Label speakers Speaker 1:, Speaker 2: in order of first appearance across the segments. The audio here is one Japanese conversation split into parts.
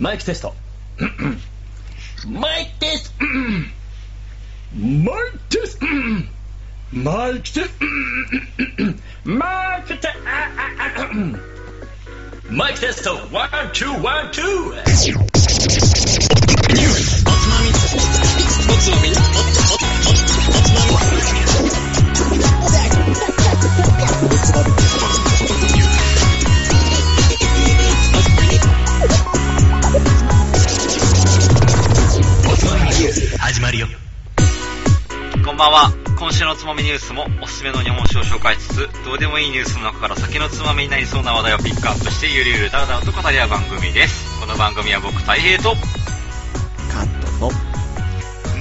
Speaker 1: マイクテ ストマイクテストマイクテストマイクテストマイクテストマイクテストワンツーワンツー
Speaker 2: 始まるよこんばんは今週のつまみニュースもおすすめの日本酒を紹介しつつどうでもいいニュースの中から先のつまみになりそうな話題をピックアップしてゆるゆるだらだらと語り合う番組ですこの番組は僕たい平と
Speaker 3: カットの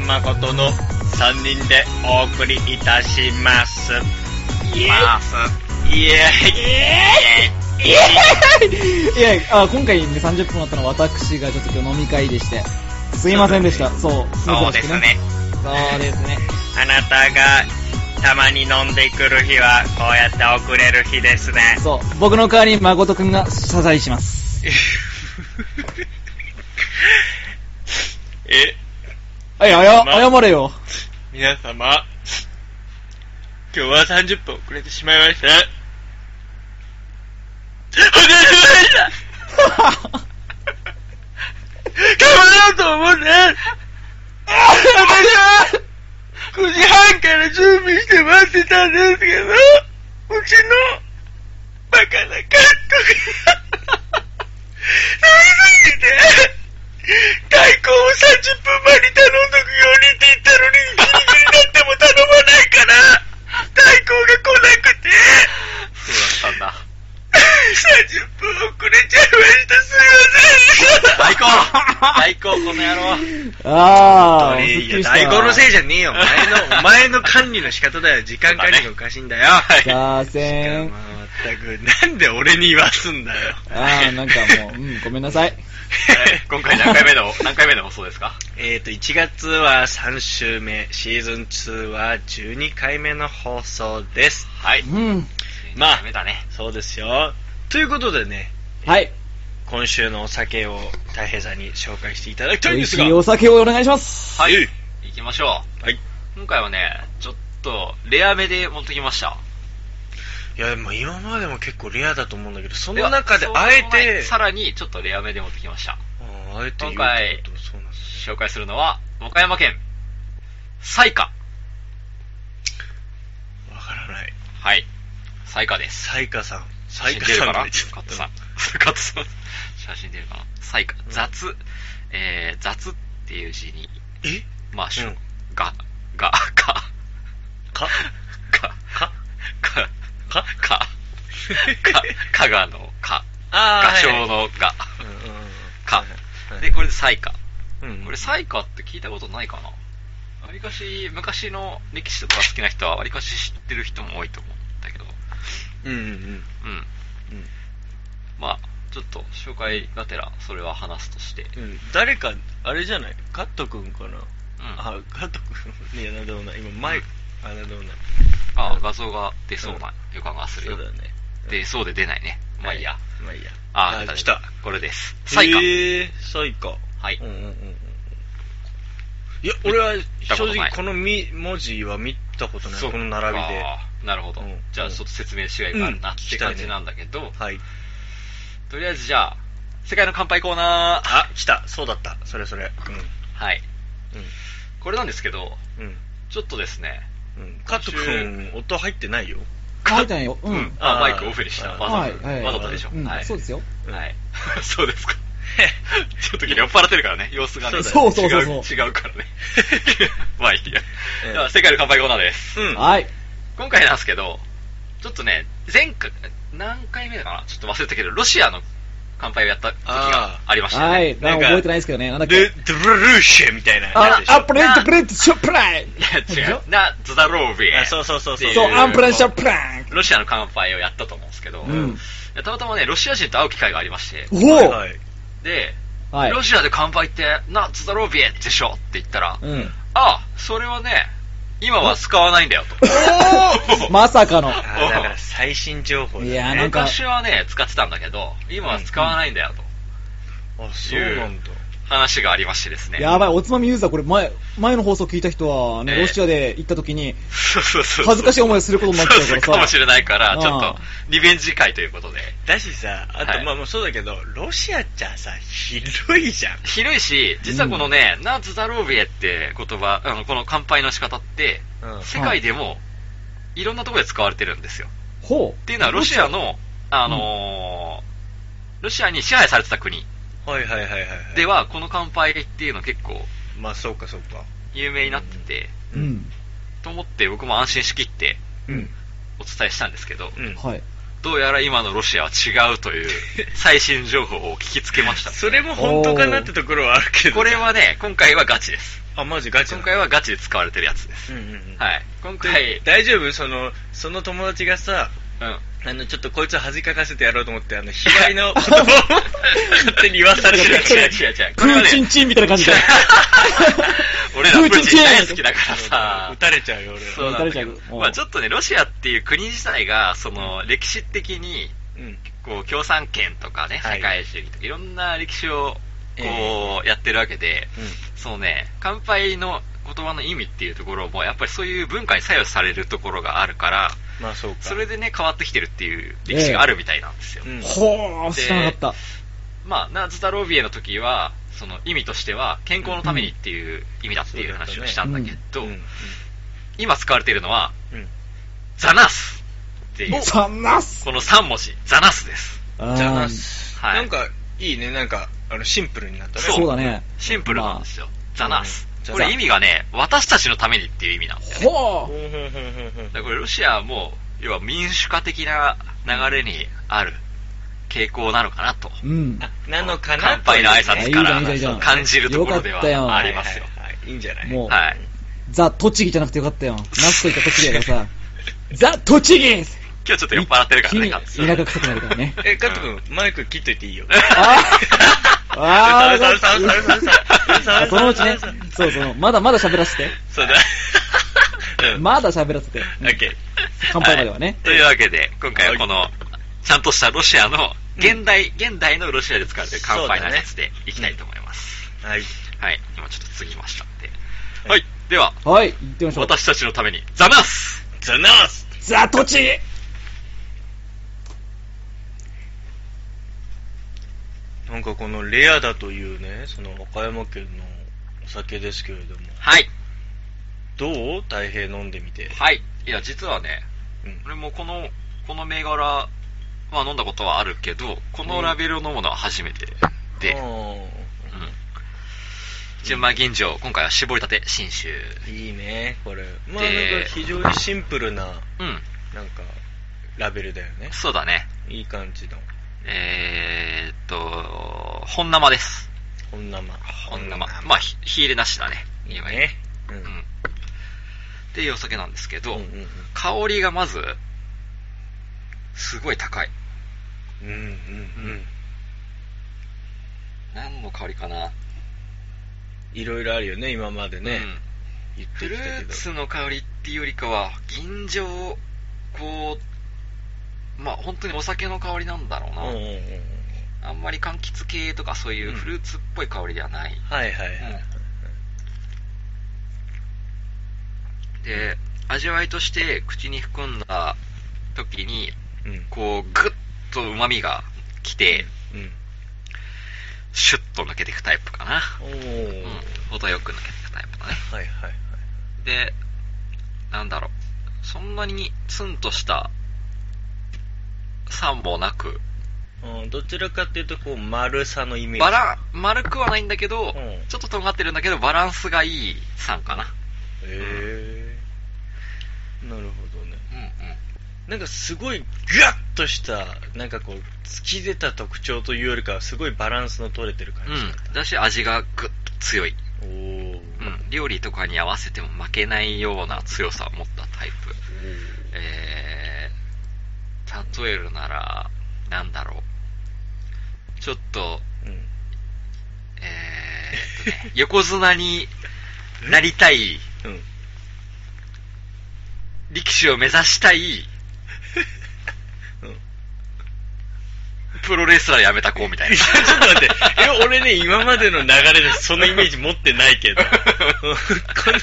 Speaker 4: 誠の3人でお送りいたします。
Speaker 2: まーすイエ
Speaker 3: いやあ今回、ね、30分あったのは私がちょっと今日飲み会でしてすいませんでしたそう
Speaker 2: そうですね
Speaker 3: そうですね
Speaker 4: あなたがたまに飲んでくる日はこうやって遅れる日ですね。
Speaker 3: そう僕の代わりに誠くんが謝罪します
Speaker 4: え、
Speaker 3: はいあや、
Speaker 4: ま
Speaker 3: 謝れよ
Speaker 4: 皆様、今日は30分遅れてしまいま した。遅れてしまいました頑張ろうと思うんだ私は5時半から準備して待ってたんですけど、うちのバカな監督が飲みすぎて、大根を30分前に頼んどくようにって言ったのに、ギリギリになっても頼まないから、大根が来なくて、
Speaker 2: そうだったんだ
Speaker 4: 30分遅れちゃいました。すいません。
Speaker 2: 最高最高この野郎
Speaker 3: ああ
Speaker 4: いや、大根のせいじゃねえよ。お前の、お前の管理の仕方だよ。時間管理がおかしいんだよ。
Speaker 3: させん
Speaker 4: まったく、なんで俺に言わすんだよ。
Speaker 3: ああなんかもう、うん、ごめんなさい
Speaker 2: え今回何回目の何回目の放送ですか
Speaker 4: えっと、1月は3週目、シーズン2は12回目の放送です。
Speaker 2: はい
Speaker 3: うん
Speaker 4: まあ
Speaker 2: ダメだね
Speaker 4: そうですよ。ということでね、
Speaker 3: はい
Speaker 4: 今週のお酒を大平さんに紹介していただ
Speaker 3: 美
Speaker 4: きたいんで
Speaker 3: 味
Speaker 4: す
Speaker 3: し
Speaker 4: が。
Speaker 3: いお酒をお願いします
Speaker 2: はい
Speaker 4: えい
Speaker 2: 行きましょ
Speaker 4: はい。いう
Speaker 2: 今回はねちょっとレア目で持ってきました
Speaker 4: や、でも今までも結構レアだと思うんだけど、そ
Speaker 2: で
Speaker 4: の
Speaker 2: は
Speaker 4: 中で
Speaker 2: そう
Speaker 4: あえ
Speaker 2: その前に
Speaker 4: て、
Speaker 2: さらにちょっとレア目で持ってきました
Speaker 4: うんあえて言うって
Speaker 2: 今回
Speaker 4: ことそうなんですね
Speaker 2: 紹介するのは和歌山県彩花
Speaker 4: わからない。
Speaker 2: はい彩花です
Speaker 4: サイカさん。サ
Speaker 2: 写真
Speaker 4: イ
Speaker 2: 出
Speaker 4: カ
Speaker 2: る
Speaker 4: さん
Speaker 2: かな
Speaker 4: が一
Speaker 2: カ
Speaker 4: 番
Speaker 2: ットさんカットさん写真出るかな彩花雑えー、雑っていう字に
Speaker 4: え
Speaker 2: まあ、しょ
Speaker 4: うん
Speaker 2: ががか
Speaker 4: か
Speaker 2: か
Speaker 4: か
Speaker 2: か
Speaker 4: か
Speaker 2: か か加賀のか
Speaker 4: あ
Speaker 2: 画商
Speaker 4: はい
Speaker 2: のが
Speaker 4: うんうんうん
Speaker 2: か
Speaker 4: はい
Speaker 2: でこれで彩花
Speaker 4: うん
Speaker 2: これ、サイカって聞いたことないかなわりかし、昔の歴史とか好きな人は、わりかし知ってる人も多いと思うんだけど、
Speaker 4: うんうんうん。
Speaker 2: うん。まあ、ちょっと、紹介がてら、それは話すとして。うん。
Speaker 4: うん誰か、あれじゃないカット君かなあ、カット君。いや、なんでもない。今、前、あ、なんでもない。
Speaker 2: あ、画像が出そうな予感がする
Speaker 4: そ
Speaker 2: よ
Speaker 4: う。だね。
Speaker 2: 出そうで出ないね。まあいいや。
Speaker 4: は。まあいいや。
Speaker 2: あ、
Speaker 4: 来た。。
Speaker 2: これです。サイカ。
Speaker 4: へえサイカ。
Speaker 2: はい
Speaker 4: うんうんうんうん。いや、俺は
Speaker 2: たこと
Speaker 4: 正
Speaker 2: ない
Speaker 4: 直このみ文字は見たことない。
Speaker 2: そっ
Speaker 4: こ
Speaker 2: か
Speaker 4: の並びで。
Speaker 2: なるほど
Speaker 4: うん。
Speaker 2: じゃあ、ちょっと説明しがいがあるなって感じなんだけど、
Speaker 4: はい。
Speaker 2: とりあえずじゃあ、世界の乾杯コーナー。
Speaker 4: あ、来た。そうだった。それそれ。
Speaker 2: はい。
Speaker 4: うん。
Speaker 2: これなんですけど、
Speaker 4: うん。
Speaker 2: ちょっとですね、
Speaker 4: うん。うん。カット君、音入ってないよ。
Speaker 3: 書いてないよう
Speaker 2: うんん。あ
Speaker 4: あー
Speaker 2: マイクオフにした。
Speaker 4: あー
Speaker 2: わざと。
Speaker 3: はいはい
Speaker 2: わざとでしょ。
Speaker 3: うん
Speaker 2: はい。
Speaker 3: そうですよ
Speaker 4: うん
Speaker 2: はい。 そうですか。ちょっと酔っ払ってるからね、様子がね。
Speaker 3: そうだよそうそうそうそ
Speaker 2: 違う違うから ね。まあいいや
Speaker 4: ええ。
Speaker 2: では、世界の乾杯コーナーです。
Speaker 4: うん。
Speaker 3: はい
Speaker 2: 今回なんですけど、ちょっとね、前回、何回目かなちょっと忘れたけど、ロシアの乾杯をやった時がありましたよね。
Speaker 3: はい
Speaker 4: な
Speaker 3: なんん
Speaker 4: か
Speaker 3: か覚えてないですけどねなんだっ
Speaker 4: ル
Speaker 3: け、
Speaker 4: ドゥブルーシェみたいなや
Speaker 3: あ
Speaker 4: つでしょ。
Speaker 3: アプレントプレントショップライ
Speaker 2: いや、違う。な、ズダロービエ。
Speaker 4: あそうそうそうそう
Speaker 2: ってい
Speaker 3: そう、アンプレッシャー
Speaker 2: こ
Speaker 3: プランク
Speaker 2: うロシアの乾杯をやったと思うんですけど、
Speaker 3: うん
Speaker 2: いやたまたまね、ロシア人と会う機会がありまして、
Speaker 3: お
Speaker 4: はい
Speaker 3: お
Speaker 4: はい。
Speaker 2: で、
Speaker 3: はい。
Speaker 2: ロシアで乾杯って、ナッツだろビエでしょって言ったら、あ
Speaker 3: うん。
Speaker 2: あ、それはね、今は使わないんだよと。
Speaker 3: まさかの。
Speaker 4: あーだから最新情報だね
Speaker 3: いやーなんか
Speaker 2: 昔はね、使ってたんだけど、今は使わないんだよと。
Speaker 4: あ、そうなんだ。
Speaker 2: 話がありましてですね。
Speaker 3: やばい、おつまみユーザー、これ前、前の放送聞いた人は、あの
Speaker 2: ええ
Speaker 3: ロシアで行った時に、
Speaker 2: そうそうそう。
Speaker 3: 恥ずかしい思いをすることになっちゃうからさ
Speaker 2: そそかもしれないから、
Speaker 3: うん
Speaker 2: ちょっと、リベンジ会ということで。
Speaker 4: だしさ、あと、
Speaker 2: はい
Speaker 4: まあもうそうだけど、ロシアっちゃさ、広いじゃん。
Speaker 2: 広いし、実はこのね、ナーズ・ザ・ロービエって言葉、あのこの乾杯の仕方って、
Speaker 4: うん
Speaker 2: 世界でも、いろんなところで使われてるんですよ。
Speaker 3: ほ
Speaker 2: っていうのは、ロシアの、あのーロシアに支配されてた国
Speaker 4: はいはいはいはいはい。
Speaker 2: で、は、この乾杯っていうの結構
Speaker 4: まあそうかそうか。
Speaker 2: 有名になってて、
Speaker 3: う。うん。
Speaker 2: と思って僕も安心しきって
Speaker 4: うん。
Speaker 2: お伝えしたんですけど、
Speaker 4: うん。
Speaker 3: はい。
Speaker 2: どうやら今のロシアは違うという最新情報を聞きつけました。
Speaker 4: それも本当かなってところはあるけど。
Speaker 2: これ、はね、今回はガチです。
Speaker 4: あ、マジガチ
Speaker 2: 今
Speaker 4: なの
Speaker 2: 回はガチで使われてるやつです。
Speaker 4: うんうんうん。
Speaker 2: はい。今回、
Speaker 4: 大丈夫その、その友達がさ、
Speaker 2: うん。
Speaker 4: あの、ちょっとこいつを恥かかせてやろうと思って、あの、卑 猥の言葉を勝手に言わさ れてるやつ。
Speaker 2: 違う違う違う。
Speaker 3: プーチンチンみたいな感じで。
Speaker 2: 俺らプーチン大好きだからさ
Speaker 4: 撃。たれちゃうよ、俺ら。
Speaker 2: そうなんだけど
Speaker 3: 撃たれちゃううん
Speaker 2: まあちょっとね、ロシアっていう国自体が、その、歴史的に、
Speaker 4: うん。
Speaker 2: こう、共産権とかね、
Speaker 4: はい
Speaker 2: 社会主義とか、いろんな歴史を、こ
Speaker 4: え
Speaker 2: う、やってるわけで、
Speaker 4: うん
Speaker 2: そのね、乾杯の言葉の意味っていうところも、やっぱりそういう文化に作用されるところがあるから、
Speaker 4: まあそうか。
Speaker 2: それでね、変わってきてるっていう歴史があるみたいなんですよ。
Speaker 4: うん。
Speaker 3: ほー、
Speaker 2: で
Speaker 3: 知らなかっ
Speaker 2: まあ、ナーズ・ダ・ロビエの時は、その意味としては、健康のためにっていう意味だっていう話をしたんだけど、
Speaker 4: うん。
Speaker 2: 今使われているのは、
Speaker 4: うん。
Speaker 2: ザナスってい
Speaker 3: た。
Speaker 2: う、
Speaker 3: ザナス
Speaker 2: この3文字、ザナスです。
Speaker 4: じゃあ
Speaker 3: あ
Speaker 4: な
Speaker 3: ー
Speaker 4: す。
Speaker 2: はい
Speaker 4: なんか、いいね、なんか、あの、シンプルになったね。
Speaker 2: そう
Speaker 3: そうだね。
Speaker 2: シンプルなんですよ。ザナス
Speaker 4: う。ん
Speaker 2: これ意味がね、私たちのためにっていう意味なんだよね。だ
Speaker 3: ほ
Speaker 4: ほ
Speaker 3: ー。
Speaker 4: んほんほんほんほん
Speaker 2: からこれロシアはもう、要は民主化的な流れにある傾向なのかなと。
Speaker 3: うん。
Speaker 4: あなのかな
Speaker 2: 乾杯の挨拶か
Speaker 3: いいじゃんいいじゃんい
Speaker 2: ら
Speaker 3: いじゃん
Speaker 2: 感じるところでは
Speaker 3: よかったよ
Speaker 2: ありますよ。
Speaker 4: はいはいはいいいんじゃない
Speaker 3: もう、
Speaker 2: はい。
Speaker 3: ザ・栃木じゃなくてよかったよ。ナスといった栃木だから さ、ザ・栃木
Speaker 2: 今日ちょっと酔っ払ってるからね、カッツ
Speaker 3: 田舎臭くなるか らね。
Speaker 4: え、カット君、マイク切っといていいよ。
Speaker 3: あーあー
Speaker 4: うるさいうるさいうるさいうるさいうるさいうるさいうるさい
Speaker 3: あそのうちね、そうそう、まだまだ喋らせて。
Speaker 4: そ うだ。うん。
Speaker 3: まだ喋らせて。
Speaker 4: オッケー。
Speaker 3: 乾杯まではね。
Speaker 2: というわけで、今回はこの、ちゃんとしたロシアの、現代、現代のロシアで使われてる乾杯の挨拶でいきたいと思います。
Speaker 4: はい。
Speaker 2: はい。今ちょっと次ましたんで。
Speaker 4: うん
Speaker 2: はい。では、
Speaker 3: はい、行ってみましょう。
Speaker 2: 私たちのために、ザナス
Speaker 4: ザナース
Speaker 3: ザ・栃木
Speaker 4: なんかこのレアだというね、その和歌山県のお酒ですけれども、
Speaker 2: はい。
Speaker 4: どう大平飲んでみて。
Speaker 2: はい。いや、実はね、
Speaker 4: うん
Speaker 2: 俺もこの、この銘柄は飲んだことはあるけど、このラベルを飲むのは初めてで、う
Speaker 4: あ
Speaker 2: ん。
Speaker 4: ー
Speaker 2: 純米吟醸、今回は絞りたて、新酒。
Speaker 4: いいね、これ。まあなん
Speaker 2: で
Speaker 4: か非常にシンプルな、
Speaker 2: うん。
Speaker 4: なんか、ラベルだよね。
Speaker 2: そうだね。
Speaker 4: いい感じの。
Speaker 2: えーっと、本生です。
Speaker 4: 本生。
Speaker 2: 本生。まあ、ひ火入れなしだね。
Speaker 4: いい
Speaker 2: 今
Speaker 4: ね。う
Speaker 2: うんん。っていうお酒なんですけど、
Speaker 4: うんうんうん
Speaker 2: 香りがまず、すごい高い。
Speaker 4: うんうんうん。
Speaker 2: 何の香りかな。
Speaker 4: いろいろあるよね、今までね。
Speaker 2: うん
Speaker 4: 言って
Speaker 2: フ
Speaker 4: き
Speaker 2: ル
Speaker 4: たけ
Speaker 2: ー
Speaker 4: ど。
Speaker 2: ツの香りっていうよりかは、吟醸を、こう、まあ本当にお酒の香りなんだろう
Speaker 4: うん
Speaker 2: な。
Speaker 4: うんうんうん。
Speaker 2: あんまり柑橘系とかそういうフルーツっぽい香りではない。
Speaker 4: はいはいはい。
Speaker 2: で、味わいとして口に含んだ時に、
Speaker 4: うん。
Speaker 2: こう、ぐっと旨味が来て、
Speaker 4: うん。
Speaker 2: シュッと抜けていくタイプかな。
Speaker 4: お
Speaker 2: う
Speaker 4: ー。
Speaker 2: ん。程よく抜けていくタイプだね。
Speaker 4: はいはいはい。
Speaker 2: で、なんだろう、そんなにツンとした酸もなく、
Speaker 4: うん、どちらかっていうと、こう、丸さのイメージ。
Speaker 2: バラン、丸くはないんだけど、
Speaker 4: うん
Speaker 2: ちょっと尖ってるんだけど、バランスがいい酸かな。
Speaker 4: へえ。なるほどね。
Speaker 2: うんうん。
Speaker 4: なんかすごい、ぐわっとした、なんかこう、突き出た特徴というよりかは、すごいバランスの取れてる感じだっ
Speaker 2: うん。だし、味がぐっと強い。
Speaker 4: た。おー。
Speaker 2: うん。料理とかに合わせても負けないような強さを持ったタイプ。えー、例えるなら、なんだろう。ちょっと、
Speaker 4: うん。
Speaker 2: えーっとね、横綱になりたい
Speaker 4: うん。
Speaker 2: 力士を目指したい、プロレスラー辞めた子みたいな。
Speaker 4: いやちょっと待って。え、俺ね、今までの流れでそのイメージ持ってな いけど。
Speaker 2: 格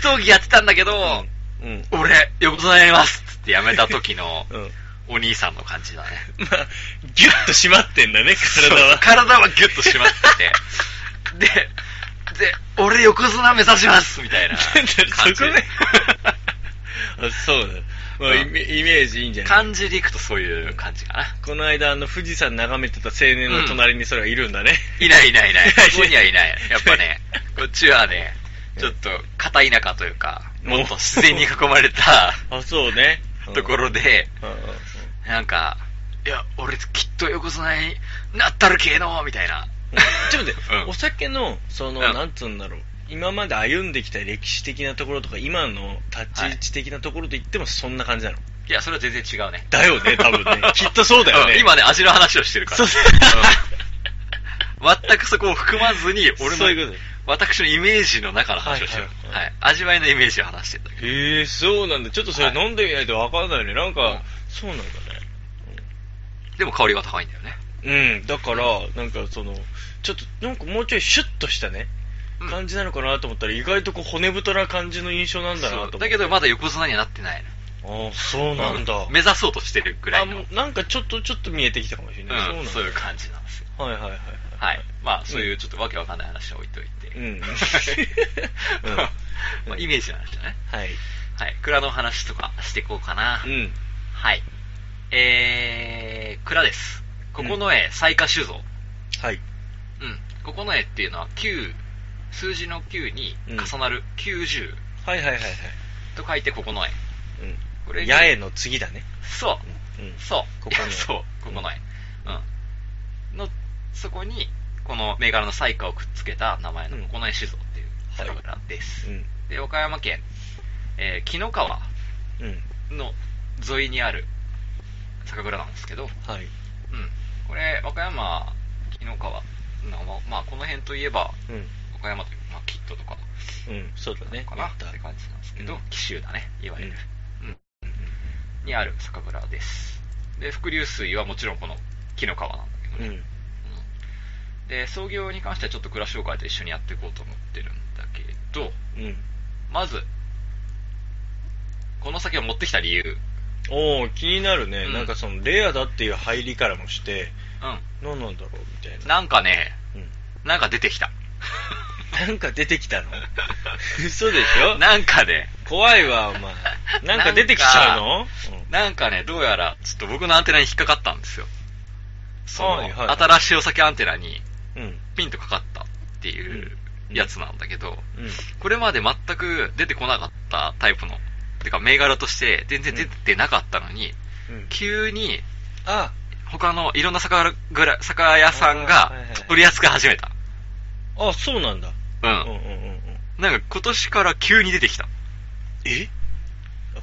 Speaker 2: 闘技やってたんだけど、
Speaker 4: うん。うん。
Speaker 2: 俺、横綱やりますっつって辞めた時の
Speaker 4: うん。
Speaker 2: お兄さんの感じだね。
Speaker 4: まあ、ギュッと締まってんだね、体
Speaker 2: そう
Speaker 4: は。
Speaker 2: 体はギュッと締まってて。で、で、俺横綱目指しますみたいな感じ。
Speaker 4: そこねあ そうだ。まあ、イメイメージいいんじゃない
Speaker 2: 感じでいくとそういう感じかな。
Speaker 4: この間、あの、富士山眺めてた青年の隣にそれがいるんだね。
Speaker 2: いないいない いない。ここにはいない。やっぱ ね、こっちはね、ちょっと、片田舎というか、もっと自然に囲まれ た
Speaker 4: あ、そうね。
Speaker 2: とこ
Speaker 4: ろ。
Speaker 2: ろで、
Speaker 4: うんうん
Speaker 2: なんか、いや、俺きっと横綱になったるけえの、みたいな。
Speaker 4: ちょっと待って、
Speaker 2: うん
Speaker 4: お酒の、その、
Speaker 2: うん
Speaker 4: なんつうんだろう。今まで歩んできた歴史的なところとか、今の立ち位置的なところといってもそんな感じなの。
Speaker 2: いや、それは全然違うね。
Speaker 4: だよね、多分 ね。きっとそうだよね。
Speaker 2: ん今ね、味の話をしてるから。
Speaker 4: そうそ
Speaker 2: うん全くそこを含まずに、俺
Speaker 4: そういう
Speaker 2: の
Speaker 4: こと、
Speaker 2: 私のイメージの中の話をしてる。
Speaker 4: はいはいは
Speaker 2: はいい。味わいのイメージを話してるんだけど。
Speaker 4: へえ、そうなんだ。ちょっとそれ
Speaker 2: はい
Speaker 4: 飲んでみないとわかんないね。なんか、
Speaker 2: うん
Speaker 4: そうなんだ
Speaker 2: でも香りは高いんだよね。
Speaker 4: ね。うん、だから、なんかその、ちょっと、なんかもうちょいシュッとしたね、
Speaker 2: うん
Speaker 4: 感じなのかなと思ったら、意外とこう骨太な感じの印象なんだなと思って。
Speaker 2: そうだけど、まだ横綱にはなってないの。
Speaker 4: ああ、そうなんだ。
Speaker 2: 目指そうとしてるぐら
Speaker 4: あ
Speaker 2: いの。
Speaker 4: もうなんかちょっと、ちょっと見えてきたかもしれない。
Speaker 2: うん、
Speaker 4: そ
Speaker 2: そうい
Speaker 4: うな
Speaker 2: うん感じなんですよ。
Speaker 4: だ。はいはいはい。
Speaker 2: はい。まあ、そういうちょっとわけわかんない話は置いといて。
Speaker 4: うん
Speaker 2: うんまあイメージの話だね。
Speaker 4: はい。
Speaker 2: はい。蔵の話とかしていこうかな。
Speaker 4: うん。
Speaker 2: はい。えー、蔵です。九重雑賀酒造。
Speaker 4: はい。
Speaker 2: うん。九重っていうのは9、数字の9に重なる90
Speaker 4: はいはいはいはい。
Speaker 2: と書いて九重。
Speaker 4: うん。
Speaker 2: これに
Speaker 4: 八重の次だね。
Speaker 2: そう。
Speaker 4: うん。
Speaker 2: そう。
Speaker 4: ここ
Speaker 2: いや
Speaker 4: の
Speaker 2: そう。ここの絵。うん。の、そこに、この銘柄の彩花をくっつけた名前の
Speaker 4: うん
Speaker 2: この絵酒造っていう
Speaker 4: はい
Speaker 2: 酒蔵です。
Speaker 4: うん。
Speaker 2: で、岡山県、えー、紀の川
Speaker 4: うん。
Speaker 2: の沿いにある酒蔵なんですけど、
Speaker 4: はい。
Speaker 2: うん。これ、和歌山、紀の川、なんかまあ、この辺といえば、
Speaker 4: うん。
Speaker 2: 和歌山というか、まあ、キットとか
Speaker 4: うん。そうだね。
Speaker 2: かな
Speaker 4: や
Speaker 2: って感じなんですけ
Speaker 4: う
Speaker 2: ど
Speaker 4: ん、
Speaker 2: 紀州だね、いわゆる。うん。
Speaker 4: う
Speaker 2: にある酒蔵です。で、伏流水はもちろんこの紀の川なんだけどね。
Speaker 4: ん。うん。
Speaker 2: うんで、創業に関してはちょっと暮らし紹介と一緒にやっていこうと思ってるんだけど、
Speaker 4: うん。
Speaker 2: まず、この酒を持ってきた理由。
Speaker 4: おお気になるね、
Speaker 2: うん
Speaker 4: なんかそのレアだっていう入りからもして
Speaker 2: う
Speaker 4: 何なんだろうみたい
Speaker 2: ん。
Speaker 4: な
Speaker 2: なんかね、
Speaker 4: うん
Speaker 2: なんか出てきた。
Speaker 4: なんか出てき たの 嘘でし ょ
Speaker 2: なんかね、
Speaker 4: 怖いわお前なんか出てきちゃうの
Speaker 2: なんかね、どうやら、ちょっと僕のアンテナに引っかかったんですよ。その、
Speaker 4: はいはい
Speaker 2: 新しいお酒アンテナに
Speaker 4: うんうん
Speaker 2: ピンとかかったっていう
Speaker 4: うん
Speaker 2: やつなんだけど、
Speaker 4: うん
Speaker 2: これまで全く出てこなかったタイプの、てか銘柄として全然出てなかったのに、
Speaker 4: うん
Speaker 2: 急に
Speaker 4: あ
Speaker 2: 他のいろんな酒蔵酒屋さん
Speaker 4: あー
Speaker 2: が
Speaker 4: はいはいはい
Speaker 2: 取り扱い始めた。
Speaker 4: あそうなんだ
Speaker 2: う
Speaker 4: うんうんうん
Speaker 2: ん。
Speaker 4: うん
Speaker 2: なんか今年から急に出てきた。
Speaker 4: え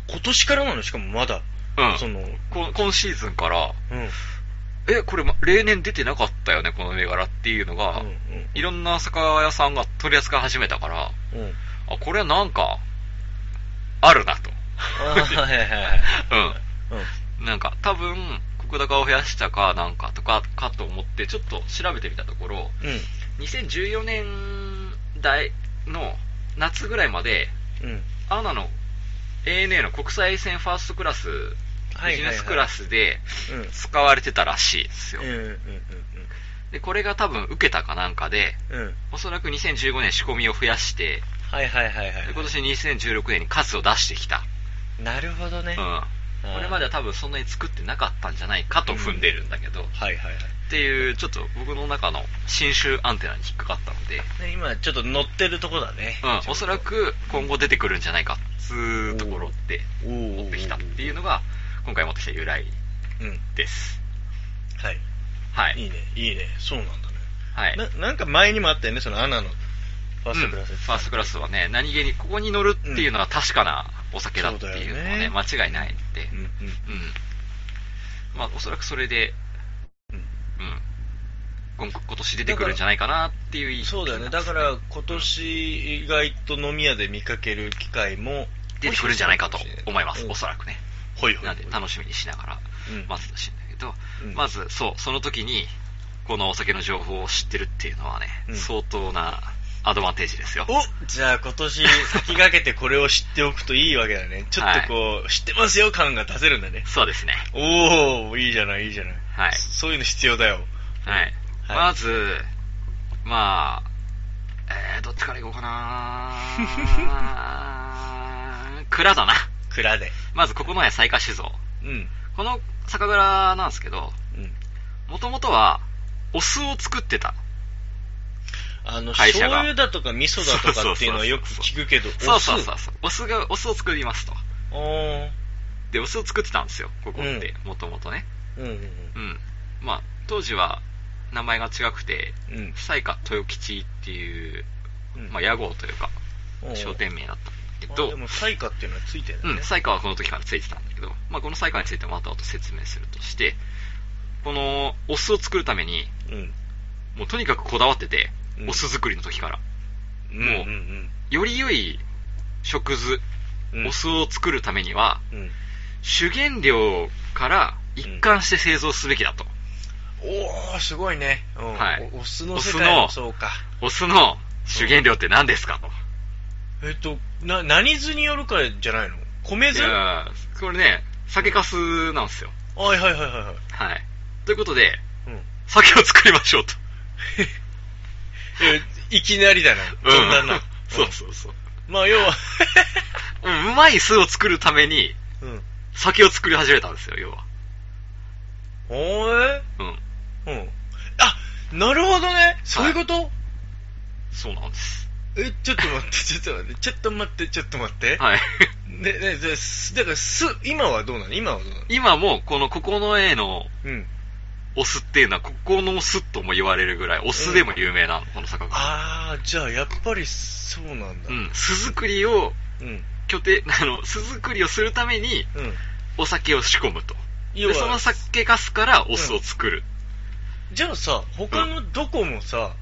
Speaker 4: 今年からなのしかもまだ、
Speaker 2: うん。
Speaker 4: その
Speaker 2: こ今シーズンから、
Speaker 4: うんうん
Speaker 2: え、これま例年出てなかったよね、この銘柄っていうのが、いろんな酒屋さんが取り扱い始めたから、
Speaker 4: うんうん
Speaker 2: あ、これはなんか、あるなと。
Speaker 4: あー はいはいはい
Speaker 2: うん。なんか、多分、国高を増やしたかなんかとか、かと思って、ちょっと調べてみたところ、
Speaker 4: うん
Speaker 2: 2014年代の夏ぐらいまで、
Speaker 4: うんうん
Speaker 2: アナの ANA の国際線ファーストクラス、
Speaker 4: はいはいはい
Speaker 2: ビジネスクラスで
Speaker 4: うん
Speaker 2: 使われてたらしいですよ
Speaker 4: うん。うん
Speaker 2: で、これが多分受けたかなんかで、
Speaker 4: うんうんうん
Speaker 2: おそらく2015年仕込みを増やして、
Speaker 4: はいはいはいは
Speaker 2: で
Speaker 4: い
Speaker 2: 今年2016年に数を出してきた。
Speaker 4: なるほどね、
Speaker 2: うん。これまでは多分そんなに作ってなかったんじゃないかと踏んでるんだけど、っ
Speaker 4: はいはいはい
Speaker 2: ていう、ちょっと僕の中の新種アンテナに引っかかったので、
Speaker 4: ね今ちょっと乗ってるとこだね。
Speaker 2: うん、おそらく今後出てくるんじゃないかっつうところで持
Speaker 4: 持
Speaker 2: ってきたっていうのが、今回持ってきた由来
Speaker 4: うん。
Speaker 2: です。
Speaker 4: はい。
Speaker 2: はい。
Speaker 4: いいね、いいね。そうなんだね。
Speaker 2: はい。
Speaker 4: ななんか前にもあったよね、そのアナのファーストクラス、
Speaker 2: うんファーストクラスはね、何気にここに乗るっていうのは確かなお酒だっていうのはね、
Speaker 4: うん
Speaker 2: 間違いないので、
Speaker 4: う
Speaker 2: うんん。
Speaker 4: うん。
Speaker 2: まあ、おそらくそれで、
Speaker 4: う
Speaker 2: うんん。今今年出てくるんじゃないかなっていう
Speaker 4: そうだよね。だから今年意外と飲み屋で見かける機会も
Speaker 2: 出てくるんじゃないかと思います、
Speaker 4: う
Speaker 2: おそらくね。
Speaker 4: ほいほい
Speaker 2: なんで、楽しみにしながら
Speaker 4: うん
Speaker 2: 待つらしいんだけど。ど、
Speaker 4: うん
Speaker 2: まず、そう、その時に、このお酒の情報を知ってるっていうのはね、
Speaker 4: うん
Speaker 2: 相当なアドバンテージですよ。
Speaker 4: おじゃあ今年先駆けてこれを知っておくといいわけだね。ちょっとこう、知ってますよ感が出せるんだね。
Speaker 2: そうですね。
Speaker 4: おー、いいじゃない、いいじゃない。
Speaker 2: はい。
Speaker 4: そういうの必要だよ。
Speaker 2: はい。
Speaker 4: はい
Speaker 2: まず、まあ、えー、どっちから行こうか な蔵だな。
Speaker 4: 蔵で。
Speaker 2: まず、ここのね、雑賀酒造。
Speaker 4: うん。
Speaker 2: この酒蔵なんですけど、
Speaker 4: うん。
Speaker 2: もともとは、お酢を作ってた。
Speaker 4: あの、
Speaker 2: 会社が
Speaker 4: 醤油だとか味噌だとかっていうのはよく聞くけど、
Speaker 2: そうそうそうそう。お酢が、お酢を作りますと。
Speaker 4: お酢。おー
Speaker 2: で、お酢を作ってたんですよ、ここって、もともとね。
Speaker 4: うんうん
Speaker 2: うん。まあ、当時は、名前が違くて、
Speaker 4: うん。うん
Speaker 2: 西下豊吉っていう、
Speaker 4: うん
Speaker 2: まあ、屋号というか、
Speaker 4: おー
Speaker 2: 商店名だったんだけ
Speaker 4: あ
Speaker 2: ど
Speaker 4: で、も、サイカっていうのはついてるんだ
Speaker 2: う
Speaker 4: ね。
Speaker 2: ん、サイカはこの時からついてたんだけど、まあ、このサイカについても後々説明するとして、このお酢を作るために、
Speaker 4: うん。
Speaker 2: もうとにかくこだわってて、
Speaker 4: うん
Speaker 2: お酢作りの時から、
Speaker 4: うん
Speaker 2: もうより良い食酢、
Speaker 4: うんうん。
Speaker 2: お酢を作るためには、
Speaker 4: うん。
Speaker 2: 主原料から一貫して製造すべきだと。
Speaker 4: おー、すごいね。うん
Speaker 2: はい
Speaker 4: おお酢の
Speaker 2: お
Speaker 4: 世
Speaker 2: 酢
Speaker 4: 界も
Speaker 2: の
Speaker 4: そうか。
Speaker 2: お酢の主原料って何ですかと。
Speaker 4: えっと、な、何酢によるかじゃないの米
Speaker 2: い
Speaker 4: 酢はい
Speaker 2: やーこれね、酒かすなんですよ。
Speaker 4: はいはいはいはい。
Speaker 2: はい。ということで、
Speaker 4: うん。
Speaker 2: 酒を作りましょうと。
Speaker 4: えいきなりだな。そんなな。
Speaker 2: そうそうそう。
Speaker 4: うん。まあ、要は、
Speaker 2: うんうまい酢を作るために、
Speaker 4: うん。
Speaker 2: 酒を作り始めたんですよ、要は。
Speaker 4: おー
Speaker 2: うん。
Speaker 4: えうん。あ、なるほどね。そういうこと、
Speaker 2: そうなんです。
Speaker 4: え、ちょっと待って、ちょっと待って、ちょっと待って、ちょっと待って。
Speaker 2: はい。
Speaker 4: で、で、で、すだから、す、今はどうなの今はどうなの
Speaker 2: 今も、この、ここの A の
Speaker 4: うん。
Speaker 2: お酢っていうのは、ここのお酢とも言われるぐらい、お酢でも有名なの、この酒が。
Speaker 4: あー、じゃあ、やっぱり、そうなんだ。
Speaker 2: う。ん。酢作りを、
Speaker 4: うん。
Speaker 2: 拠点、あの、酢作りをするために、
Speaker 4: うん。
Speaker 2: お酒を仕込むと。
Speaker 4: 要
Speaker 2: で、その
Speaker 4: は、
Speaker 2: 酒かすからお酢を作る。
Speaker 4: じゃあさ、他のどこもさ、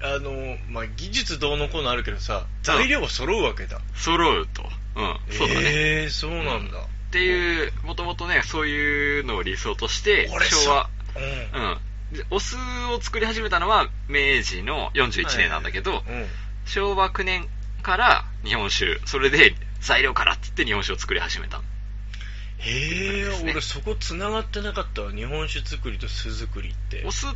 Speaker 4: あの、まあ、技術どうのこうのあるけどさ、材料は揃うわけだ。
Speaker 2: 揃うと。うん。そうだね。
Speaker 4: えー、そうなんだ。
Speaker 2: っていう、もともとね、そういうのを理想として、
Speaker 4: 俺さ
Speaker 2: 昭和、
Speaker 4: う
Speaker 2: う
Speaker 4: ん
Speaker 2: ん。でお酢を作り始めたのは明治の41年なんだけど、
Speaker 4: うん。
Speaker 2: 昭和9年から日本酒、それで材料からって言って日本酒を作り始めた。
Speaker 4: へえ、
Speaker 2: ですね
Speaker 4: 俺そこ繋がってなかったわ。日本酒作りと酢作りって
Speaker 2: お。酢、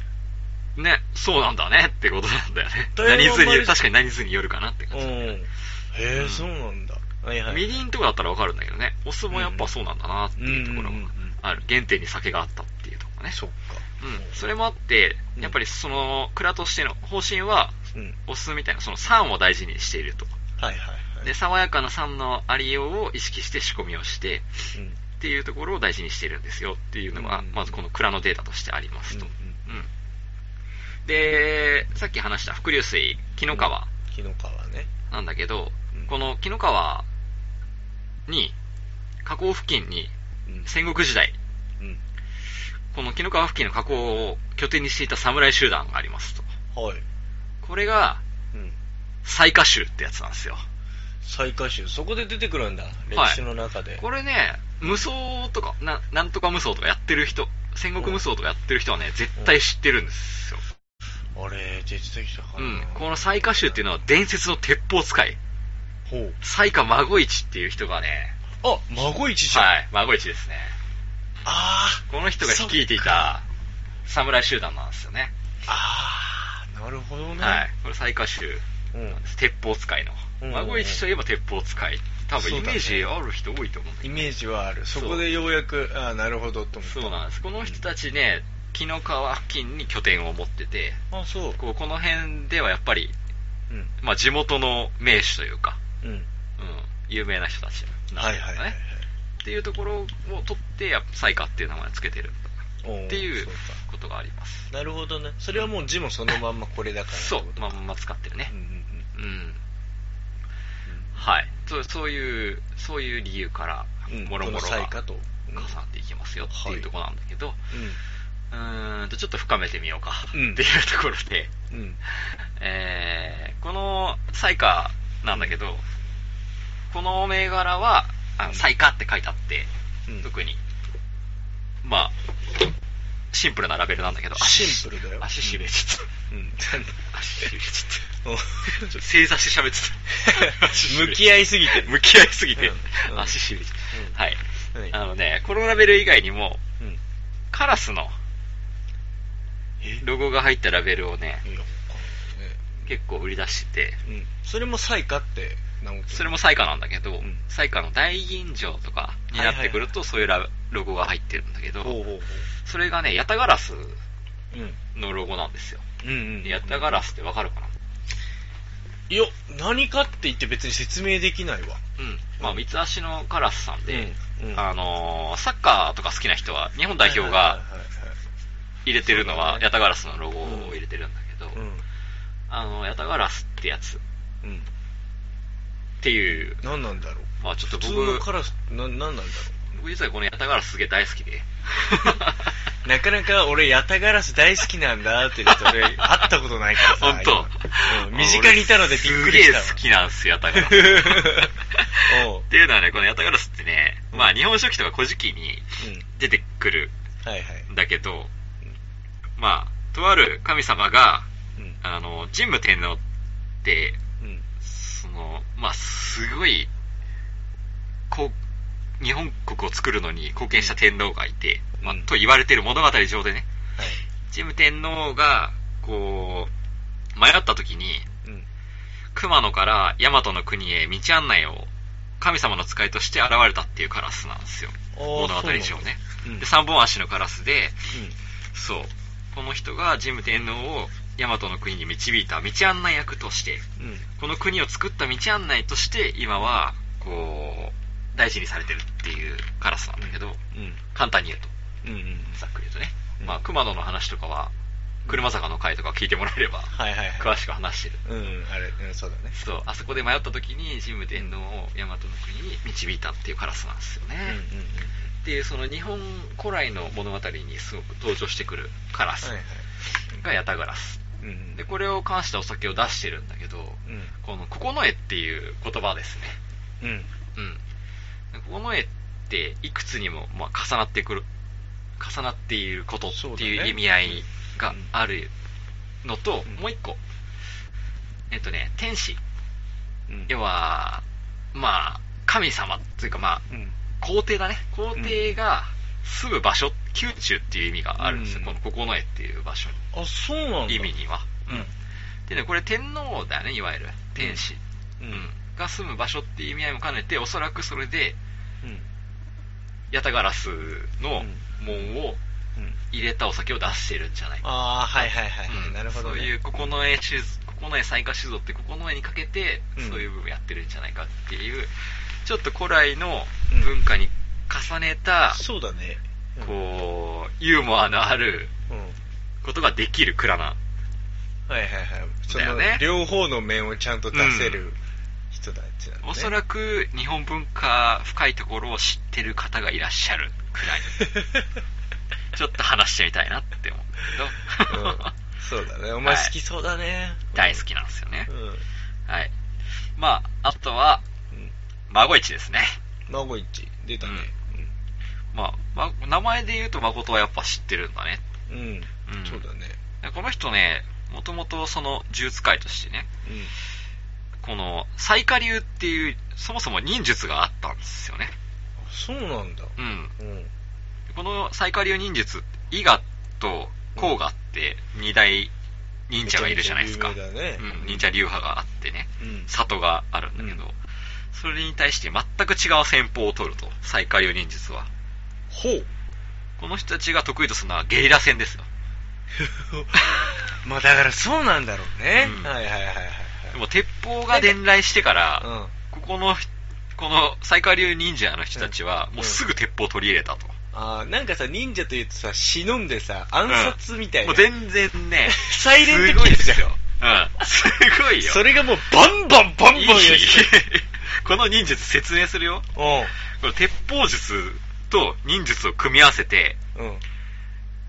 Speaker 2: ね、そうなんだねってことなんだよね。
Speaker 4: だい
Speaker 2: 何
Speaker 4: ぶ
Speaker 2: 酢
Speaker 4: あんまり
Speaker 2: に、確かに何酢によるかなって
Speaker 4: う
Speaker 2: 感
Speaker 4: ん。
Speaker 2: じ。
Speaker 4: へ
Speaker 2: う
Speaker 4: え、
Speaker 2: ん
Speaker 4: そうなんだ。はいは
Speaker 2: み
Speaker 4: い。
Speaker 2: りんとかだったらわかるんだけどね、お酢もやっぱそうなんだなっていうところ
Speaker 4: うんうんうん
Speaker 2: が
Speaker 4: うん
Speaker 2: ある。原点に酒があったっていうところね。
Speaker 4: そっか。
Speaker 2: うん、それもあって、
Speaker 4: うん
Speaker 2: やっぱりその蔵としての方針は、
Speaker 4: うん。
Speaker 2: お酢みたいなその酸を大事にしていると。
Speaker 4: はいはいはい。
Speaker 2: で、爽やかな酸のありようを意識して仕込みをして、
Speaker 4: うん。うん
Speaker 2: っていうところを大事にしているんですよっていうのが、
Speaker 4: うん
Speaker 2: まずこの蔵のデータとしてありますと。
Speaker 4: うん
Speaker 2: うんで、さっき話した伏流水、紀の川
Speaker 4: 木の皮ね。
Speaker 2: なんだけど、
Speaker 4: うん
Speaker 2: この紀の川に、河口付近に
Speaker 4: うん。
Speaker 2: 戦国時代、
Speaker 4: うん。
Speaker 2: この紀の川付近の河口を拠点にしていた侍集団がありますと。
Speaker 4: はい。
Speaker 2: これが、
Speaker 4: うん。
Speaker 2: 最下衆ってやつなんですよ。
Speaker 4: 再回収。そこで出てくるんだ。歴史の中で。
Speaker 2: これね、無双とか、ななんとか無双とかやってる人、戦国無双とかやってる人はね、絶対知ってるんですよ。
Speaker 4: あれ、出てきたか
Speaker 2: う
Speaker 4: な。
Speaker 2: ん。この最下衆っていうのは伝説の鉄砲使い、
Speaker 4: ほう。
Speaker 2: 最下孫一っていう人がね、
Speaker 4: あ、孫一じゃん。
Speaker 2: はい、孫一ですね。
Speaker 4: あ
Speaker 2: この人が率いていた侍集団なんですよね。
Speaker 4: ー、あー、なるほどね。
Speaker 2: はい。これ最下衆
Speaker 4: うん
Speaker 2: なんです。鉄砲使いの。
Speaker 4: うん
Speaker 2: 孫一といえば鉄砲使い。多分イメージある人多いと思うんだけ
Speaker 4: イ
Speaker 2: ど。
Speaker 4: メージはある。そ
Speaker 2: そう
Speaker 4: こでようやく、あー、なるほどと思った。
Speaker 2: そうなんです。この人たちね、紀の川付近に拠点を持ってて、
Speaker 4: あ、そう。
Speaker 2: こうこの辺ではやっぱり、
Speaker 4: うん。
Speaker 2: まあ、地元の名手というか、
Speaker 4: うん。
Speaker 2: うん、有名な人たちなん
Speaker 4: はい
Speaker 2: です
Speaker 4: はい
Speaker 2: よ
Speaker 4: はいはい
Speaker 2: ね。。っていうところを取って、やっぱサイカっていう名前をつけてるん
Speaker 4: おー
Speaker 2: だっていう
Speaker 4: そか
Speaker 2: ことがあります。
Speaker 4: なるほどね。それはもう字もそのまんまこれだから。
Speaker 2: そう、まあ、まあ使ってるね
Speaker 4: うん。うんうん。
Speaker 2: うん。はい。そうそういう、そういう理由から
Speaker 4: うん、
Speaker 2: もろもろ
Speaker 4: この
Speaker 2: が
Speaker 4: 才
Speaker 2: 重
Speaker 4: 華
Speaker 2: な
Speaker 4: と。うん
Speaker 2: っていきますよって
Speaker 4: はい
Speaker 2: いうところなんだけど、
Speaker 4: う
Speaker 2: うーんと、ちょっと深めてみようかって
Speaker 4: う
Speaker 2: い
Speaker 4: ん
Speaker 2: うところで、
Speaker 4: ん。うん。
Speaker 2: えーこのサイカなんだけど、この銘柄は、あのサイカって書いてあって、
Speaker 4: うん
Speaker 2: 特に、まあ、シンプルなラベルなんだけど、足
Speaker 4: シンプルだよ
Speaker 2: 足しびれちゃっ
Speaker 4: うん
Speaker 2: た。 足しびれち
Speaker 4: お
Speaker 2: ゃった。ちょっと 正座して喋って た足しびれ。
Speaker 4: 向き合いすぎてる
Speaker 2: 向き合いすぎてる
Speaker 4: う。んうん
Speaker 2: 足しびれちゃった。はい。
Speaker 4: はい
Speaker 2: あのね、このラベル以外にも、
Speaker 4: うん
Speaker 2: カラスの
Speaker 4: え
Speaker 2: ロゴが入ったラベルをね、
Speaker 4: いやわ
Speaker 2: 結構売り出してて、
Speaker 4: かんないねうんそれも彩花って名前
Speaker 2: それも彩花なんだけど
Speaker 4: ん、
Speaker 2: 彩花の大吟醸とかになってくると、そういうラロゴが入ってるんだけ
Speaker 4: ほうほ
Speaker 2: ど、
Speaker 4: うほ
Speaker 2: それがね、ヤタガラス
Speaker 4: ううん
Speaker 2: のロゴなんですよ。
Speaker 4: うんうん
Speaker 2: でヤタガラスってわかるかない
Speaker 4: や何かって言って別に説明できないわ
Speaker 2: うん。まあ、三つ足のカラスさんで、
Speaker 4: うんうん
Speaker 2: あのーサッカーとか好きな人は、日本代表
Speaker 4: はい
Speaker 2: が
Speaker 4: はい
Speaker 2: 入れてるの
Speaker 4: そう
Speaker 2: は
Speaker 4: だ、ね
Speaker 2: ヤタガラスのロゴを入れてるんだけど、
Speaker 4: はいはい
Speaker 2: あの、ヤタガラスってやつっ
Speaker 4: うんうん
Speaker 2: ていう、
Speaker 4: 何なんだろう
Speaker 2: まあちょっと
Speaker 4: 普
Speaker 2: 僕、
Speaker 4: 通のカラスな何なんだろ
Speaker 2: 僕実はこのヤタガラスすげえ大好き で。
Speaker 4: うなかなか俺ヤタガラス大好きなんだって人俺会ったことないからさ
Speaker 2: 本当
Speaker 4: 今うん身近にいたのでびっくりしたわ
Speaker 2: すげえ好きなんですよ、ヤタガラス。
Speaker 4: おう
Speaker 2: っていうのはね、このヤタガラスってね、まあ日本書紀とか古事記に
Speaker 4: うん
Speaker 2: 出てくる
Speaker 4: はいはい
Speaker 2: んだけど、まあ、とある神様が、
Speaker 4: うん
Speaker 2: あの、神武天皇って、
Speaker 4: うん
Speaker 2: その、まあ、すごい、こう、日本国を作るのに貢献した天皇がいて、まあ
Speaker 4: うん、
Speaker 2: と言われてる物語上でね、
Speaker 4: はい
Speaker 2: 神武天皇が、こう、迷った時に、
Speaker 4: うん
Speaker 2: 熊野から大和の国へ道案内を神様の使いとして現れたっていうカラスなんですよ。
Speaker 4: あー
Speaker 2: 物語
Speaker 4: そう
Speaker 2: 上
Speaker 4: なんだ
Speaker 2: ね。
Speaker 4: うん
Speaker 2: で、三本足のカラスで、そう。この人が神武天皇を大和の国に導いた道案内役として、
Speaker 4: うんうん
Speaker 2: この国を作った道案内として、今は、こう、大事にされてるっていうカラスなんだけど、
Speaker 4: うん
Speaker 2: 簡単に言うと、
Speaker 4: うんうん
Speaker 2: ざっくり言うとね。
Speaker 4: うん
Speaker 2: まあ、熊野の話とかは、車坂の会とか聞いてもらえれば、
Speaker 4: はいはいは
Speaker 2: 詳しく話してる。
Speaker 4: いうんあれうんそうだね
Speaker 2: そう、あそこで迷った時に、神武天皇を大和の国に導いたっていうカラスなんですよね。
Speaker 4: うんうんうん
Speaker 2: っていう、その日本古来の物語にすごく登場してくるカラス
Speaker 4: はいはい
Speaker 2: がヤタガラス。
Speaker 4: うんうん
Speaker 2: で、これを冠したお酒を出してるんだけど、
Speaker 4: うん
Speaker 2: この、九重っていう言葉ですね。
Speaker 4: うん
Speaker 2: うん。この絵って、いくつにも、まあ、重なってくる、重なっていることって
Speaker 4: そう
Speaker 2: い
Speaker 4: だ
Speaker 2: う
Speaker 4: ね
Speaker 2: 意味合いがあるのと、
Speaker 4: うん
Speaker 2: もう一個。えっとね、天使。
Speaker 4: うん
Speaker 2: 要は、まあ、神様というか、まあ、
Speaker 4: うん
Speaker 2: 皇帝だね。皇帝が住む場所、宮中っていう意味があるんですよ。
Speaker 4: うん
Speaker 2: この九重っていう場所
Speaker 4: あそうなん
Speaker 2: の
Speaker 4: だ
Speaker 2: 意味には。
Speaker 4: うん
Speaker 2: でね、これ天皇だよね、いわゆる。天使。
Speaker 4: うん
Speaker 2: が住む場所っていう意味合いも兼ねて、おそらくそれで、
Speaker 4: うん
Speaker 2: ヤタガラスの門を
Speaker 4: うん
Speaker 2: 入れたお酒を出してるんじゃないか。
Speaker 4: ああはいはいはいはい、
Speaker 2: うん
Speaker 4: なるほど、ね、
Speaker 2: そういう、ここの絵酒造、ここの絵彩花酒造ってここの絵にかけて
Speaker 4: う、ん
Speaker 2: そういう部分やってるんじゃないかっていう、ちょっと古来の文化に重ねた、
Speaker 4: そうだね
Speaker 2: こう、ユーモアのある
Speaker 4: うん、うん、
Speaker 2: ことができる蔵な。
Speaker 4: はいはいはいそ
Speaker 2: だよ
Speaker 4: の、
Speaker 2: ね
Speaker 4: 両方の面をちゃんと出せる人たちなんだ、ね
Speaker 2: おそらく日本文化深いところを知ってる方がいらっしゃるく らい、ちょっと話してみたいなって思うんだけ
Speaker 4: う
Speaker 2: ど、
Speaker 4: ん、そうだねお前好きそうだね、
Speaker 2: 大好きなんですよね
Speaker 4: う。ん、うん
Speaker 2: はい。まあ、あとは、孫市ですね。
Speaker 4: 孫一出たね
Speaker 2: まあ、ま、名前で言うと誠はやっぱ知ってるんだね。
Speaker 4: うん、うん
Speaker 2: うん
Speaker 4: そうだね
Speaker 2: この人ね、もともとその銃使いとしてね、この、最下流っていう、そもそも忍術があったんですよね。
Speaker 4: うんあそうなんだ
Speaker 2: うん。
Speaker 4: うん
Speaker 2: この最下流忍術、伊賀と甲賀って二大忍者がいるじゃないですか。
Speaker 4: めちゃめちゃ有名だね
Speaker 2: うん、忍者流派があってね、
Speaker 4: うん
Speaker 2: 里があるんだけど、
Speaker 4: うん
Speaker 2: それに対して全く違う戦法を取ると、最下流忍術は。
Speaker 4: ほう
Speaker 2: この人たちが得意とするのはゲリラ戦ですよ。
Speaker 4: まあだからそうなんだろうね、
Speaker 2: うん
Speaker 4: はいはいはいはい
Speaker 2: でも鉄砲が伝来してから、
Speaker 4: はいうん
Speaker 2: ここの、この最下流忍者の人たちは
Speaker 4: う、ん
Speaker 2: もうすぐ鉄砲を取り入れたと。
Speaker 4: あーなんかさ忍者というとさ忍んでさ暗殺みたいな、
Speaker 2: もう全然ね、
Speaker 4: サイレン
Speaker 2: す
Speaker 4: ト
Speaker 2: ご
Speaker 4: キ
Speaker 2: い
Speaker 4: ル
Speaker 2: で
Speaker 4: じゃん
Speaker 2: すよ。うん。すごいよ。
Speaker 4: それがもうバンバンバンバン
Speaker 2: いい
Speaker 4: やしてる
Speaker 2: この忍術説明するよ。
Speaker 4: う
Speaker 2: この鉄砲術と忍術を組み合わせて、
Speaker 4: んうん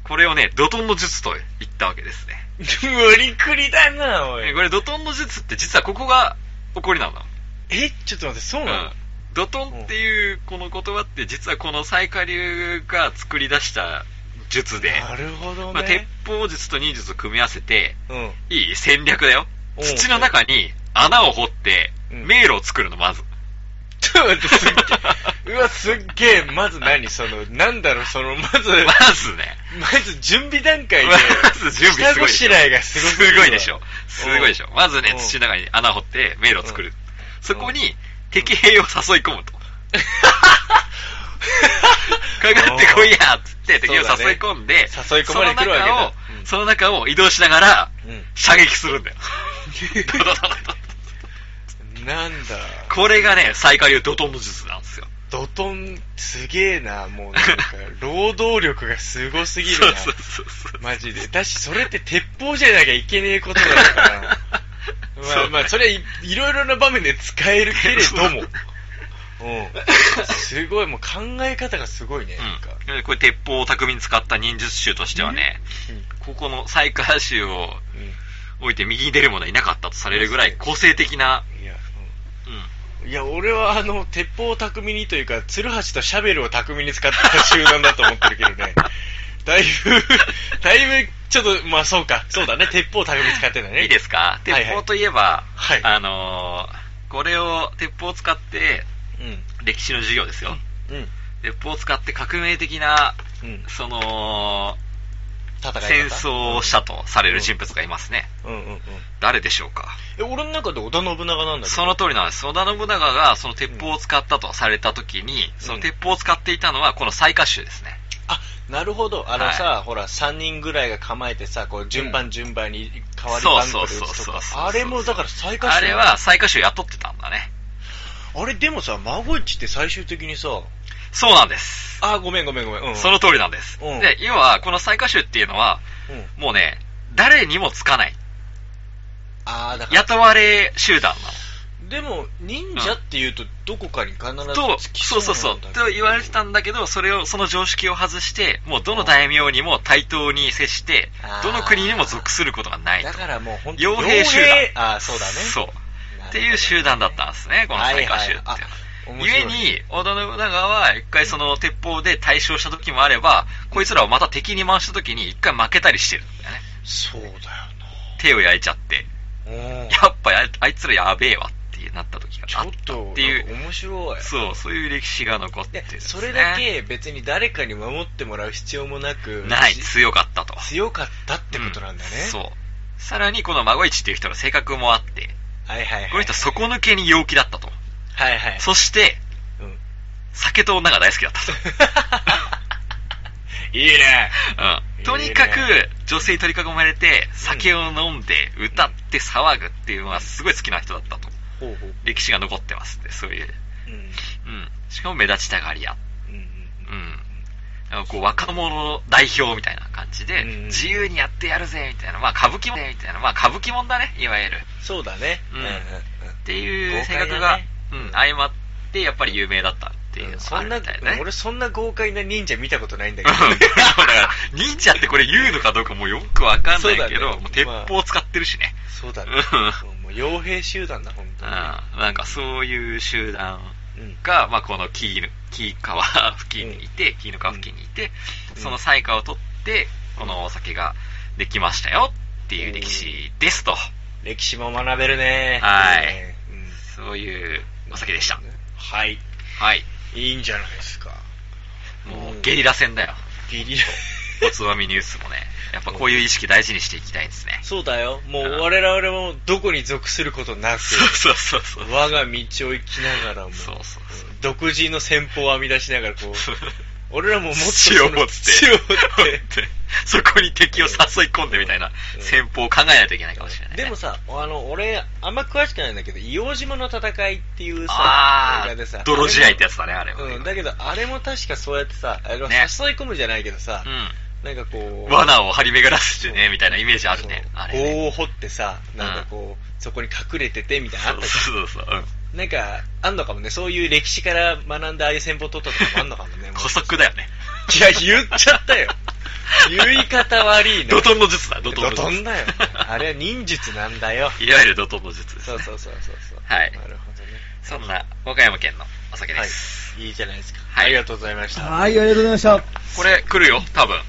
Speaker 2: これをね、怒涛の術と言ったわけですね。
Speaker 4: 無理くりだなおい
Speaker 2: えこれ怒涛の術って実はここが起こりなの。
Speaker 4: えちょっと待ってそううなの
Speaker 2: ん。怒涛っていうこの言葉って実はこの最下流が作り出した術で、
Speaker 4: なるほどね。
Speaker 2: まあ、鉄砲術と忍術を組み合わせて、
Speaker 4: うん。
Speaker 2: いい戦略だよ。
Speaker 4: おう
Speaker 2: 土の中に穴を掘って、
Speaker 4: うん
Speaker 2: 迷路を作るの、まず。
Speaker 4: ちょっと待って、すっげえ。うわ、すっげえ。まず何その、なんだろう、その、まず、
Speaker 2: まずね、
Speaker 4: まず準備段階で、
Speaker 2: まず準備すごいでしょ
Speaker 4: 下ごしらえがすごすぎるわ
Speaker 2: ごいでしょ。すごいでしょ。まずね
Speaker 4: う、ん
Speaker 2: 土の中に穴を掘って迷路を作
Speaker 4: う
Speaker 2: る
Speaker 4: ん。
Speaker 2: そこに敵兵を誘い込むと。 かかってこいやっつって敵を誘い込んで、
Speaker 4: そうだね誘い込まれてくるわけだうん
Speaker 2: その中を、その中を移動しながら
Speaker 4: うん、
Speaker 2: 射撃す るんだよ。ドドドドド
Speaker 4: なんだ、
Speaker 2: これがね、最下流怒涛の術なんですよ。
Speaker 4: ドトン、すげえな、もうなんか、労働力がすごすぎる
Speaker 2: そう
Speaker 4: な。
Speaker 2: そうそうそう。
Speaker 4: マジで。だし、それって鉄砲じゃなきゃいけねえことだから。ま
Speaker 2: そ
Speaker 4: あ、
Speaker 2: う
Speaker 4: まあ、それはい、いろいろな場面で使えるけれども。うん。すごい、もう考え方がすごいね、なんか。
Speaker 2: うん、これ鉄砲を巧みに使った忍術集としてはね、ここの最下集を
Speaker 4: うん。
Speaker 2: 置いて右に出る者はいなかったとされるぐらい個性的な、
Speaker 4: うん。いや、
Speaker 2: う
Speaker 4: う
Speaker 2: ん、
Speaker 4: ん。いや、俺はあの、鉄砲を巧みにというか、鶴橋とシャベルを巧みに使った集団だと思ってるけど ね。だいぶ、だいぶ、ちょっと、まあそうか、そうだね、鉄砲を巧みに使ってんだね。
Speaker 2: いいですか
Speaker 4: いはい
Speaker 2: 鉄砲といえば、
Speaker 4: はい
Speaker 2: あのーこれを、鉄砲を使って、
Speaker 4: うん。
Speaker 2: 歴史の授業ですよ。
Speaker 4: うん。
Speaker 2: 鉄砲を使って革命的な、
Speaker 4: うん。
Speaker 2: その、
Speaker 4: 戦い方
Speaker 2: 戦争をしたとされる人物がいますね。
Speaker 4: うんうんうん。
Speaker 2: 誰でしょうか
Speaker 4: え、俺の中で織田信長なんだけど。
Speaker 2: その通りなんです。織田信長がその鉄砲を使ったとされた時に、その鉄砲を使っていたのはこの最下手ですね。
Speaker 4: あ、なるほど。あのさ、
Speaker 2: は
Speaker 4: ほら、3人ぐらいが構えてさ、こう、順番順番に変わり
Speaker 2: そう
Speaker 4: 番
Speaker 2: そ
Speaker 4: 号
Speaker 2: う
Speaker 4: で打つと
Speaker 2: そうそうそうそう
Speaker 4: か。あれも、だから最下手
Speaker 2: あれは、最下手を雇ってたんだね。
Speaker 4: あれでもさ、孫一って最終的にさ、
Speaker 2: そうなんです。
Speaker 4: あ、ごめんごめんごめん。うん。
Speaker 2: その通りなんです。
Speaker 4: うん
Speaker 2: で、要は、この最下手っていうのは、
Speaker 4: うん。
Speaker 2: もうね、誰にもつかない。
Speaker 4: あーだから、
Speaker 2: 雇われ集団
Speaker 4: でも、忍者っていうと、どこかに必ず
Speaker 2: なの。と、
Speaker 4: つき
Speaker 2: そうそうそう。
Speaker 4: なんだけど
Speaker 2: と言われてたんだけど、それを、その常識を外して、もうどの大名にも対等に接して
Speaker 4: あー、
Speaker 2: どの国にも属することがないと
Speaker 4: だ。からもう、本当
Speaker 2: 傭兵集団。
Speaker 4: あーそうだね。
Speaker 2: そう。
Speaker 4: なるほどね
Speaker 2: っていう集団だったんですね、この最下手っていうのは
Speaker 4: はいはいあ面白い
Speaker 2: 故に、織田信長は一回その鉄砲で対象した時もあれば、こいつらをまた敵に回した時に一回負けたりしてるんだよね。
Speaker 4: そうだよ
Speaker 2: 手を焼いちゃって。
Speaker 4: な。うん。
Speaker 2: やっぱやあいつらやべえわってなった時が
Speaker 4: ち
Speaker 2: あっ
Speaker 4: ょったと、
Speaker 2: っていう
Speaker 4: なんか面白い。
Speaker 2: そう、そういう歴史が残って
Speaker 4: で
Speaker 2: るんです、ね。
Speaker 4: それだけ別に誰かに守ってもらう必要もなく、
Speaker 2: ない、
Speaker 4: し
Speaker 2: 強かったと。
Speaker 4: 強かったってことなんだね。
Speaker 2: うそう。さらにこの孫一っていう人の性格もあって、
Speaker 4: はいはいはい。
Speaker 2: この人底抜けに陽気だったと。
Speaker 4: はいはい。
Speaker 2: そして、
Speaker 4: うん。
Speaker 2: 酒と女が大好きだった と。
Speaker 4: いいね。
Speaker 2: うんとにかく
Speaker 4: いいね
Speaker 2: 女性に取り囲まれて酒を飲んで歌って騒ぐっていうのがすごい好きな人だったと
Speaker 4: ほうほう。
Speaker 2: 歴史が残ってますってそういう、
Speaker 4: うん。
Speaker 2: うん、しかも目立ちたがり屋、
Speaker 4: うん
Speaker 2: う。ん、なんかこう若者の代表みたいな感じで
Speaker 4: うん
Speaker 2: 自由にやってやるぜみたいなまあ歌舞伎もんみたいなまあ歌舞伎もんだねいわゆる
Speaker 4: そうだね。
Speaker 2: うん
Speaker 4: うんうんうん
Speaker 2: っていう
Speaker 4: 豪
Speaker 2: 性
Speaker 4: 快だね
Speaker 2: 格が、うん、相まってやっぱり有名だったっていうのが
Speaker 4: そ
Speaker 2: あ
Speaker 4: ん
Speaker 2: る
Speaker 4: な、
Speaker 2: みたいだね
Speaker 4: 俺そんな豪快な忍者見たことないんだけ
Speaker 2: うん
Speaker 4: ど。
Speaker 2: そうだから、忍者ってこれ言うのかどうかもうよくわかんないけ
Speaker 4: そう
Speaker 2: ど、
Speaker 4: だね
Speaker 2: もう鉄砲使ってるしね。
Speaker 4: そうだね
Speaker 2: う。
Speaker 4: もう傭兵集団だ、本当にね。
Speaker 2: うん。なんかそういう集団
Speaker 4: うん
Speaker 2: が、まあこの紀伊の紀伊川付近にいて、紀伊の川付近にいて、
Speaker 4: うん
Speaker 2: その彩花を取って、このお酒ができましたよっていう歴史ですと。
Speaker 4: 歴史も学べるね。
Speaker 2: はい
Speaker 4: ねうん
Speaker 2: そういうお酒でした。
Speaker 4: はい。
Speaker 2: はい。
Speaker 4: いいんじゃないですか。
Speaker 2: もうゲリラ戦だよ。
Speaker 4: ビリ
Speaker 2: おつまみニュースもね。やっぱこういう意識大事にしていきたいですね。
Speaker 4: そうだよ。もう
Speaker 2: うん
Speaker 4: 我々もどこに属することなく、
Speaker 2: そうそうそうそう。
Speaker 4: 我が道を行きながらも、
Speaker 2: そうそうそう。
Speaker 4: 独自の戦法を編み出しながら、こう、俺らももっとそ
Speaker 2: 死
Speaker 4: の
Speaker 2: を持って、
Speaker 4: 死を持って。
Speaker 2: そこに敵を誘い込んでみたいな
Speaker 4: うん
Speaker 2: 戦法を考えないといけないかもしれない、ね。
Speaker 4: でもさ、あの、俺、あんま詳しくないんだけど、硫黄島の戦いっていうさ
Speaker 2: あ、
Speaker 4: 映画でさ
Speaker 2: あ、泥仕合ってやつだね、あれはね。
Speaker 4: うん、だけど、あれも確かそうやってさ、あの
Speaker 2: ね
Speaker 4: 誘い込むじゃないけどさ、なんかこ
Speaker 2: うん
Speaker 4: う、
Speaker 2: 罠を張り巡らしてね、みたいなイメージあるね
Speaker 4: そう。
Speaker 2: あれね。
Speaker 4: 棒を掘ってさ、なんかこう、そこに隠れててみたいな
Speaker 2: そ
Speaker 4: のあ
Speaker 2: う
Speaker 4: ったじゃん
Speaker 2: そうそうそう。うん
Speaker 4: なんか、あんのかもね。そういう歴史から学んだああいう戦法取ったとかもあんのかもね。もう
Speaker 2: 古速だよね。
Speaker 4: いや、言っちゃった よ。言い方悪いね。
Speaker 2: ドトンの術だ、ドトンの
Speaker 4: ド
Speaker 2: 術。
Speaker 4: トンだよ。あれは忍術なんだよ。
Speaker 2: いわゆるドトンの術です、
Speaker 4: そ
Speaker 2: ね
Speaker 4: う。そうそうそうそう。
Speaker 2: はい
Speaker 4: なるほどね。
Speaker 2: そんな、和歌山県のお酒です。
Speaker 4: はい。いいじゃないですか。
Speaker 2: はい
Speaker 4: ありがとうございました。
Speaker 3: はい、ありがとうございました。
Speaker 2: これ、来るよ、多分。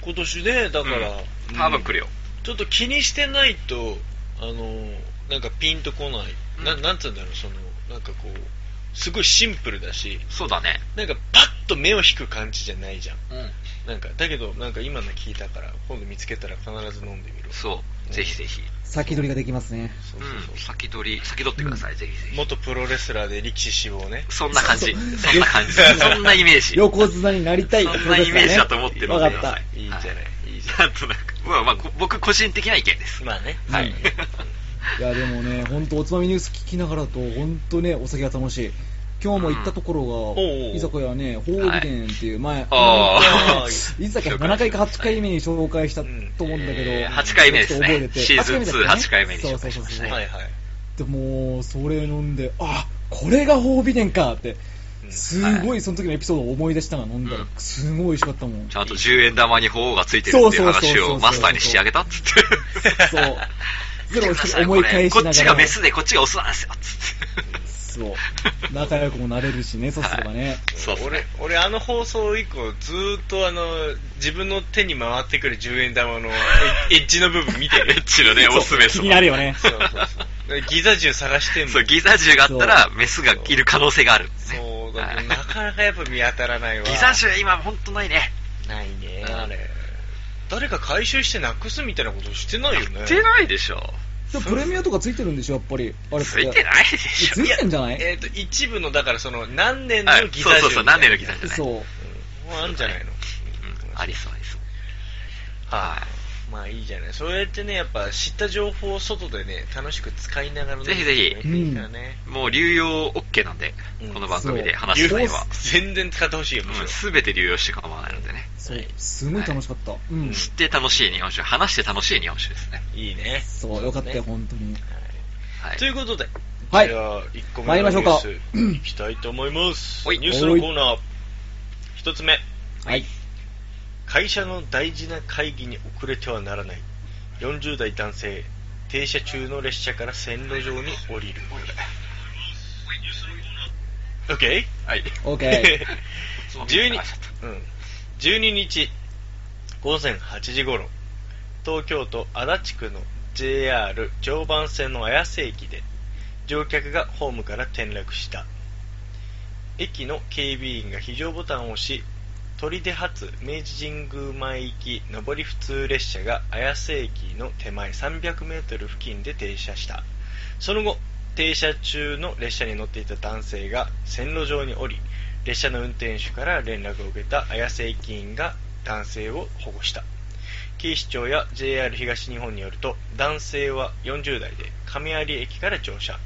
Speaker 4: 今年ね、だから、
Speaker 2: うん多分来るよ。
Speaker 4: ちょっと気にしてないと、あの、なんかピンとこない。な
Speaker 2: うん
Speaker 4: なんつうんだろう、その、なんかこう、すごいシンプルだし、
Speaker 2: そうだね。
Speaker 4: なんかパッと目を引く感じじゃないじゃん。
Speaker 2: うん。
Speaker 4: なんか、だけど、なんか今の聞いたから、今度見つけたら必ず飲んでみる。
Speaker 2: そう。ぜひぜひ。
Speaker 3: 先取りができますね。
Speaker 4: そう
Speaker 2: う。
Speaker 4: そうそうん
Speaker 2: 先取り、先取ってください。ぜひぜひ。
Speaker 4: 元プロレスラーで力士志望ね。
Speaker 2: そんな感じ。
Speaker 3: そ
Speaker 2: そ
Speaker 3: うん
Speaker 2: な感じ。そんなイメージ。
Speaker 3: 横綱になりたい。
Speaker 2: そんなイメージだと思って飲ん
Speaker 3: わ
Speaker 2: で
Speaker 3: か
Speaker 2: くだ
Speaker 3: っ
Speaker 2: さ
Speaker 3: た。
Speaker 2: い。
Speaker 4: いいんじゃない
Speaker 2: は。
Speaker 4: いいじゃ
Speaker 2: なんとなく。まあまあ、こ僕個人的な意見です。
Speaker 4: ん。まあね。
Speaker 2: は
Speaker 3: う
Speaker 2: い
Speaker 3: ん。いやでもね、本当おつまみニュース聞きながらだと、本当ね、お酒が楽しい。今日も行ったところが、
Speaker 4: うん
Speaker 3: 居酒屋ね、宝美店っていう前、
Speaker 2: ああ
Speaker 3: いつだっけ、7回か8回目に紹介したと思うんだけど、
Speaker 4: えー
Speaker 2: 8回目ですね
Speaker 3: ちょっと覚えてて
Speaker 2: シーズン
Speaker 3: 8だったね
Speaker 2: 2回目に
Speaker 3: そ
Speaker 2: 紹
Speaker 3: うそう
Speaker 2: 介し
Speaker 3: そう
Speaker 2: まし
Speaker 3: そ
Speaker 2: た
Speaker 3: う
Speaker 2: ね。
Speaker 4: はいはい。
Speaker 3: でもう、それ飲んで、あこれが宝美店かって、
Speaker 4: うん
Speaker 3: すごいその時のエピソードを思い出したが飲んだ
Speaker 2: う
Speaker 3: ら
Speaker 2: ん、
Speaker 3: すごい美味しかったも ん。
Speaker 2: ちゃんと10円玉に鳳凰がついてるっていう話をマスターに仕上げたっつって。
Speaker 3: そう。それを
Speaker 2: 見てくださ
Speaker 3: 思い返しながら。
Speaker 2: これこっちがメスで、こっちがオスなんですよ、つって。
Speaker 3: そう。仲良くもなれるしね、そうすればね。
Speaker 2: そうっすね
Speaker 4: 俺、俺あの放送以降、ずーっとあの、自分の手に回ってくる10円玉のエッエッジの部分見て
Speaker 2: エ
Speaker 4: る。
Speaker 2: ッチのね、
Speaker 3: そう
Speaker 2: オスメスも。
Speaker 3: 気になるよね
Speaker 4: そうそうそう。ギザ銃探してんもん。
Speaker 2: そう、ギザ銃があったら、メスがいる可能性がある。
Speaker 4: そうだね
Speaker 2: はい
Speaker 4: なかなかやっぱ見当たらないわ。
Speaker 2: ギザ銃今ほんとないね。
Speaker 4: ないね、
Speaker 2: うん
Speaker 4: あれ。誰か回収してなくすみたいなことしてないよね。
Speaker 2: 出ないでしょ。
Speaker 3: でもプレミアとかついてるんでしょ、やっぱり。あれ
Speaker 2: ついてないでし
Speaker 3: つ
Speaker 2: ょ。
Speaker 3: いてんじゃない
Speaker 4: えっ、と、一部の、だからその、何年の
Speaker 2: はい
Speaker 4: ギザ
Speaker 2: そ
Speaker 4: 銃
Speaker 2: うそうそ
Speaker 4: みたいな。
Speaker 2: う、何年のギザ銃ね。
Speaker 3: そうう。
Speaker 4: うん。もうあるんじゃないの、
Speaker 2: んありそう、ありそう。
Speaker 4: はい、まあいいじゃない。そうやってね、やっぱ知った情報を外でね、楽しく使いながらね
Speaker 2: ぜひぜひ
Speaker 4: やっていいからね。
Speaker 2: もう流用 OK なんで
Speaker 4: うん、
Speaker 2: この番組で話
Speaker 4: 流
Speaker 2: す
Speaker 4: 用
Speaker 2: 際は。
Speaker 4: 全然使ってほしいよ、むしろ。
Speaker 2: すべて流用して構わないのでね。
Speaker 3: そう。すごい楽しかった。うん。
Speaker 2: 知って楽しい日本酒、話して楽しい日本酒ですね。
Speaker 4: いいね。
Speaker 3: そう、よかったよ、本当に。
Speaker 2: はい。
Speaker 4: ということで、
Speaker 3: はい
Speaker 4: じゃあ、1個
Speaker 3: 参
Speaker 4: 目
Speaker 3: りま
Speaker 4: のニ
Speaker 3: しょ
Speaker 4: ュ
Speaker 3: うか
Speaker 4: ース、いきたいと思います。
Speaker 2: ほい
Speaker 4: ニュースのコーナー、1つ目、
Speaker 3: はい。
Speaker 4: 会社の大事な会議に遅れてはならない。40代男性、停車中の列車から線路上に降りる。OK?
Speaker 2: はい。
Speaker 3: OK。
Speaker 4: 12, うん、12日午前8時ごろ東京都足立区の JR 常磐線の綾瀬駅で乗客がホームから転落した駅の警備員が非常ボタンを押し取手発明治神宮前行き上り普通列車が綾瀬駅の手前 300m 付近で停車したその後停車中の列車に乗っていた男性が線路上に降り列車の運転手から連絡を受けた綾瀬駅員が男性を保護した警視庁や JR 東日本によると男性は40代で亀有駅から乗車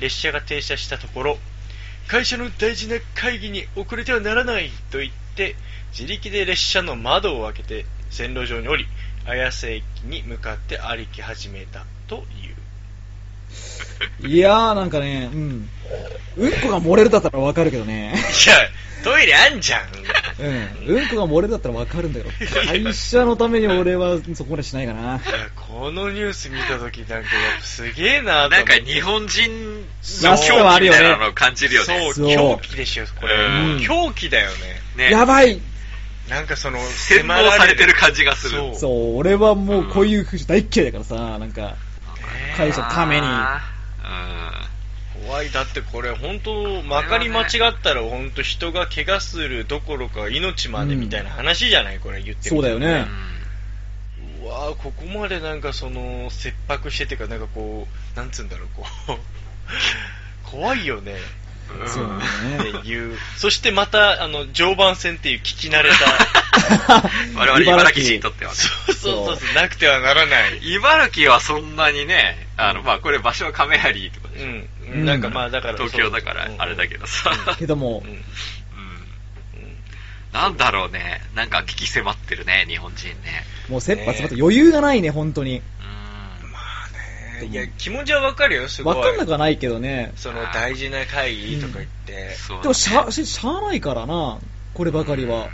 Speaker 4: 列車が停車したところ会社の大事な会議に遅れてはならないと言って自力で列車の窓を開けて線路上に降り綾瀬駅に向かって歩き始めたという
Speaker 3: いやー、なんかね、うん。うんこが漏れるだったらわかるけどね。
Speaker 4: いやトイレあんじゃん
Speaker 3: うん。うんこが漏れるだったらわかるんだけど、会社のために俺はそこまでしないかな。
Speaker 4: いやこのニュース見た時なんかやっぱすげえなと
Speaker 2: な
Speaker 4: 思
Speaker 2: ん
Speaker 4: っ
Speaker 2: か
Speaker 4: て
Speaker 2: 日本人
Speaker 3: ラ
Speaker 2: の
Speaker 3: ストはあ
Speaker 2: 狂気
Speaker 3: る
Speaker 2: み
Speaker 3: よね
Speaker 2: たいなのを感じるよね。
Speaker 4: そう
Speaker 3: そう
Speaker 4: 狂気でしょこ
Speaker 2: う
Speaker 4: れ
Speaker 2: ん
Speaker 4: 狂気だよね
Speaker 2: ね。
Speaker 3: やばい
Speaker 4: なんかその
Speaker 2: 洗脳されてる感じがする。
Speaker 4: そう
Speaker 3: そう、俺はもうこういう風習大っ嫌いだからさ、なんか、会社のために。
Speaker 2: あ
Speaker 4: 怖いだってこれ本当まかり間違ったら本当人が怪我するどころか命までみたいな話じゃないこれ言って
Speaker 3: そうだよ
Speaker 4: ね
Speaker 2: ーう
Speaker 3: ね
Speaker 2: ん。。
Speaker 4: うわーここまでなんかその切迫してていうかなんかこうなんつうんだろうこう怖いよね
Speaker 2: うん
Speaker 3: そうなんだよね
Speaker 4: っ。ていうそしてまたあの常磐線っていう聞き慣れた
Speaker 2: 我々茨城人にとってはね。
Speaker 4: そうそうそうそうなくてはならない
Speaker 2: 茨城はそんなにね、あの、まあこれ場所は亀有とかでしょ。
Speaker 4: うん、なんかまあだから
Speaker 2: 東京だからあれだけどさ。
Speaker 3: けども
Speaker 4: う、ん
Speaker 2: うん
Speaker 4: うん
Speaker 2: なんだろうね。なんか危機迫ってるね、日本人ね。
Speaker 3: もう切羽詰まって余裕がないね、本当に。
Speaker 2: うん。
Speaker 4: えーいや気持ちはわかるよすごい
Speaker 3: わかんなくはないけどね。
Speaker 4: その大事な会議とか言って、
Speaker 2: そうだね
Speaker 3: でもしゃ、ししゃあないからな、こればかりは。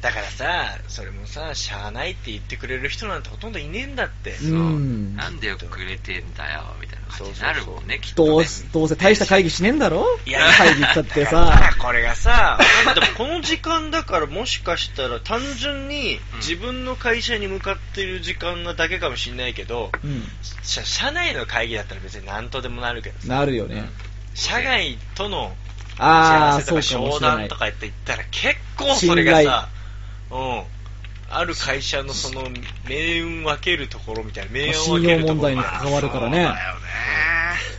Speaker 4: だからさ、それもさ、しゃあないって言ってくれる人なんてほとんどいねえんだって。
Speaker 3: う
Speaker 2: そ
Speaker 3: ん
Speaker 2: うなんで遅れてんだよ、みたいな感じになるもんね、きっと、ね。
Speaker 3: どうせ、どうせ大した会議しねえんだろ
Speaker 4: いや
Speaker 3: 会議行ったって
Speaker 4: だから
Speaker 3: さ。
Speaker 4: これがさ、なんかでもこの時間だからもしかしたら単純に自分の会社に向かってる時間なだけかもしんないけど、
Speaker 3: うん。
Speaker 4: 社社内の会議だったら別に何とでもなるけどさ、
Speaker 3: なるよね。
Speaker 4: 社外との打ち合
Speaker 3: あ
Speaker 4: わ
Speaker 3: あ、
Speaker 4: せと
Speaker 3: そうかも
Speaker 4: か商
Speaker 3: しれな
Speaker 4: 談
Speaker 3: い
Speaker 4: と。かって言ったら結構それがさ、うん。ある会社のその命運分けるところみたいな、命運
Speaker 3: 信
Speaker 4: 分け
Speaker 3: 用
Speaker 4: ると
Speaker 3: 問
Speaker 4: ころ
Speaker 3: 題に関わるから
Speaker 2: そう
Speaker 3: ね。
Speaker 2: だよね。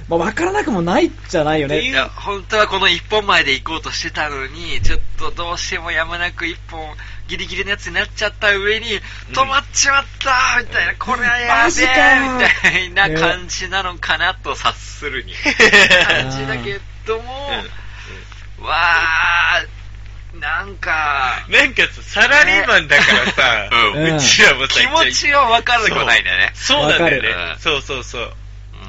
Speaker 3: まあ、わからなくもないじゃないよ
Speaker 4: って
Speaker 2: い
Speaker 4: い
Speaker 3: ね。
Speaker 4: う
Speaker 2: や、本当はこの一本前で行こうとしてたのに、ちょっとどうしてもやむなく一本ギリギリのやつになっちゃった上に、止まっちまったみたいな、これはや
Speaker 3: マ
Speaker 2: べ
Speaker 3: ジ
Speaker 2: えみた
Speaker 3: か
Speaker 2: いな感じなのかなと察するに。感じだけども、わー、なんか、
Speaker 4: なんかさサラリーマンだからさ、
Speaker 3: うん
Speaker 4: うちらもさ、
Speaker 2: 気持ちは分からなくはないんだよね。
Speaker 4: そうなんだよね
Speaker 2: わか。る
Speaker 4: そうそうそう。
Speaker 2: うん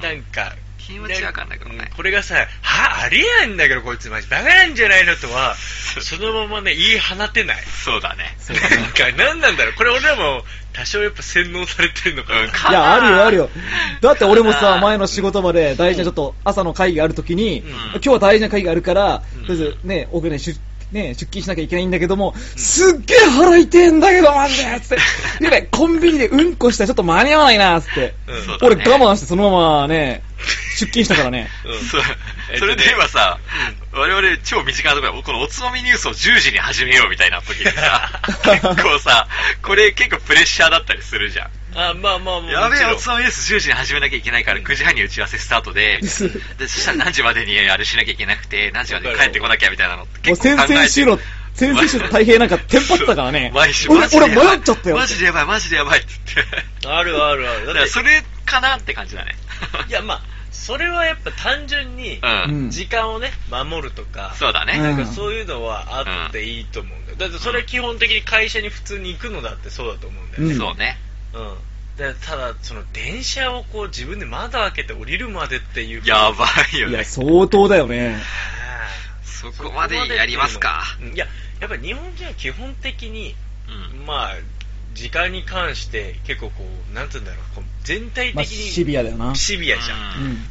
Speaker 4: なんか、
Speaker 2: 気持ちわかんなくもない
Speaker 4: うんこれがさ、はありえないんだけど、こいつマジバカなんじゃないのとは、そのままね、言い放てない。
Speaker 2: そうだね。
Speaker 3: そうか
Speaker 4: なんか、なんなんだろう。これ俺らも、多少やっぱ洗脳されてるのかな。
Speaker 2: か
Speaker 3: いや、あるよ、あるよ。だって俺も
Speaker 2: か
Speaker 3: さ、
Speaker 2: な
Speaker 3: 前の仕事場で大事なちょっと朝の会議があるときに、
Speaker 4: ん
Speaker 3: 今日は大事な会議があるから、
Speaker 4: うん
Speaker 3: とりあえずね、奥ね、出ね、出勤しなきゃいけないんだけども、すっげえ腹痛えんだけど、マジでつって。やべ、コンビニでうんこしたらちょっと間に合わないな、つって。
Speaker 4: うん
Speaker 2: そうだ
Speaker 3: 俺
Speaker 2: ね
Speaker 3: 我慢してそのままね、出勤したからね。
Speaker 4: うん
Speaker 2: そうそれで今さ、我々超身近なところで、このおつまみニュースを10時に始めようみたいな時に さ、結構さ、これ結構プレッシャーだったりするじゃん。
Speaker 4: あ、まあまあまあ。
Speaker 2: やべえ、お
Speaker 4: も
Speaker 2: つ
Speaker 4: ちろ
Speaker 2: ま
Speaker 4: ん
Speaker 2: みニュース10時に始めなきゃいけないから、9時半に打ち合わせスタートで、でそしたら何時までにあれしなきゃいけなくて、何時までに帰ってこなきゃみたいなのって
Speaker 3: もう
Speaker 2: 結
Speaker 3: 先
Speaker 2: 構考えて。
Speaker 3: 々週の、先々週の大変なんかテンパってたからね
Speaker 2: 毎週、
Speaker 3: 俺
Speaker 2: マ、ジで
Speaker 3: 俺
Speaker 2: やばい
Speaker 3: 迷っちゃったよ。
Speaker 2: マジでやばい、マジでやばいって言って。
Speaker 4: あるあるある。
Speaker 2: だか
Speaker 4: だから
Speaker 2: ら
Speaker 4: そ
Speaker 2: そ
Speaker 4: れ、
Speaker 2: れかなって感じだね。
Speaker 4: いやまあ、それはやっぱ単純に、
Speaker 2: う。
Speaker 3: うんん
Speaker 4: 時間をね、守るとか、
Speaker 2: そうだ
Speaker 3: う
Speaker 2: ね。
Speaker 3: ん
Speaker 4: なんかそういうのはあっていいと思うんだよ。だってそれは基本的に会社に普通に行くのだってそうだと思うんだよね。
Speaker 3: うん
Speaker 2: そうね。
Speaker 4: うん。でただ、その電車をこう自分で窓開けて降りるまでっていう。
Speaker 2: やばいよ
Speaker 3: い
Speaker 2: ね
Speaker 3: や、。相当だよね。
Speaker 4: あ
Speaker 2: そ
Speaker 4: ー
Speaker 2: こまでやりますか。
Speaker 4: そこまでっていうのうんいや、やっぱ日本人は基本的に、
Speaker 2: うん
Speaker 4: まあ、時間に関して結構こう、なんつうんだろう、こう全体的に、
Speaker 3: まあ、シビアだよな。
Speaker 4: シビアじゃん。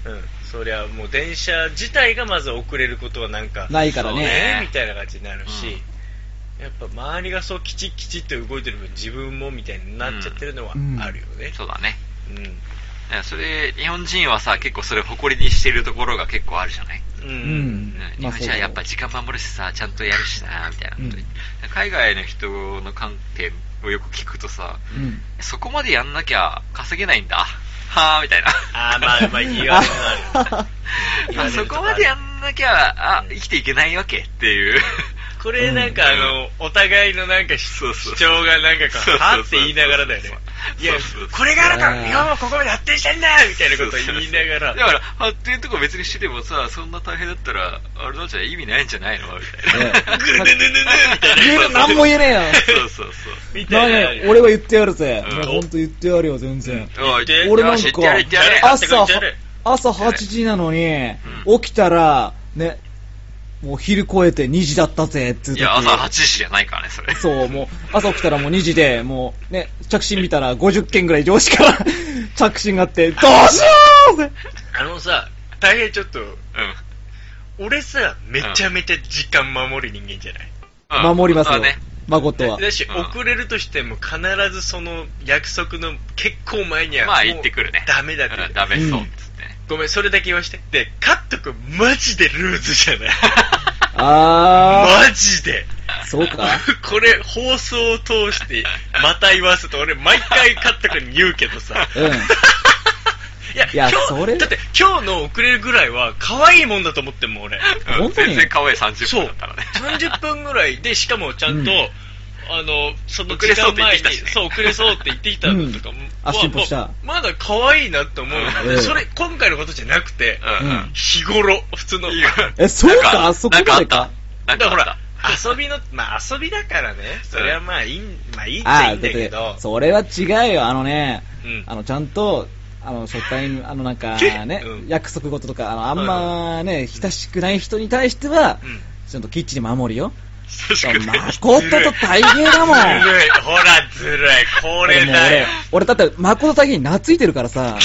Speaker 2: う
Speaker 3: うん。
Speaker 4: うん、そりゃもう電車自体がまず遅れることはなんか、
Speaker 3: ないから
Speaker 2: そう
Speaker 3: ね。
Speaker 4: えーみたいな感じになるし、やっぱ周りがそうきちっきちっと動いてる分自分もみたいになっちゃってるのはあるよね。
Speaker 2: そうだね。
Speaker 4: うん。
Speaker 2: いやそれ、日本人はさ、結構それ誇りにしてるところが結構あるじゃない、
Speaker 4: うん。
Speaker 3: うん
Speaker 2: うん日
Speaker 3: まあ
Speaker 2: 本人はやっぱ時間守るしさ、ちゃんとやるしな、みたいなこと言って、海外の人の観点をよく聞くとさ、
Speaker 3: うん。
Speaker 2: そこまでやんなきゃ稼げないんだ。はぁ、みたいな。
Speaker 4: ああ、まあまあ言われるのある。 言われる
Speaker 2: そ
Speaker 4: とか
Speaker 2: こまでやんなきゃ、あ、生きていけないわけって いう。
Speaker 4: これなんかあの、お互いのなんか
Speaker 2: そうそ
Speaker 4: 主
Speaker 2: う
Speaker 4: 張がなんかこ
Speaker 2: そうそうそう
Speaker 4: う、はって言いながらだよね
Speaker 2: そう。
Speaker 4: いや
Speaker 2: そうそうそう、
Speaker 4: これがあるから
Speaker 3: うん
Speaker 4: 日本はここまで発展してんだみたいなこと言いな
Speaker 2: だ
Speaker 4: がら。
Speaker 2: から、発展とか別にしててもさ、そんな大変だったら、あれなんじゃない意味ないんじゃないのみたいな。
Speaker 4: ぐるぬぬぬぬみたいな。
Speaker 3: 言えるなんも言えねえよ。
Speaker 2: そうそうそう。
Speaker 4: みた
Speaker 3: ないに
Speaker 4: なのあるよね。
Speaker 3: 俺は言ってやるぜ。
Speaker 2: うん
Speaker 3: もうほんと言ってやるよ、全然。
Speaker 2: おい
Speaker 4: 言って
Speaker 3: 俺なん
Speaker 2: よし言ってやれ言ってやれ
Speaker 4: やれ
Speaker 3: か、朝
Speaker 4: やってくれやれ、
Speaker 3: 朝8時なのに、
Speaker 2: う
Speaker 3: 起きたら、ね、もう昼超えて2時だったぜ、っていう
Speaker 2: い
Speaker 3: 時
Speaker 2: や、朝8時じゃないからね、それ。
Speaker 3: そう、もう、朝起きたらもう2時で、もう、ね、着信見たら50件ぐらい上司から 着信があって、どうしようって
Speaker 4: あのさ、大変ちょっと、
Speaker 2: う
Speaker 4: 俺さ、めちゃめちゃ時間守る人間じゃない。
Speaker 2: ん。うん
Speaker 3: 守ります
Speaker 2: そう
Speaker 3: よ
Speaker 2: だね。、
Speaker 3: 誠は。
Speaker 4: だし、
Speaker 2: うん
Speaker 4: 遅れるとしても必ずその約束の結構前には
Speaker 2: まあ、
Speaker 4: もう
Speaker 2: 行ってくるね。
Speaker 4: ダメだって、
Speaker 2: うんダメそうう。
Speaker 3: ん
Speaker 2: つってね。
Speaker 4: ごめんそれだけ言わしてでカット君マジでルーズじゃ ない
Speaker 3: あ
Speaker 4: マジで
Speaker 3: ー、そうか。
Speaker 4: これ放送を通してまた言わすと俺毎回カット君に言うけどさ
Speaker 3: う
Speaker 4: いや
Speaker 3: いや
Speaker 4: 今日
Speaker 3: それ
Speaker 4: だって今日の遅れるぐらいは可愛いもんだと思ってんもん俺
Speaker 2: うん
Speaker 3: 本当に
Speaker 2: 全然可愛い30
Speaker 4: そ
Speaker 2: 分
Speaker 4: う
Speaker 2: だったらね。
Speaker 4: 30分ぐらいでしかもちゃんと、
Speaker 3: うん
Speaker 4: あのその
Speaker 2: 遅
Speaker 4: 時
Speaker 2: れそう
Speaker 4: 間
Speaker 2: って言ってき
Speaker 4: 前に
Speaker 2: たしね
Speaker 4: そう遅れそうって言ってきたのとかも、
Speaker 3: あ
Speaker 4: は
Speaker 3: 進歩した
Speaker 4: ままだ可愛いなって思う、
Speaker 3: うん
Speaker 4: それ今回のことじゃなくて、
Speaker 2: うんう
Speaker 3: うんん。
Speaker 4: 日頃普通の
Speaker 2: いいよ
Speaker 3: ん。え、そう
Speaker 2: なん
Speaker 3: か、あそこま
Speaker 2: な
Speaker 3: で
Speaker 2: んか
Speaker 3: か。
Speaker 2: あ
Speaker 4: だ
Speaker 2: っ
Speaker 4: か
Speaker 2: た。
Speaker 4: ら
Speaker 2: な
Speaker 4: ほ、
Speaker 2: んから
Speaker 4: 遊びの、まあ遊びだからね、それはまあいい、まあいいっち
Speaker 3: あ
Speaker 4: ゃいい
Speaker 3: あ、
Speaker 4: ん
Speaker 3: だ
Speaker 4: だ
Speaker 3: っ
Speaker 4: け
Speaker 3: て
Speaker 4: ど、、
Speaker 3: それは違うよ。あのね、
Speaker 4: うん
Speaker 3: あの、ちゃんと、あの、初対面、あの、なんかね、
Speaker 4: うん
Speaker 3: 約束事とか、あの、あんまね、親しくない人に対しては、
Speaker 4: うん
Speaker 3: ちゃんときっちり守るよ。
Speaker 4: 久しく
Speaker 3: そんな誠と大平だもん。
Speaker 4: ずるい。ほら、ずるい。これ
Speaker 3: もう
Speaker 4: だ
Speaker 3: 俺
Speaker 4: よ。、
Speaker 3: 俺だって誠と大平に懐いてるからさ、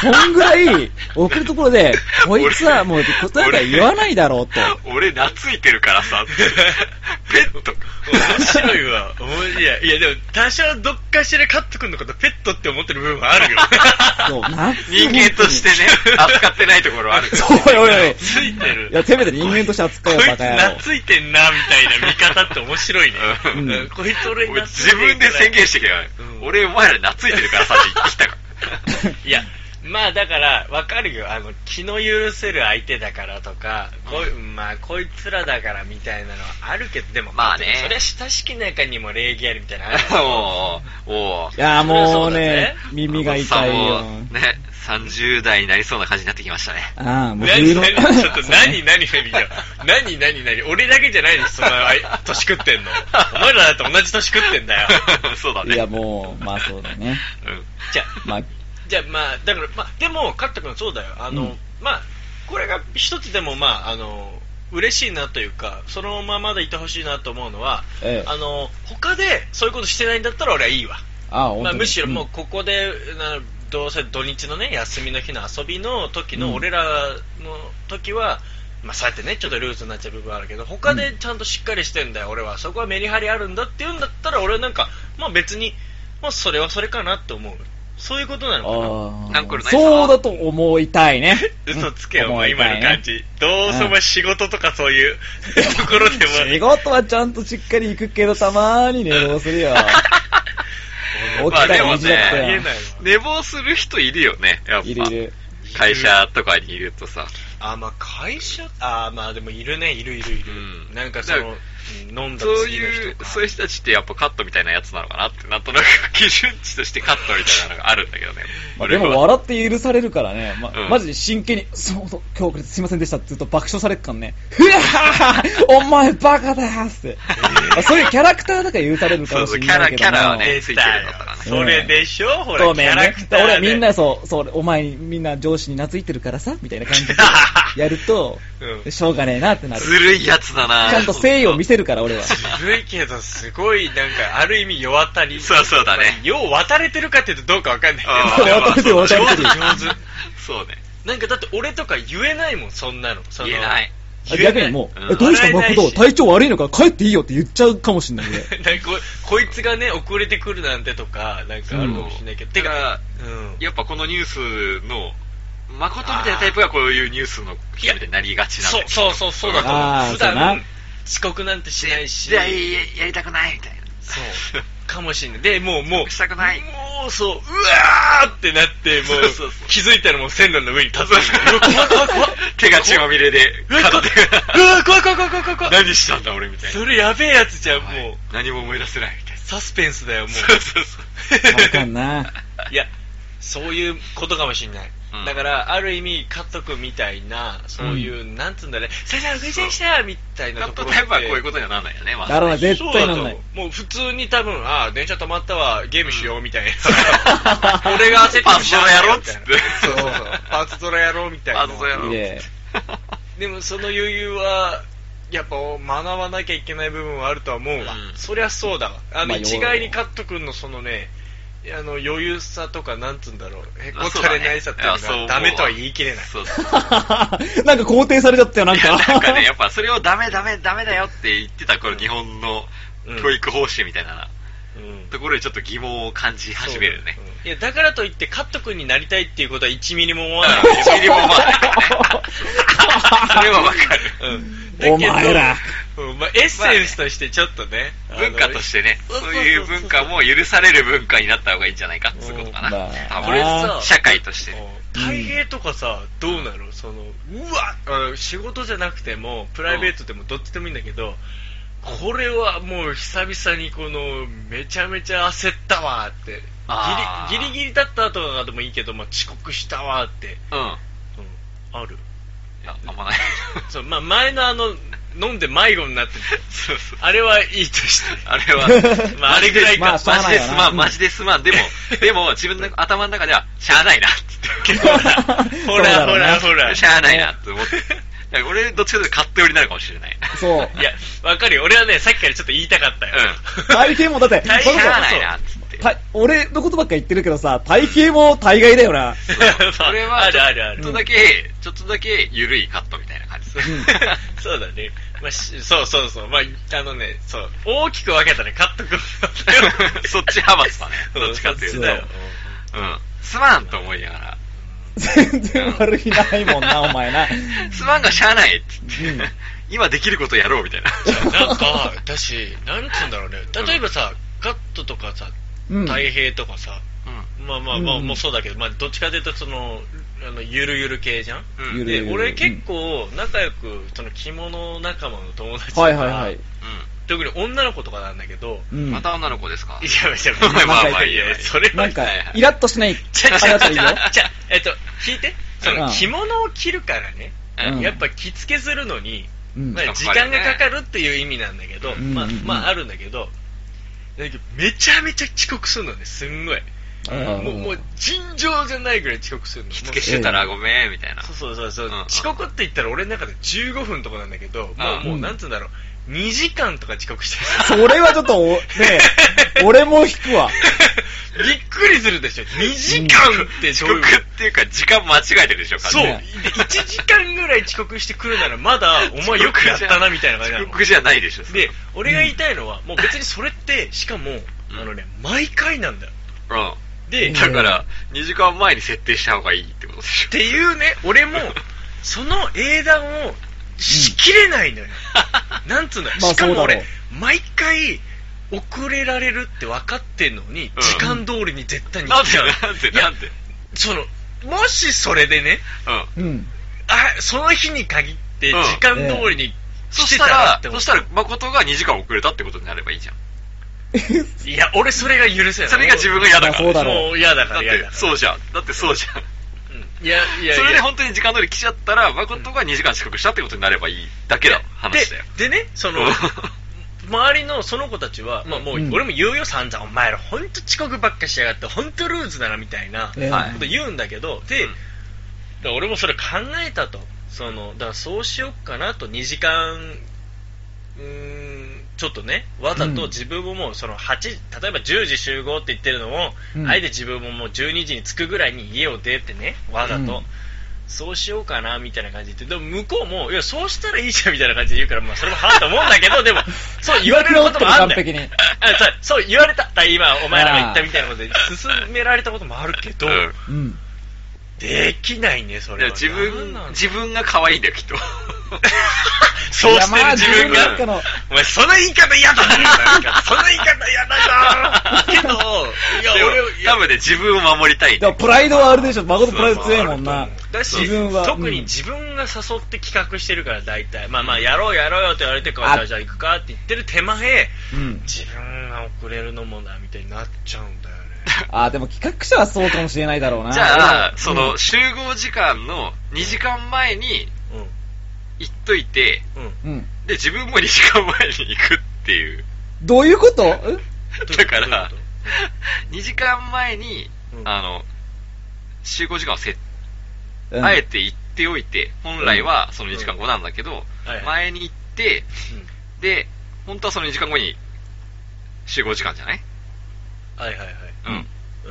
Speaker 3: そんぐらい送るところで、こいつはもうことやか言わないだろうと。
Speaker 2: 俺、懐いてるから さ、ペット。
Speaker 4: 面白いわ。面白い。いや、でも、多少どっかしらカット君のことペットって思ってる部分はあるよ。
Speaker 3: そう、 な
Speaker 2: 人間としてね、扱ってないところある。
Speaker 3: そうよ、おいおい。
Speaker 4: ついてる。
Speaker 3: いや、せめて人間として扱
Speaker 4: こ
Speaker 3: え
Speaker 4: い
Speaker 3: よ、
Speaker 4: つ
Speaker 3: バカ野郎。
Speaker 4: 懐いてんな、みたいな見方って面白いね。
Speaker 3: うん
Speaker 4: うんこいつ俺懐
Speaker 2: 俺
Speaker 4: い
Speaker 2: 自分で宣言してきゃ、
Speaker 4: うん
Speaker 2: 俺、お前ら懐いてるから さって言ってきたから。
Speaker 4: いや、まあだから、わかるよ。あの、気の許せる相手だからとか、こい、まあこいつらだからみたいなのはあるけど、でも、
Speaker 2: まあね
Speaker 4: それは親しき中にも礼儀あるみた いなのあるよ。
Speaker 2: おーおー
Speaker 3: いや、もう
Speaker 4: そりゃそうだ
Speaker 3: ね
Speaker 4: ね、
Speaker 3: 耳が痛い
Speaker 2: おっ
Speaker 3: よ
Speaker 2: さ。んも ね、30代になりそうな感じになってきま したね。
Speaker 3: ああ、もう
Speaker 4: 何
Speaker 3: 冬の。
Speaker 4: 何ちょっと何何何よ。何何何俺だけじゃないでしょ、そのあい年食ってんの。お前らだって同じ年食ってんだよ。
Speaker 2: そうだね。
Speaker 3: いや、もう、まあそうだね。
Speaker 2: うん。
Speaker 4: じゃ
Speaker 3: まあ、
Speaker 4: じゃあまあだからまあでもカット君そうだよあの、
Speaker 3: うん
Speaker 4: まあこれが一つでもまああの嬉しいなというかそのままでいてほしいなと思うのは、
Speaker 3: ええ
Speaker 4: あの他でそういうことしてないんだったら俺はいいわ、
Speaker 3: ああ、本当
Speaker 4: まあ、
Speaker 3: に
Speaker 4: むしろもうここで、などうせ土日のね休みの日の遊びの時
Speaker 3: うん
Speaker 4: の俺らの時は、まあ、そうやってねちょっとルーズになっちゃう部分はあるけど他でちゃんとしっかりしてんだよ、俺はそこはメリハリあるんだっていうんだったら俺はなんか、まあ、別に、まあ、それはそれかなって思うそういうことなのかな
Speaker 2: な
Speaker 3: あ
Speaker 2: んかないさ
Speaker 3: あそうだと思いたいね。
Speaker 4: 嘘つけ
Speaker 3: うん
Speaker 4: よ、お前今の感。じ。どうせお前仕事とかそういうところで
Speaker 3: 思いたいね仕
Speaker 4: も、
Speaker 3: 事はちゃんとしっかり行くけど、たまーに寝坊す るよ。起きたら意地だった
Speaker 4: ありえ
Speaker 3: よ
Speaker 4: ない。わ。
Speaker 2: 寝坊する人いるよね、やっぱ。
Speaker 3: いるいる。
Speaker 2: 会社とかにいるとさ。
Speaker 4: あ、まあ会社、あ、まあでもいるね、いるいるいる。
Speaker 2: うん
Speaker 4: なんかその、うん飲んだ
Speaker 2: そう
Speaker 4: 次の
Speaker 2: い
Speaker 4: 日
Speaker 2: う
Speaker 4: と、か。
Speaker 2: そういう人たちってやっぱカットみたいなやつなのかなって、なんとなく基準値としてカットみたいなのがあるんだけどね。
Speaker 3: まあでも
Speaker 2: 俺は
Speaker 3: 笑って許されるからね、ま
Speaker 2: うん
Speaker 3: マジで真剣に、そうそう、今日遅れてすいませんでしたって言うと爆笑されるからね、ふやーお前バカだーっつって、まあそういうキャラクターだから許されるか
Speaker 2: そ
Speaker 3: も
Speaker 2: うそ
Speaker 3: し
Speaker 2: う、
Speaker 3: れ
Speaker 2: キャ
Speaker 3: な
Speaker 2: ラ、
Speaker 3: いけ
Speaker 2: キ
Speaker 3: ど
Speaker 2: ャラは
Speaker 4: 出
Speaker 2: ね、ついて
Speaker 4: た
Speaker 2: る
Speaker 4: よ
Speaker 2: のとかね。
Speaker 4: それでしょ、ほら、
Speaker 3: そう
Speaker 4: キ
Speaker 3: めん
Speaker 4: ャラ
Speaker 3: ね
Speaker 4: ク。
Speaker 3: だ
Speaker 4: ター
Speaker 3: から
Speaker 4: で。
Speaker 3: 俺はみんなそう、そう、お前みんな上司に懐いてるからさ、みたいな感じでやると、
Speaker 4: うん
Speaker 3: しょうがねえなってなる。
Speaker 2: ずるいやつだな
Speaker 3: ちゃんと誠意を見せるから、俺は。
Speaker 4: ずるいけど、すごい、なんか、ある意味、世渡り。
Speaker 2: そうそうだね。
Speaker 4: よう渡れてるかって言うとどうかわかんないけ
Speaker 2: あ
Speaker 4: ど。
Speaker 2: ー でも
Speaker 3: 渡れてる渡れてる
Speaker 4: 上手、上手。
Speaker 2: そうね。
Speaker 4: なんかだって俺とか言えないもん、そんなの。その
Speaker 2: 言えない。
Speaker 3: 逆にもう、
Speaker 2: うん
Speaker 3: えどうした
Speaker 4: 笑えな
Speaker 3: 誠
Speaker 4: いし
Speaker 3: 体調悪いのか帰っていいよって言っちゃうかもしんないね。
Speaker 4: なんかここいつがね、遅れてくるなんてとか、なんかあるかもしれないけど、
Speaker 2: うん
Speaker 4: てか、うん。
Speaker 2: やっぱこのニュースの、誠みたいなタイプがこういうニュースの人みたいになりがちなんだ
Speaker 4: そう
Speaker 2: よ
Speaker 4: そうそう、そうだと思
Speaker 3: あー
Speaker 4: う。普
Speaker 3: そうな
Speaker 4: 段、遅刻なんてしないし、
Speaker 2: いや、いややりたくないみたいな。
Speaker 4: そう。かもしれない。で、もう、もう、
Speaker 2: したくない
Speaker 4: もう、そう、うわーってなって、も
Speaker 2: そうそうそう
Speaker 4: う、気づいたらもう線路の上に立つんだよ。うわ怖い怖い怖い。
Speaker 2: 手が血まみれで、
Speaker 4: うわ、怖い
Speaker 2: 片手
Speaker 4: う
Speaker 2: が
Speaker 4: わ怖い怖い怖い怖い怖い怖い。
Speaker 2: 何したんだ俺みたいな。
Speaker 4: それやべえやつじゃん、も
Speaker 2: は
Speaker 4: う
Speaker 2: い。何も思い出せないみたいな。
Speaker 4: サスペンスだよ、もう。
Speaker 2: そうそうそう。
Speaker 3: わかんな。
Speaker 4: いや、そういうことかもしれない。
Speaker 2: うん
Speaker 4: だから、ある意味、カット君みたいな、そういう、なんつうんだね、先生、不でしたみたいな
Speaker 2: カッ
Speaker 4: と
Speaker 2: ト
Speaker 4: ころ
Speaker 2: タイプはこういう
Speaker 4: こ
Speaker 2: ことにはならないよね、まず
Speaker 3: だろうな、
Speaker 2: ね。
Speaker 3: 絶対なんない。
Speaker 4: もう普通に多分、ああ、電車止まったわ、ゲームしようみたい な。俺が焦って
Speaker 2: パズドラやろうっ
Speaker 4: みたい
Speaker 2: つ
Speaker 4: な
Speaker 2: って
Speaker 4: そうそう。パズドラやろうみたいな。
Speaker 2: パズドラやろ
Speaker 3: いい ね
Speaker 4: でも、その余裕は、やっぱ学ばなきゃいけない部分はあるとは思うわ、
Speaker 2: うん
Speaker 4: そりゃそうだわあの、
Speaker 3: まあ
Speaker 4: 一概にカット君のそのねあの余裕さとかなんつうんだろうへこ
Speaker 2: あそう
Speaker 4: た
Speaker 2: だね
Speaker 4: れないさってい
Speaker 2: あそう思
Speaker 4: うの
Speaker 2: う
Speaker 4: がダメとは言い切れない
Speaker 2: そう そう。
Speaker 3: なんか肯定されちゃったよ、なん
Speaker 2: いや
Speaker 3: か。
Speaker 2: なんかね、やっぱそれをダメダメダメだよって言ってた頃、日本の
Speaker 4: うん
Speaker 2: 教育方針みたいな
Speaker 4: うん
Speaker 2: ところにちょっと疑問を感じ始めるね。
Speaker 4: うんいやだからといってカット君になりたいっていうことは1ミリも思わない
Speaker 2: 1ミリもまあ、それはわ かる。
Speaker 4: うん
Speaker 3: お前ら、
Speaker 4: うんまあ、エッセンスとしてちょっとね、
Speaker 2: 文化としててね、
Speaker 4: そうそう
Speaker 2: そ
Speaker 4: そうう
Speaker 2: いう文化も許される文化になった方がいいんじゃないかってことかな。
Speaker 3: まあ
Speaker 2: 多
Speaker 4: 俺
Speaker 2: 分
Speaker 4: さ
Speaker 2: 社会として。
Speaker 4: 大平とかさ、どうなのそのうわあの仕事じゃなくてもプライベートでもどっちでもいいんだけど、これはもう久々にこのめちゃめちゃ焦ったわーって
Speaker 2: あー
Speaker 4: ギリギリギリだったとかでもいいけど、まあ、遅刻したわーって、
Speaker 2: うん。
Speaker 4: うん、ある
Speaker 2: いやあんまない。
Speaker 4: そう、まあ、前のあの飲んで迷子になって
Speaker 2: そうそう。
Speaker 4: あれはいいとして
Speaker 2: あれは、
Speaker 4: まああれぐらいか
Speaker 3: まあしょう
Speaker 2: マジ
Speaker 3: がない
Speaker 2: で
Speaker 3: よ
Speaker 2: す
Speaker 3: な
Speaker 2: ま、
Speaker 3: うんん
Speaker 2: マジですまん。でも、でも自分の頭 の中では、しゃあないなって言ってるけど、
Speaker 4: ほらほらほら
Speaker 2: しゃあないなって思って。だから俺、どっちかというと買った寄りになるかもしれない。
Speaker 3: そう
Speaker 4: いや、わかるよ。俺はね、さっきからちょっと言いたかったよ。
Speaker 2: う
Speaker 3: 大抵もだって、
Speaker 2: 大
Speaker 3: そ
Speaker 2: 変
Speaker 3: れこそ
Speaker 2: はないな、つって。
Speaker 3: た俺のことばっか言ってるけどさ、体型も大概だよ な。
Speaker 2: それは、
Speaker 4: あるあるある
Speaker 2: ちょっとだけ、ちょっとだけ緩いカットみたいな感じです。
Speaker 4: そうだね。まあ、しそうそうそう。まあ、あのね、そう。大きく分けたね、カット君。
Speaker 2: そっち派閥だね。どっちかっていうと。
Speaker 4: だよ。
Speaker 2: うん。すまんと思いながら。
Speaker 3: 全然悪気ないもんな、お前な。
Speaker 2: すまんがしゃあないっつって、
Speaker 3: うん
Speaker 2: 今できることやろうみたいな。
Speaker 4: なんか、だし、なんつうんだろうね。例えばさ、カットとかさ、
Speaker 3: うん。
Speaker 4: 太平とかさ、
Speaker 2: う
Speaker 4: まあまあまあ、
Speaker 3: うん
Speaker 4: もうそうだけど、まあ、どっちかというと、その、あの、ゆるゆる系じゃん
Speaker 2: ん。うん。
Speaker 3: ゆる
Speaker 4: で、俺結構仲良く、その着物仲間の友達とか、
Speaker 3: はいはいはい。
Speaker 4: 特に女の子とかなんだけど、
Speaker 3: う
Speaker 2: うん
Speaker 3: ん。
Speaker 2: また女の子ですか
Speaker 4: いやいや、
Speaker 2: ま あまあ
Speaker 4: まあ
Speaker 2: ま
Speaker 4: ま
Speaker 2: あ
Speaker 4: あ
Speaker 2: い
Speaker 4: い
Speaker 2: いよ
Speaker 4: や、それは
Speaker 3: なんか
Speaker 2: はいは、い
Speaker 3: イラッとしない
Speaker 4: ちゃ
Speaker 3: あ
Speaker 4: ち
Speaker 3: れだ
Speaker 4: ゃ
Speaker 3: ったらいい
Speaker 4: ち
Speaker 3: よ。
Speaker 4: ゃちゃ、えっと、聞いて、そ
Speaker 3: うん
Speaker 4: の着物を着るからね、
Speaker 2: うん
Speaker 4: やっぱ着付けするのに、
Speaker 3: うん
Speaker 4: まあ
Speaker 2: やっぱりね
Speaker 4: 時間がかかるっていう意味なんだけど、
Speaker 3: うん
Speaker 4: まあ
Speaker 3: うんうん、
Speaker 4: まああるんだけど、だけどめちゃめちゃ遅刻するのね、すんごい。
Speaker 3: うん
Speaker 4: もう、もう尋常じゃないぐらい遅刻するの。
Speaker 2: 着付けしてたらごめん、みたいな。
Speaker 4: そうそうそうそう、
Speaker 2: うんうん
Speaker 4: 遅刻って言ったら俺の中で15分とかなんだけど、もう
Speaker 2: うん
Speaker 4: もうなんつうんだろう、2時間とか遅刻して
Speaker 3: そ
Speaker 4: る。
Speaker 3: れはちょっとお、ね え俺も引くわ。
Speaker 4: びっくりするでしょ。2時間って
Speaker 2: 遅
Speaker 4: どうい
Speaker 2: 刻
Speaker 4: う
Speaker 2: っていうか、時間間違えてるでしょ、完
Speaker 4: そう。
Speaker 2: 全
Speaker 4: で
Speaker 2: に
Speaker 4: 1時間ぐらい遅刻してくるならま だ、お前よくやったなみたいな感じな
Speaker 2: 遅
Speaker 4: の。
Speaker 2: 刻じゃないでしょ、それ
Speaker 4: で、俺が言いたいのは、もう別にそれって、しかも、あのね、毎回なんだよ。
Speaker 2: うん。
Speaker 4: で、
Speaker 2: だから、2時間前に設定した方がいいってことでし
Speaker 4: っ
Speaker 2: ょ。
Speaker 4: ていうね、俺 も、その英断をしきれないのよ。なんつうのよ。
Speaker 3: まあ
Speaker 4: しか
Speaker 3: そ
Speaker 4: も
Speaker 3: うだ
Speaker 4: 俺
Speaker 3: ろ、
Speaker 4: 毎回、遅れられるって分かってんのに、
Speaker 2: うん
Speaker 4: 時間通りに絶対に
Speaker 2: なん
Speaker 4: 来
Speaker 2: で
Speaker 4: ちゃう。
Speaker 2: なんで
Speaker 4: いや
Speaker 2: なんで
Speaker 4: その、もしそれでね、
Speaker 2: うん。
Speaker 3: うん。
Speaker 4: あ、その日に限って時
Speaker 2: うん
Speaker 4: 間通りに
Speaker 2: そ
Speaker 4: 来
Speaker 2: してた
Speaker 4: たら
Speaker 2: ら
Speaker 4: っ、て
Speaker 2: そ
Speaker 4: 思
Speaker 2: うしたら、誠が2時間遅れたってことになればいいじゃん。
Speaker 4: いや、俺それが許せない。
Speaker 2: それが自分が嫌だから。
Speaker 3: そうだろ
Speaker 4: もう嫌だか
Speaker 2: だっ
Speaker 4: ら嫌だか
Speaker 2: て、
Speaker 4: ら。
Speaker 2: そうじゃん。だってそうじゃん。
Speaker 4: うんいや、いや、
Speaker 2: それ
Speaker 4: い
Speaker 2: で
Speaker 4: や
Speaker 2: 本当に時間通り来ちゃったら、誠が2時間遅刻したってことになればいいだけだ話だよ。
Speaker 4: で、でね、その、周りのその子たちは、まあもう、
Speaker 3: うん
Speaker 4: 俺も言うよ散々、お前ら本当遅刻ばっかしやがって、本当ルーズだなみたいなこ
Speaker 3: ええ
Speaker 2: はい
Speaker 4: と言うんだけど、で、だから俺もそれ考えたと。その、だからそうしよっかなと、2時間、うーん、ちょっとね、わざ
Speaker 3: うん
Speaker 4: と自分ももうその8、例えば10時集合って言ってるのを、
Speaker 3: うん
Speaker 4: あえて自分ももう12時に着くぐらいに家を出てね、わざと。
Speaker 3: うん
Speaker 4: そうしようかなみたいな感じででも向こうもいやそうしたらいいじゃんみたいな感じで言うから、まあ、それもはあと思うんだけどで もそう言われることもあるんだ
Speaker 3: 言われ
Speaker 4: よ
Speaker 3: てる
Speaker 4: あ そうそう言われた今お前らが言ったみたいなことで勧められたこともあるけど、
Speaker 2: うん
Speaker 3: うん。
Speaker 4: できないねそ
Speaker 2: いや
Speaker 4: れは
Speaker 2: 自
Speaker 4: なん
Speaker 2: 分
Speaker 4: な、んだ
Speaker 2: 自分が可愛いんだよ、きっと。
Speaker 4: そうしてる自分
Speaker 3: いやまあ自分なんか
Speaker 4: が
Speaker 3: の
Speaker 4: お前その言い方嫌だねなんかその言い方嫌だな けどいや
Speaker 2: でも
Speaker 4: 俺をいや
Speaker 2: 多分ね、自分を守りたいんだ
Speaker 3: でも
Speaker 2: よ。
Speaker 3: プライドはあるでしょ。誠プライド強いもんな。
Speaker 4: だし
Speaker 3: 自分は
Speaker 4: 特
Speaker 3: う
Speaker 4: に
Speaker 3: ん
Speaker 4: 自分が誘って企画してるから大体、まあまあやろうやろうよって言われてから
Speaker 3: あ
Speaker 4: じゃあじゃあ行くかって言ってる手前
Speaker 3: うん。
Speaker 4: 自分が遅れるのもなみたいになっちゃう んだよね
Speaker 3: あー、でも企画者はそうかもしれないだろうな。
Speaker 2: じゃあ、
Speaker 3: うん
Speaker 2: その、集合時間の2時間前に行っといて、
Speaker 4: うんうん
Speaker 3: うん。
Speaker 2: で、自分も2時間前に行くっていう。
Speaker 3: どういうことん
Speaker 4: どういうこと
Speaker 2: だか
Speaker 4: どういう
Speaker 2: ら
Speaker 4: こ、
Speaker 2: 2時間前に、
Speaker 4: うん
Speaker 2: あの、集合時間を設
Speaker 3: うん
Speaker 2: あえて行っておいて、本来はその2時間後なんだけど、
Speaker 4: うんはい
Speaker 2: 前に行って、
Speaker 4: うん
Speaker 2: で、本当はその2時間後に集合時間じゃない
Speaker 4: はいはいはい
Speaker 2: うん。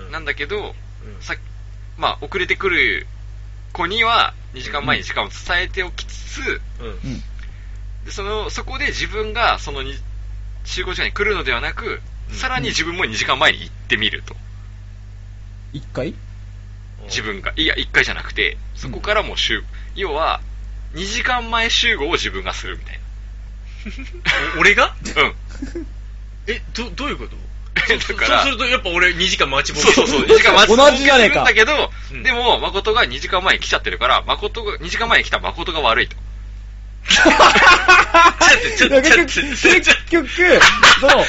Speaker 4: うん
Speaker 2: なんだけど、
Speaker 4: うん
Speaker 2: さまあ、遅れてくる子には2時間前に時間を伝えておきつつ、
Speaker 4: うん
Speaker 3: うん。
Speaker 2: でそのそこで自分がそのに集合時間に来るのではなく、
Speaker 4: うん
Speaker 2: さらに自分も2時間前に行ってみると。
Speaker 3: 一回
Speaker 2: 自分が、いや、1回じゃなくて、そこからもう集、要は、2時間前集合を自分がするみたい
Speaker 4: お 俺が
Speaker 2: な。うん。
Speaker 4: えどどういうことそ
Speaker 2: だか
Speaker 4: う
Speaker 2: ら
Speaker 4: す、るとやっぱ俺2時間待ちぼう
Speaker 2: そうそうそう、2時間 待つ
Speaker 3: 同じじゃねえか
Speaker 2: だけど
Speaker 4: う、ん
Speaker 2: でも、誠が2時間前に来ちゃってるから、誠が、2時間前に来た誠が悪いと。
Speaker 4: ちょっ
Speaker 3: いや
Speaker 4: とちょっと
Speaker 3: 結
Speaker 4: ちょっ
Speaker 3: 局、
Speaker 4: とちょっとちょっ
Speaker 3: 結局その、悪者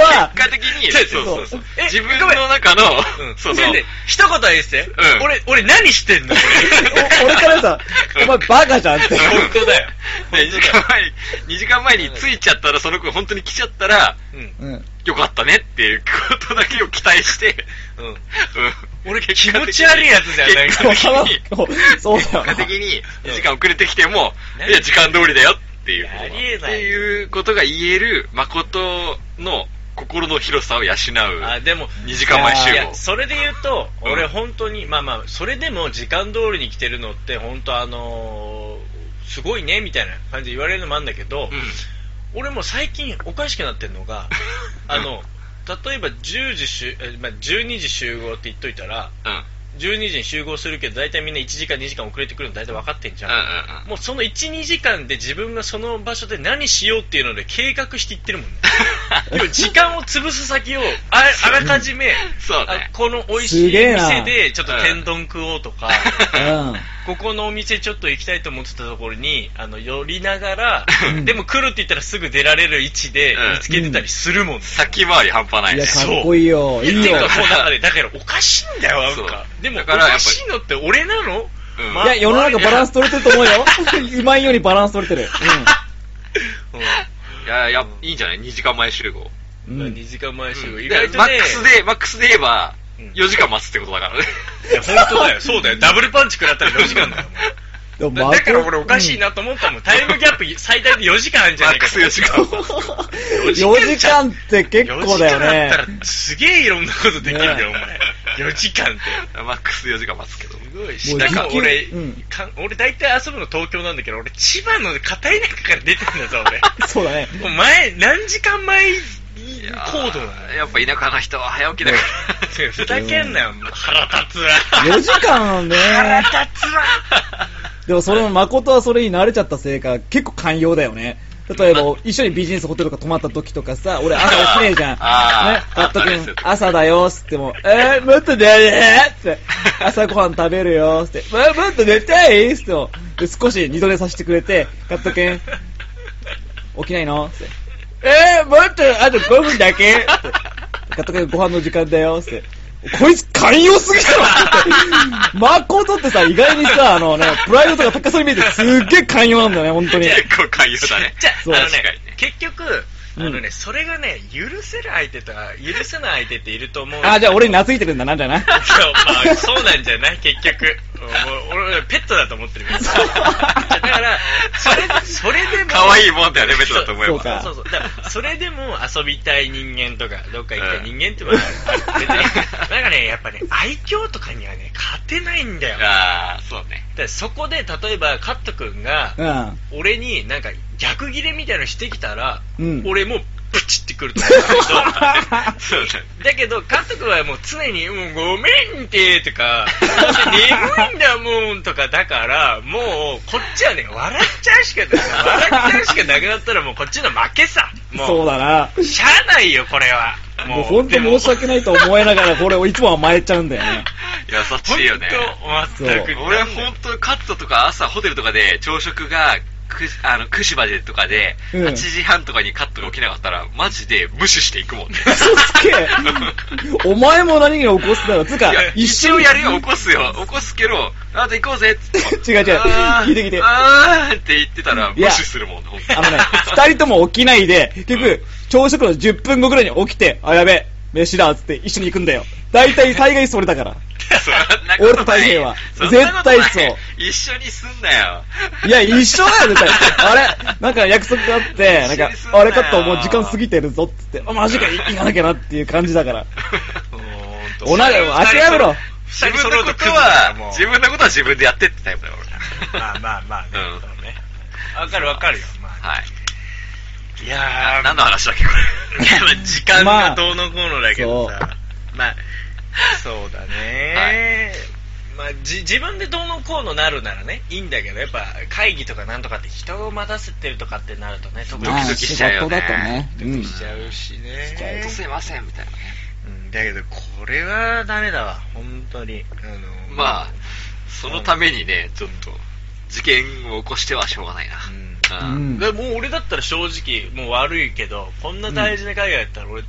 Speaker 3: は
Speaker 2: 結、果的に、
Speaker 4: そう
Speaker 2: そうそうそう
Speaker 4: え
Speaker 2: 自分の中の
Speaker 4: とう、ん
Speaker 2: そう
Speaker 4: ちょ
Speaker 2: そ
Speaker 4: っ
Speaker 2: う
Speaker 4: と。一言言って、
Speaker 2: うん
Speaker 4: 俺俺何してんの俺
Speaker 3: お俺からさ、お前バカじゃんって。
Speaker 4: 本 当だよ
Speaker 2: 2時間前に、2時間前に着いちゃったら、その子が本当に来ちゃったら、
Speaker 4: うん
Speaker 3: うん。
Speaker 2: よかったねっていうことだけを期待して、
Speaker 4: うん。
Speaker 2: うん
Speaker 4: 俺気持ち悪いやつじゃない
Speaker 2: 結
Speaker 4: か
Speaker 2: 果
Speaker 4: ら
Speaker 2: 的に
Speaker 3: わからんそうそうだよな
Speaker 2: 結果的に、2時間遅れてきても、
Speaker 4: うん
Speaker 2: いや、時間通りだよっていうことが。
Speaker 4: ありえな
Speaker 2: っ
Speaker 4: い
Speaker 2: ていうことが言える、誠の心の広さを養う。
Speaker 4: あ、でも、
Speaker 2: 2時間前
Speaker 4: い
Speaker 2: 集合
Speaker 4: や、。それで言うと、
Speaker 2: うん
Speaker 4: 俺本当に、まあまあ、それでも時間通りに来てるのって、本当あのーすごいね、みたいな感じで言われるのもあるんだけど、
Speaker 2: う
Speaker 4: 俺もう最近おかしくなってる のが
Speaker 2: うん
Speaker 4: あの例えば10時集、えまあ、12時集合って言っといたら
Speaker 2: ん。うん。
Speaker 4: 12時に集合するけど大体みんな1時間2時間遅れてくるの大体分かってんじゃん、
Speaker 2: うんうんうん
Speaker 4: もうその12時間で自分がその場所で何しようっていうので計画していってるもんね要は時間を潰す先をああらかじめ
Speaker 2: そうね
Speaker 4: あこの美味しい
Speaker 3: すげえな
Speaker 4: 店でちょっと天丼食おう とか、
Speaker 3: うん。
Speaker 4: ここのお店ちょっと行きたいと思ってたところにあの寄りながら、
Speaker 3: うん
Speaker 4: でも来るって言ったらすぐ出られる位置で
Speaker 2: うん
Speaker 4: 見つけてたりするもんね、
Speaker 2: 先回り半端ない
Speaker 3: い
Speaker 2: ね
Speaker 3: や、。かっこいいよ。いい
Speaker 4: て
Speaker 3: よ
Speaker 4: か。もうなんかねだからおかしいんだよなんか
Speaker 2: そう
Speaker 4: でもお
Speaker 2: だからやっぱ
Speaker 4: か
Speaker 2: り
Speaker 4: しいのって俺なの、
Speaker 2: うん
Speaker 4: ま
Speaker 3: いや、世の中バランス取れてると思 うよ。うまいようにバランス取れてる。
Speaker 2: いや、いや、いいんじゃない ?2 時間前集合。
Speaker 3: う
Speaker 4: うん
Speaker 3: ん。うん
Speaker 4: 2時間前集合、
Speaker 2: うん
Speaker 4: 意外と
Speaker 2: マ
Speaker 4: ね
Speaker 2: ックスで、マックスで言えば
Speaker 4: うん、
Speaker 2: 4時間待つってことだからね。
Speaker 4: いや本当だよそうだよダブルパンチ食らったら4時間だよ
Speaker 3: でも
Speaker 4: だだから俺おかしい。なと思ったもん、タイムギャップ最大で4時間あるんじゃ
Speaker 2: マ
Speaker 4: ない
Speaker 2: ッ
Speaker 4: か
Speaker 2: ク
Speaker 4: と
Speaker 2: ス4時間。
Speaker 3: 4時間って結
Speaker 4: 4
Speaker 3: 構
Speaker 4: 時
Speaker 3: だ
Speaker 4: 間
Speaker 3: よ
Speaker 4: だった
Speaker 3: ね。
Speaker 4: らすげえいろんなことできるよ、
Speaker 3: ね
Speaker 4: お前4時間って
Speaker 2: マックス4時間待つけど。
Speaker 4: すごい
Speaker 3: も
Speaker 4: し、
Speaker 3: う
Speaker 4: だから俺、
Speaker 3: 時給うん
Speaker 4: かん俺大体遊ぶの東京なんだけど、俺千葉の片田舎から出てんだぞ、
Speaker 3: そうだね。
Speaker 4: 俺。もう前、何時間前
Speaker 2: いや
Speaker 4: 行動なの
Speaker 2: やっぱ田舎の人は早起きだか
Speaker 4: ふざけんなよ、腹立つわ。
Speaker 3: 4時間ね。
Speaker 4: 腹立つわ。
Speaker 3: でもそれも誠はそれに慣れちゃったせいか、結構寛容だよね。例えば、一緒にビジネスホテルとか泊まった時とかさ、俺朝起きねえじゃん。ね
Speaker 2: あー、
Speaker 3: カット
Speaker 2: あー
Speaker 3: 君、朝だよーっつっても、えー、もっと寝れーっつって、朝ごはん食べるよーっつって、えーもっと寝たいっつっても、で少し二度寝させてくれて、カット君、起きないのっつって、えー、もっとあと5分だけっ つって、カット君ご飯の時間だよっつって、こいつ寛容すぎだろって。 誠ってさ、意外にさ、あのね、プライドとか高そうに見えてすっげえ寛容なんだよね、本当に。
Speaker 2: ら。結構寛容だね。
Speaker 4: じゃ
Speaker 3: そう
Speaker 4: あ、あのね
Speaker 2: 確かにね、
Speaker 4: 結局、あのね、それがね、許せる相手とか、許せない相手っていると思う。
Speaker 3: あ、じゃあ俺に懐いてるんだな、じゃあな。
Speaker 4: そうまあ、そうなんじゃない結局。もう俺、ペットだと思って るから。だから、それ、それでも。
Speaker 2: 可愛いもんだよね、別だと思えば。
Speaker 3: そうか
Speaker 4: そうそう。だから、それでも遊びたい人間とか、どっか行きたい人間ってもある。 別に、なんかね、やっぱね、愛嬌とかにはね、勝てないんだよ。だか
Speaker 2: ああ、そうね。
Speaker 4: らそこで、例えば、カット君が、
Speaker 3: うん。
Speaker 4: 俺になんか逆ギレみたいのしてきたら、
Speaker 3: うん
Speaker 4: 俺もうプチってくると思うんだけど、
Speaker 2: そうだね。
Speaker 4: だけど、監督はもう常に、もうごめんって、とか、眠いんだもん、とか、だから、もう、こっちはね、笑っちゃうしかない、笑っちゃうしかなくなったら、もうこっちの負けさ。もう、
Speaker 3: そうだな。
Speaker 4: しゃあないよ、これは。
Speaker 3: もう本当
Speaker 4: でも
Speaker 3: 申し訳ないと思いながら、これをいつも甘えちゃうんだよね。
Speaker 2: 優しいよね。
Speaker 4: 本当全く。
Speaker 2: 俺本当カットとか朝ホテルとかで朝食がくあの9時までとかで、
Speaker 3: うん
Speaker 2: 8時半とかにカットが起きなかったらマジで無視していくもんね。
Speaker 3: 嘘つ けお前も何気に起こすだろ。つうか
Speaker 2: いや、
Speaker 3: 一
Speaker 2: 一
Speaker 3: 緒
Speaker 2: 応
Speaker 3: に
Speaker 2: やるよ、起こすよ。起こすけど、あと行こうぜっつって。
Speaker 3: 違う違う
Speaker 2: あー
Speaker 3: 聞いて聞いて
Speaker 2: あーって言ってたら
Speaker 3: い
Speaker 2: 無
Speaker 3: や
Speaker 2: 視するもんね、ほんと
Speaker 3: あの ね、二人とも起きないで、結局、朝食の10分後ぐらいに起きて、あ、やべ、飯だっつって一緒に行くんだよ。大体大概それだから。
Speaker 2: そんなことない
Speaker 3: 俺と大平は
Speaker 2: そんなことない
Speaker 3: 絶対そう
Speaker 2: 一緒にすんな よ。
Speaker 3: いや、一緒だよ、絶対。あれなんか約束があって、なんか
Speaker 2: 一緒にすん、なよ
Speaker 3: あれカットもう時間過ぎてるぞっつって、あ、マジか、い行かなきゃなっていう感じだから。おなら、諦めろ。
Speaker 4: 二
Speaker 2: 自
Speaker 4: 人揃
Speaker 2: 分
Speaker 4: う
Speaker 2: のこ
Speaker 4: と
Speaker 2: と
Speaker 4: クズだ
Speaker 2: は
Speaker 4: よもう、
Speaker 2: 自分のことは自分でやってってタイプだよ、俺。
Speaker 4: まあまあまあね。
Speaker 2: うん
Speaker 4: そうねわかるわかるよ。まあ
Speaker 2: はい。
Speaker 4: い
Speaker 2: な
Speaker 4: やー、
Speaker 2: 何の話だっけ、これ。
Speaker 4: いやまあ時間がどうのこうのだけどさ、
Speaker 3: まあ
Speaker 4: まあ、そうだね、まあじ、自分でどうのこうのなるならね、いいんだけど、やっぱ会議とかなんとかって人を待たせてるとかってなるとね、特に
Speaker 2: まあドキドキしちゃうよね
Speaker 3: 仕事だとね。うん。
Speaker 4: しちゃうしね、
Speaker 3: ちゃう
Speaker 2: すいません、みたいなね。
Speaker 4: うんだけど、これはダメだわ、本当に。あの
Speaker 2: まあ、そのためにね、ちょっと、事件を起こしてはしょうがないな。
Speaker 3: うん
Speaker 4: でもう俺だったら正直もう悪いけどこんな大事な会議やったら俺、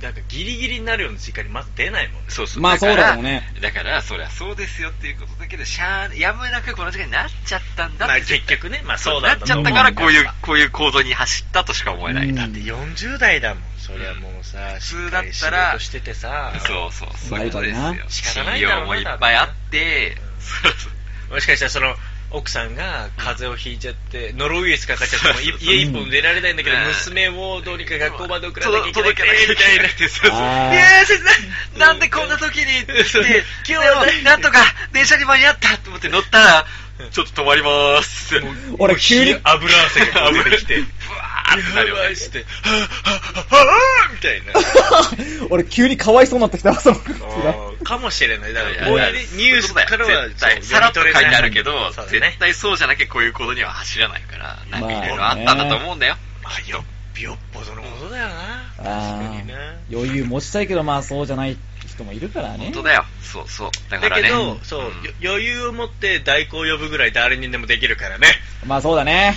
Speaker 4: なんかギリギリになるような時間にまず出ないもんね。
Speaker 2: そうそう。
Speaker 3: まあ
Speaker 2: から
Speaker 3: そうだろうね。
Speaker 2: だから、そりゃそうですよっていうことだけで、しゃー、やむなくこの時間になっちゃったんだっ
Speaker 4: まあ
Speaker 2: て。
Speaker 4: 結局ね、まあそう
Speaker 2: な
Speaker 4: だ
Speaker 2: っ
Speaker 4: と
Speaker 2: ちゃ
Speaker 4: 思
Speaker 2: っ
Speaker 4: う
Speaker 2: たから、こういう
Speaker 4: だ、
Speaker 2: こういう行動に走ったとしか思えない。
Speaker 3: うん
Speaker 4: だって40代だもん。それはもうさ、
Speaker 2: 普通だったら
Speaker 4: しっかり仕事しててさ、
Speaker 2: そうそう、そういうことです
Speaker 3: バ
Speaker 2: よ
Speaker 3: イトな。
Speaker 4: 仕方な
Speaker 2: 信
Speaker 4: いだ
Speaker 2: 用
Speaker 4: ろう
Speaker 2: も
Speaker 4: ない
Speaker 2: っぱいあって、そうそう。
Speaker 4: もしかしたらその、奥さんが風邪をひいちゃって、ノロウイルスかかっちゃって、もうい
Speaker 2: そうそう
Speaker 4: 家一本出られないんだけど
Speaker 2: うん、
Speaker 4: 娘をどうにか学校まで送らなきゃいけない
Speaker 2: 届けなきゃいけないって、そうそう。い
Speaker 3: あー
Speaker 2: やー、切ない。なんでこんな時に、って、
Speaker 4: そう
Speaker 2: 今日なんとか電車に間に合ったと思って乗ったら、ちょっと止まりまーすって。
Speaker 3: 俺急に
Speaker 4: もう油 汗が出てきて、
Speaker 2: ぶわーってなるよね
Speaker 4: やばいっつって、はぁ、はぁ、はぁ、はぁみたいな。
Speaker 3: 俺急にかわいそうになってきた、その口が。
Speaker 4: あーかもしれない。だから、
Speaker 2: い
Speaker 4: こう
Speaker 2: や
Speaker 4: い
Speaker 2: いうや
Speaker 4: ねニュースからは、
Speaker 2: 絶
Speaker 4: そ
Speaker 2: 対
Speaker 4: う
Speaker 2: さらっと書いてあるけど、
Speaker 4: そうだね
Speaker 2: 絶対そうじゃなきゃこういう行動には走らないから、なんかいろいろあったんだと思うんだよ。
Speaker 4: まあ、よっ、よっぽどのことだよな。確
Speaker 3: あ
Speaker 4: かにな
Speaker 3: ー。余裕持ちたいけど、まあそうじゃない人もいるからね。
Speaker 2: 本当だよ。そうそう。だか
Speaker 4: だ
Speaker 2: ら
Speaker 4: け
Speaker 2: ね。
Speaker 4: ど、
Speaker 2: ん
Speaker 4: そう、よ余裕を持って代行を呼ぶぐらい誰にでもできるか らね。
Speaker 3: まあそうだね。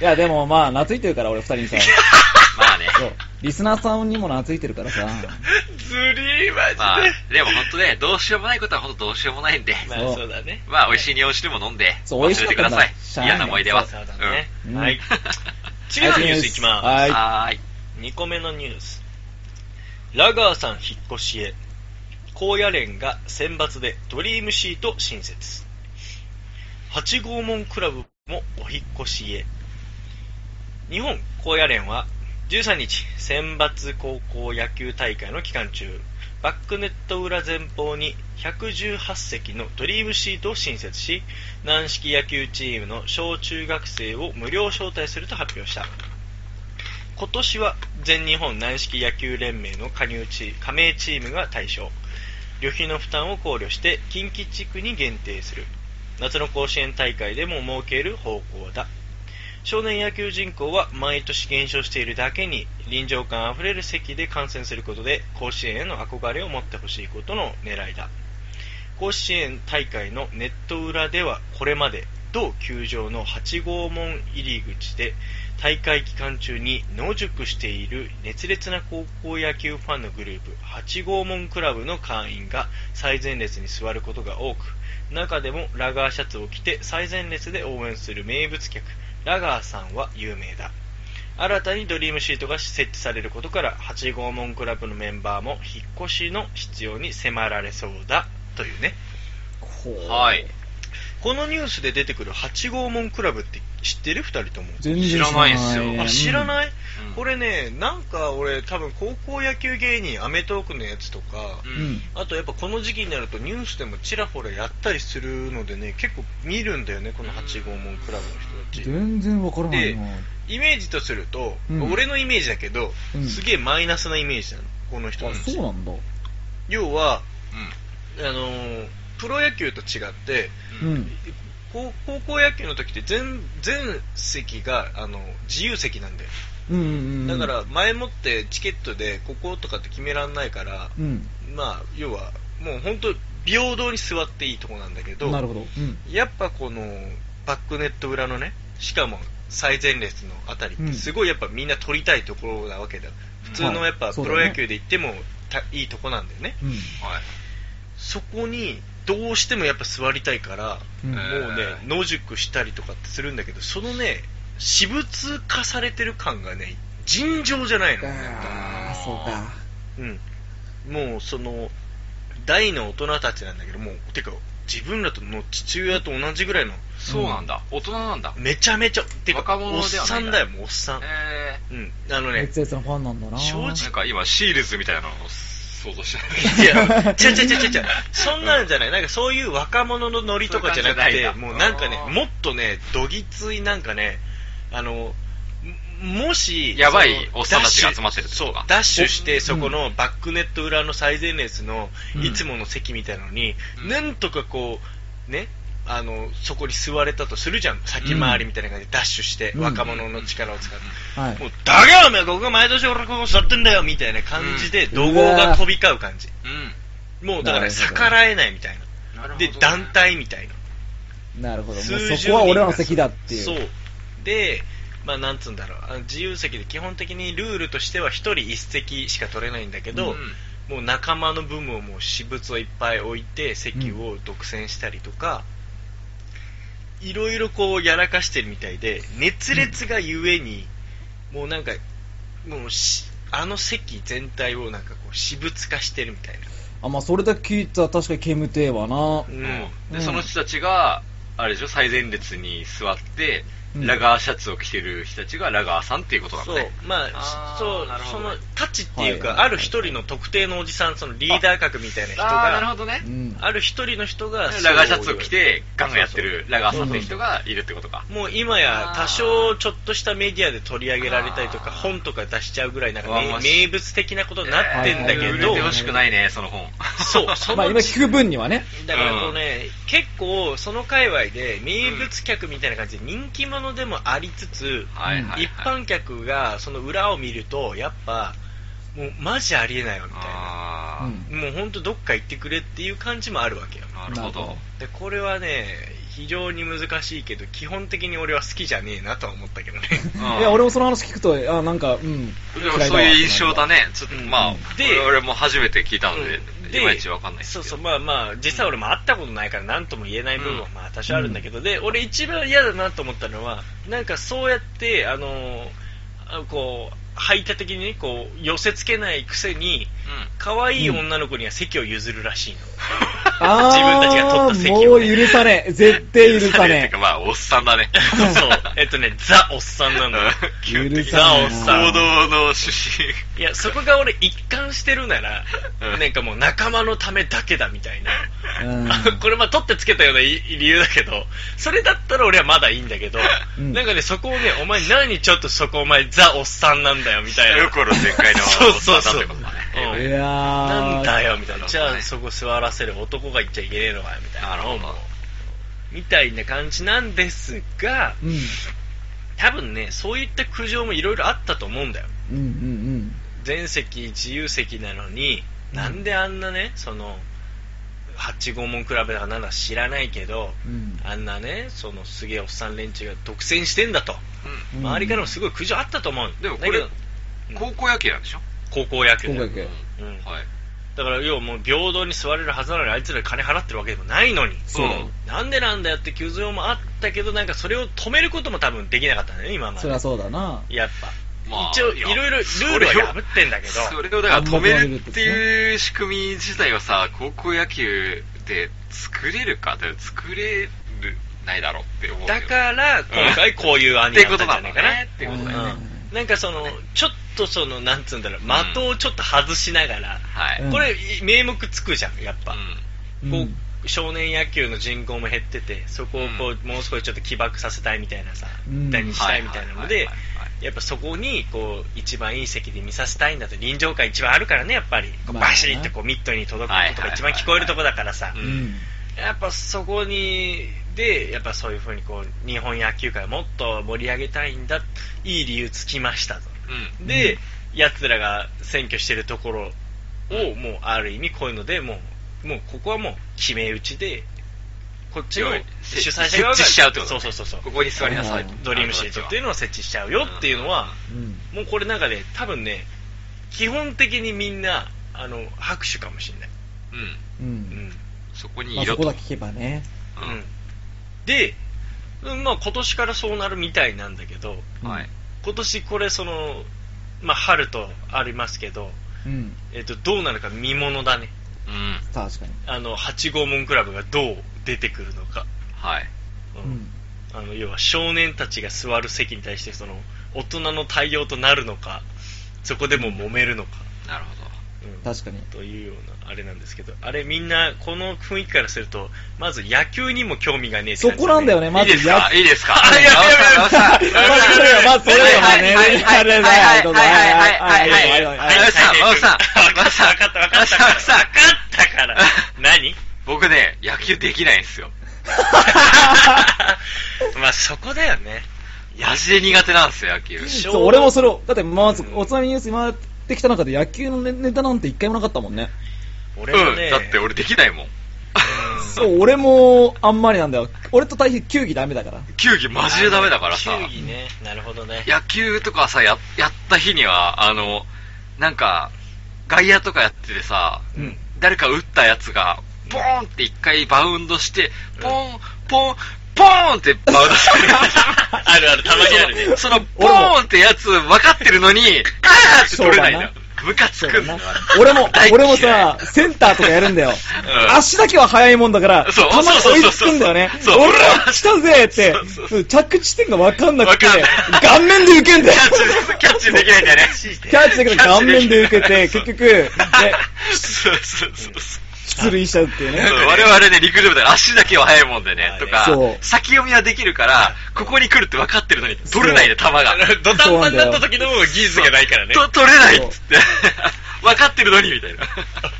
Speaker 3: いや、でもまあ懐いてるから、俺二人にさ。
Speaker 2: まあね。
Speaker 3: そう。リスナーさんにも懐いてるからさ。
Speaker 4: ずりー、マジで。
Speaker 2: まあ、でも本当ね、どうしようもないことは本当どうしようもないんで。
Speaker 4: まあ、そうだね。
Speaker 2: まあ、美味しい日本酒でも飲んで、
Speaker 3: そう美味し
Speaker 2: 忘れ
Speaker 3: か
Speaker 2: て
Speaker 3: った
Speaker 2: く
Speaker 3: んだ
Speaker 2: ださい。
Speaker 3: しゃあない
Speaker 2: 嫌な思い出は。
Speaker 4: そうだね
Speaker 3: う。ん
Speaker 4: は
Speaker 3: う
Speaker 4: い
Speaker 3: ん。
Speaker 4: 次のニュースいきま
Speaker 3: はい。
Speaker 2: はーい。
Speaker 4: す。2個目のニュース。ラガーさん引っ越しへ。高野連が選抜でドリームシート新設。八号門クラブもお引っ越しへ。日本高野連は13日選抜高校野球大会の期間中、バックネット裏前方に118席のドリームシートを新設し、軟式野球チームの小中学生を無料招待すると発表した。今年は全日本軟式野球連盟の加入チー加盟チームが対象。旅費の負担を考慮して近畿地区に限定する。夏の甲子園大会でも設ける方向だ。少年野球人口は毎年減少しているだけに臨場感あふれる席で観戦することで甲子園への憧れを持ってほしいことの狙いだ甲子園大会のネット裏ではこれまで同球場の8号門入り口で大会期間中に野宿している熱烈な高校野球ファンのグループ8号門クラブの会員が最前列に座ることが多く中でもラガーシャツを着て最前列で応援する名物客ラガーさんは有名だ新たにドリームシートが設置されることから8号門クラブのメンバーも引っ越しの必要に迫られそうだというね
Speaker 3: ほう
Speaker 2: はい。
Speaker 4: このニュースで出てくる8号門クラブって知ってる2人とも
Speaker 3: 全然
Speaker 2: 知らないっすよ
Speaker 4: あ知らない、
Speaker 2: うん
Speaker 4: これねなんか俺多分高校野球芸人アメトークのやつとか、
Speaker 2: う
Speaker 3: うんん。
Speaker 4: あとやっぱこの時期になるとニュースでもちらほらやったりするのでね結構見るんだよねこの8号門クラブの人たち、
Speaker 3: 全然わからないな。
Speaker 4: イメージとすると、
Speaker 3: うん
Speaker 4: 俺のイメージだけど、
Speaker 3: うん
Speaker 4: すげえマイナスなイメージなの、この人
Speaker 3: あ、
Speaker 4: たち
Speaker 3: そうなんだ。
Speaker 4: 要は、
Speaker 2: うん
Speaker 4: あのープロ野球と違って、
Speaker 3: う
Speaker 2: うん
Speaker 3: ん。
Speaker 4: 高高校野球の時って全全席があの自由席なんだよ、
Speaker 3: うんうんうん。
Speaker 4: だか、ら前もってチケットでこことかって決めらんないから、
Speaker 3: うん。
Speaker 4: まあ要はもう本当平等に座っていいとこなんだけど
Speaker 3: なるほど。うん。
Speaker 4: やっぱこのバックネット裏のねしかも最前列のあたりっ
Speaker 3: うん
Speaker 4: てすごいやっぱみんな取りたいところなわけだ、普通のや
Speaker 3: は
Speaker 4: っぱ
Speaker 3: い
Speaker 4: プ
Speaker 3: そうだ
Speaker 4: ロ
Speaker 3: ね
Speaker 4: 野球で行ってもたいいとこなんだよね
Speaker 3: うん。
Speaker 2: はい。
Speaker 4: そこにどうしてもやっぱ座りたいから、
Speaker 3: うん
Speaker 4: もうね
Speaker 2: えー
Speaker 4: 野宿したりとかってするんだけどそのね私物化されてる感がね尋常じゃないの
Speaker 3: ああ、そうか。
Speaker 4: うん、もうその大の大人たちなんだけどもうてか自分らとの父親と同じぐらいの
Speaker 2: そうなんだ。大人なんだ。
Speaker 4: めちゃめちゃてか
Speaker 2: 若者では
Speaker 4: お
Speaker 2: ない
Speaker 4: っさんだよもうおっさん、
Speaker 2: え
Speaker 4: うんあのね
Speaker 3: 熱烈なファンなんだな。
Speaker 4: 正直
Speaker 2: ー、なんか今、シールズみたいなのを想像して
Speaker 4: い や、ちゃちゃちゃちゃちゃ、そんなんじゃない、なんかそういう若者のノリとかじゃなく
Speaker 2: そういう
Speaker 4: て、
Speaker 2: 感じじゃない
Speaker 4: も
Speaker 2: んだ
Speaker 4: うなんかね
Speaker 2: あー、
Speaker 4: もっとね、どぎついなんかね、あの、ももし、
Speaker 2: やばい
Speaker 4: その
Speaker 2: おっさんたちが
Speaker 4: ダッシュ
Speaker 2: 集まってるってこ
Speaker 4: そ
Speaker 2: と
Speaker 4: う
Speaker 2: か、
Speaker 4: ダッシュして、
Speaker 3: お
Speaker 4: そこのバックネット裏の最前列の
Speaker 3: うん
Speaker 4: いつもの席みたいなのに、
Speaker 2: うん
Speaker 4: なんとかこう、ね、あの、そこに座れたとするじゃん、先回りみたいな感じでダッシュして、
Speaker 3: うん
Speaker 4: 若者の力を使って。
Speaker 3: はい。
Speaker 4: もう、だがおめえ、ここ毎年俺ここ座ってんだよみたいな感じで、
Speaker 3: うん
Speaker 4: 怒号が飛び交う感じ。
Speaker 2: うん。
Speaker 4: もうだか
Speaker 3: な
Speaker 4: ら
Speaker 3: るほど
Speaker 4: 逆らえないみたい
Speaker 2: なる
Speaker 4: な。
Speaker 2: ほど
Speaker 4: で
Speaker 2: ね、
Speaker 4: 団体みたいな。
Speaker 3: なるほど。も
Speaker 4: 数十
Speaker 3: う
Speaker 4: 人
Speaker 3: そこは俺らの席だっていう。
Speaker 4: そう。で、まあなんつうんだろうあの自由席で基本的にルールとしては1人1席しか取れないんだけど、もう仲間の分ももう私物をいっぱい置いて席を独占したりとか、いろいろこうやらかしてるみたいで熱烈がゆえに、もうなんかもうしあの席全体をなんかこう私物化してるみたいな、
Speaker 3: あ、まあ、それだけ聞いたら確かに煙てえわな。
Speaker 4: う
Speaker 2: うん
Speaker 4: ん
Speaker 2: で、その人たちが、あれでしょ、最前列に座って、
Speaker 3: うん
Speaker 2: ラガーシャツを着てる人たちがラガーさんっていうことなんだ
Speaker 4: そう
Speaker 2: ね。
Speaker 4: ま
Speaker 2: あ
Speaker 4: あ
Speaker 2: ー
Speaker 4: そう
Speaker 2: なるほ
Speaker 4: そ
Speaker 2: ど
Speaker 4: のタッチっていうか、
Speaker 3: はいはいはい
Speaker 4: ある一人の特定のおじさんそのリーダー格みたいな人
Speaker 2: ああ、
Speaker 4: が
Speaker 2: なるほどね
Speaker 3: う。ん。
Speaker 4: ある一人の人が
Speaker 2: ラガーシャツを着
Speaker 4: そう
Speaker 2: て、ガンガンやってるラガーさんって人がいるってことか。
Speaker 4: もう今や
Speaker 2: あー
Speaker 4: 多少ちょっとしたメディアで取り上げられたりと
Speaker 2: あ
Speaker 4: か
Speaker 2: ー
Speaker 4: 本とか出しちゃうぐらいなんか
Speaker 2: うわも
Speaker 4: 名
Speaker 2: う
Speaker 4: 名物的なことになってんだ
Speaker 3: え
Speaker 4: け
Speaker 2: 売れ
Speaker 4: ど、
Speaker 2: てほしくないね、その本。
Speaker 4: そうそ
Speaker 3: まあ、
Speaker 4: の
Speaker 3: 今聞く分にはね。
Speaker 4: だからこうね、結構その界隈で名物客みたいな感じで人気者でもありつつ、
Speaker 2: はいはいはい。
Speaker 4: 一般客がその裏を見るとやっぱもうマジありえないわみたいな
Speaker 2: あ
Speaker 3: うん
Speaker 4: もうほんとどっか行ってくれっていう感じもあるわけよ
Speaker 2: あ、なるほど。
Speaker 4: でこれはね非常に難しいけど基本的に俺は好きじゃねえなとは思ったけどね
Speaker 2: うん
Speaker 3: いや、俺もその話聞くと、あ、なんか、うん。
Speaker 2: でもそういう印象だ
Speaker 3: ね。
Speaker 2: ね。ちょっと、まあ、
Speaker 4: で
Speaker 2: 俺俺も初めて聞いたので
Speaker 4: う ん、
Speaker 2: いまいちわかんないですけ
Speaker 4: そう
Speaker 2: ど。
Speaker 4: そうまあまあ実際俺も会ったことないから何とも言えない部分は
Speaker 2: うん
Speaker 4: まあ多少あるんだけど、で俺一番嫌だなと思ったのはなんかそうやってあのーあこう排他的にねこう寄せつけないくせに可愛い女の子には席を譲るらしいの、
Speaker 3: あ
Speaker 4: 自分たちが取った席
Speaker 3: も
Speaker 4: を
Speaker 3: う
Speaker 4: ね、
Speaker 3: 許さねえ。絶対許さ
Speaker 2: 彼 ってい
Speaker 3: ね
Speaker 2: うか、まあ、おっさんだね。
Speaker 4: そうえっとねザおっさんなんだ よ
Speaker 3: え。許
Speaker 4: 的に
Speaker 3: さねえな。
Speaker 4: な
Speaker 2: 行動の出身。
Speaker 4: いや、そこが俺一貫してるなら
Speaker 2: う、ん
Speaker 4: なんかもう仲間のためだけだみたいな。
Speaker 3: うん
Speaker 4: これまあ取ってつけたようない理由だけど、それだったら俺はまだいいんだけど、
Speaker 3: うん
Speaker 4: なんかね、そこをね、お前何ちょっとそこお前ザおっさんなんだよみたいな。
Speaker 2: よころ全開の
Speaker 4: そう
Speaker 2: おっ
Speaker 4: そ
Speaker 2: さ
Speaker 4: うん
Speaker 2: だっ
Speaker 4: そ
Speaker 2: て
Speaker 4: う
Speaker 2: ことだね。
Speaker 4: うん
Speaker 3: いやー
Speaker 4: なんだよみたいな。じゃ
Speaker 2: ね
Speaker 4: あそこ座らせる男が言っちゃいけねえのかよみたいな。
Speaker 2: なるほど
Speaker 4: もうみたいな感じなんですが、
Speaker 3: うん。
Speaker 4: 多分ね、そういった苦情もいろいろあったと思うんだよ。
Speaker 3: うんうん
Speaker 4: 全席自由席なのに、
Speaker 3: うん
Speaker 4: なんであんなねその八五門比べだかなんだか知らないけど、
Speaker 3: うん
Speaker 4: あんなねそのすげえおっさん連中が独占してんだと、
Speaker 2: う
Speaker 3: うん。
Speaker 4: 周りからも
Speaker 3: す
Speaker 4: すごい苦情あったと思う
Speaker 2: でもこ
Speaker 4: だけ
Speaker 2: れ
Speaker 4: どうん
Speaker 2: ん高校野球なんでしょ
Speaker 4: 高校野球だよ
Speaker 3: 高校野球
Speaker 4: うん
Speaker 2: はい。
Speaker 4: だから要はもう平等に座れるはずなのにあいつら金払ってるわけでもないのに
Speaker 3: そうだよ
Speaker 4: なんでなんだよって求情もあったけどなんかそれを止めることも多分できなかったんだよね今まで
Speaker 3: そりゃそうだな。
Speaker 4: やっぱ、
Speaker 2: まあ
Speaker 4: 一応いろいろルール破ってんだけど
Speaker 2: それをだから止めるっていう仕組み自体はさ、高校野球で作れるかだから作れる、ないだろうって思うけど。
Speaker 4: だから、今回こういうアニメだったんじゃないかな。
Speaker 2: ってことだよねってことだよね
Speaker 4: うんなんかその、ちょっとその、なんつうんだろう、的をちょっと外しながら、
Speaker 2: はい。
Speaker 3: うん
Speaker 4: これ、名目つくじゃん、やっぱ。
Speaker 3: うん
Speaker 4: こう少年野球の人口も減ってて、そこをこう、もう少しちょっと起爆させたいみたいなさ、
Speaker 3: うん
Speaker 4: 何したいみたいなの
Speaker 2: はい
Speaker 4: で
Speaker 2: はいはいは、
Speaker 4: やっぱそこに、こう、一番いい席で見させたいんだと、臨場感一番あるからね、やっぱり。こう
Speaker 3: まあね
Speaker 4: バシッとこう、ミットに届くことが一番聞こえるとこだからさ
Speaker 2: はいうはいはいはい。
Speaker 3: ん。
Speaker 4: やっぱそこにでやっぱそういうふうにこう日本野球界をもっと盛り上げたいんだいい理由つきましたと
Speaker 2: うん。
Speaker 4: で、奴らが選挙してるところをもうある意味こういうのでもうもうここはもう決め打ちでこっちを
Speaker 2: 要はせ
Speaker 4: 主催者側が
Speaker 2: 設置しちゃうってこと
Speaker 4: そう
Speaker 2: ね
Speaker 4: そうそうそう
Speaker 2: ここに座りなさいと
Speaker 3: うん
Speaker 4: ドリームシートっていうのを設置しちゃうよっていうのは
Speaker 3: うん。
Speaker 4: もうこれなんかね多分ね基本的にみんなあの拍手かもしれない、
Speaker 2: うん。
Speaker 3: う。
Speaker 4: うんん、
Speaker 2: そこに
Speaker 3: まあ、
Speaker 2: い
Speaker 3: そ
Speaker 2: ろ。
Speaker 3: ことだけ聞けばね。
Speaker 4: うん、で、うんまあ、今年からそうなるみたいなんだけど
Speaker 2: うんはい。
Speaker 4: 今年これその、まあ、春とありますけど、
Speaker 3: うん。
Speaker 4: えっとどうなるか見ものだね
Speaker 2: うん。
Speaker 3: 確かに。
Speaker 4: あの八号門クラブがどう出てくるのか、
Speaker 2: はい。
Speaker 4: う
Speaker 3: うんん。
Speaker 4: あの要は少年たちが座る席に対してその大人の対応となるのかそこでも揉めるのか、
Speaker 2: なるほ
Speaker 4: うん
Speaker 3: 確かに。
Speaker 4: というようなあれなんですけどあれみんなこの雰囲気からするとまず野球にも興味がねえって
Speaker 3: そ
Speaker 4: 感じだ
Speaker 3: こなんだよね、
Speaker 2: ど。い
Speaker 3: ま
Speaker 2: いです
Speaker 3: ず
Speaker 2: か
Speaker 3: や。
Speaker 2: いいですか
Speaker 4: あやべやべやべ
Speaker 2: 直さん直さん
Speaker 3: まずそれよ、まずそれよ、まあね。あれだよ、どうぞ。
Speaker 2: はいはいはい
Speaker 4: わかったわかったわかったわかったわかったから。何
Speaker 2: 僕ね、野球できないんですよ。
Speaker 4: まあそこだよね。
Speaker 2: マジで苦手なんですよ、野球。
Speaker 3: そう俺もそれを、だってまず、おつまみニュース今やってきた中で野球のネネタなんて一回もなかったもんね。
Speaker 4: 俺も
Speaker 2: うん。
Speaker 4: ね、
Speaker 2: だって俺できないもん。
Speaker 3: そう、俺もあんまりなんだよ。俺と対比球技ダメだから。
Speaker 2: 球技マジでダメだからさ。
Speaker 4: 球技ね。なるほどね。
Speaker 2: 野球とかさや、やった日には、あの、なんか、外野とかやっててさ、
Speaker 3: うん。
Speaker 2: 誰か打ったやつが、ポーンって一回バウンドして、ポーン、ポーン、ポーンってバウンドする。
Speaker 4: あるある、たまにあるね。
Speaker 2: その、ポーンってやつ分かってるのに、あーって取れないんだよ
Speaker 3: そう。
Speaker 2: ムカつ
Speaker 3: そう
Speaker 2: く
Speaker 3: だ
Speaker 2: んだ
Speaker 3: な
Speaker 2: よ。。
Speaker 3: 俺も
Speaker 2: 大、嫌い
Speaker 3: 俺もさ、センターとかやるんだよ。
Speaker 2: うん
Speaker 3: 足だけは速いもんだから、
Speaker 2: そう
Speaker 3: たまに
Speaker 2: そう
Speaker 3: 追い
Speaker 2: そう
Speaker 3: つくんだよね。
Speaker 2: そう
Speaker 3: 俺は来たぜって
Speaker 2: そうそう、
Speaker 3: 着地点が分かんなくて
Speaker 2: わかんない、
Speaker 3: 顔面で受けんだよ。
Speaker 2: キャッチできないんだよね。
Speaker 3: キャッチだけど顔面で受けて、結局、ね、
Speaker 2: そうそうそうそう。
Speaker 3: 出塁しちゃうっていうね
Speaker 2: そう。我々ね、陸上部だから足だけは速いもんでね、とか
Speaker 3: そう、
Speaker 2: 先読みはできるから、ここに来るって分かってるのに、取れないで、球が。
Speaker 4: ドタンパンになった時の技術がないからね。
Speaker 2: と取れないっつって。分かってるのに、みたいな。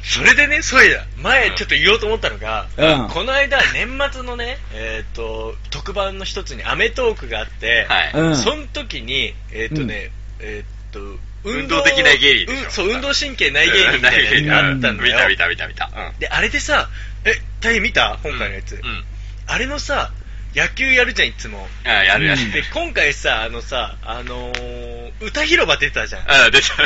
Speaker 4: それでね、そういや、前ちょっと言おうと思ったのが、
Speaker 3: うん
Speaker 4: この間、年末のね、えっ、と、特番の一つにアメトークがあって、
Speaker 2: はい。
Speaker 3: うん
Speaker 4: その時に、えっ、とね、えっ、と、
Speaker 2: 運動的な芸人でしょ
Speaker 4: うんそう、運動神経ない芸人みたいなやつがあったんだ
Speaker 2: 見
Speaker 4: よ。
Speaker 2: た見た見た見た。
Speaker 4: で、あれでさ、え、大変見た今回のやつ、
Speaker 2: うん。うん。
Speaker 4: あれのさ、野球やるじゃん、いつも。
Speaker 2: あやるやる。
Speaker 4: で、今回さ、あのさ、あのー歌広場出たじゃん。
Speaker 2: うん、出た。
Speaker 4: カ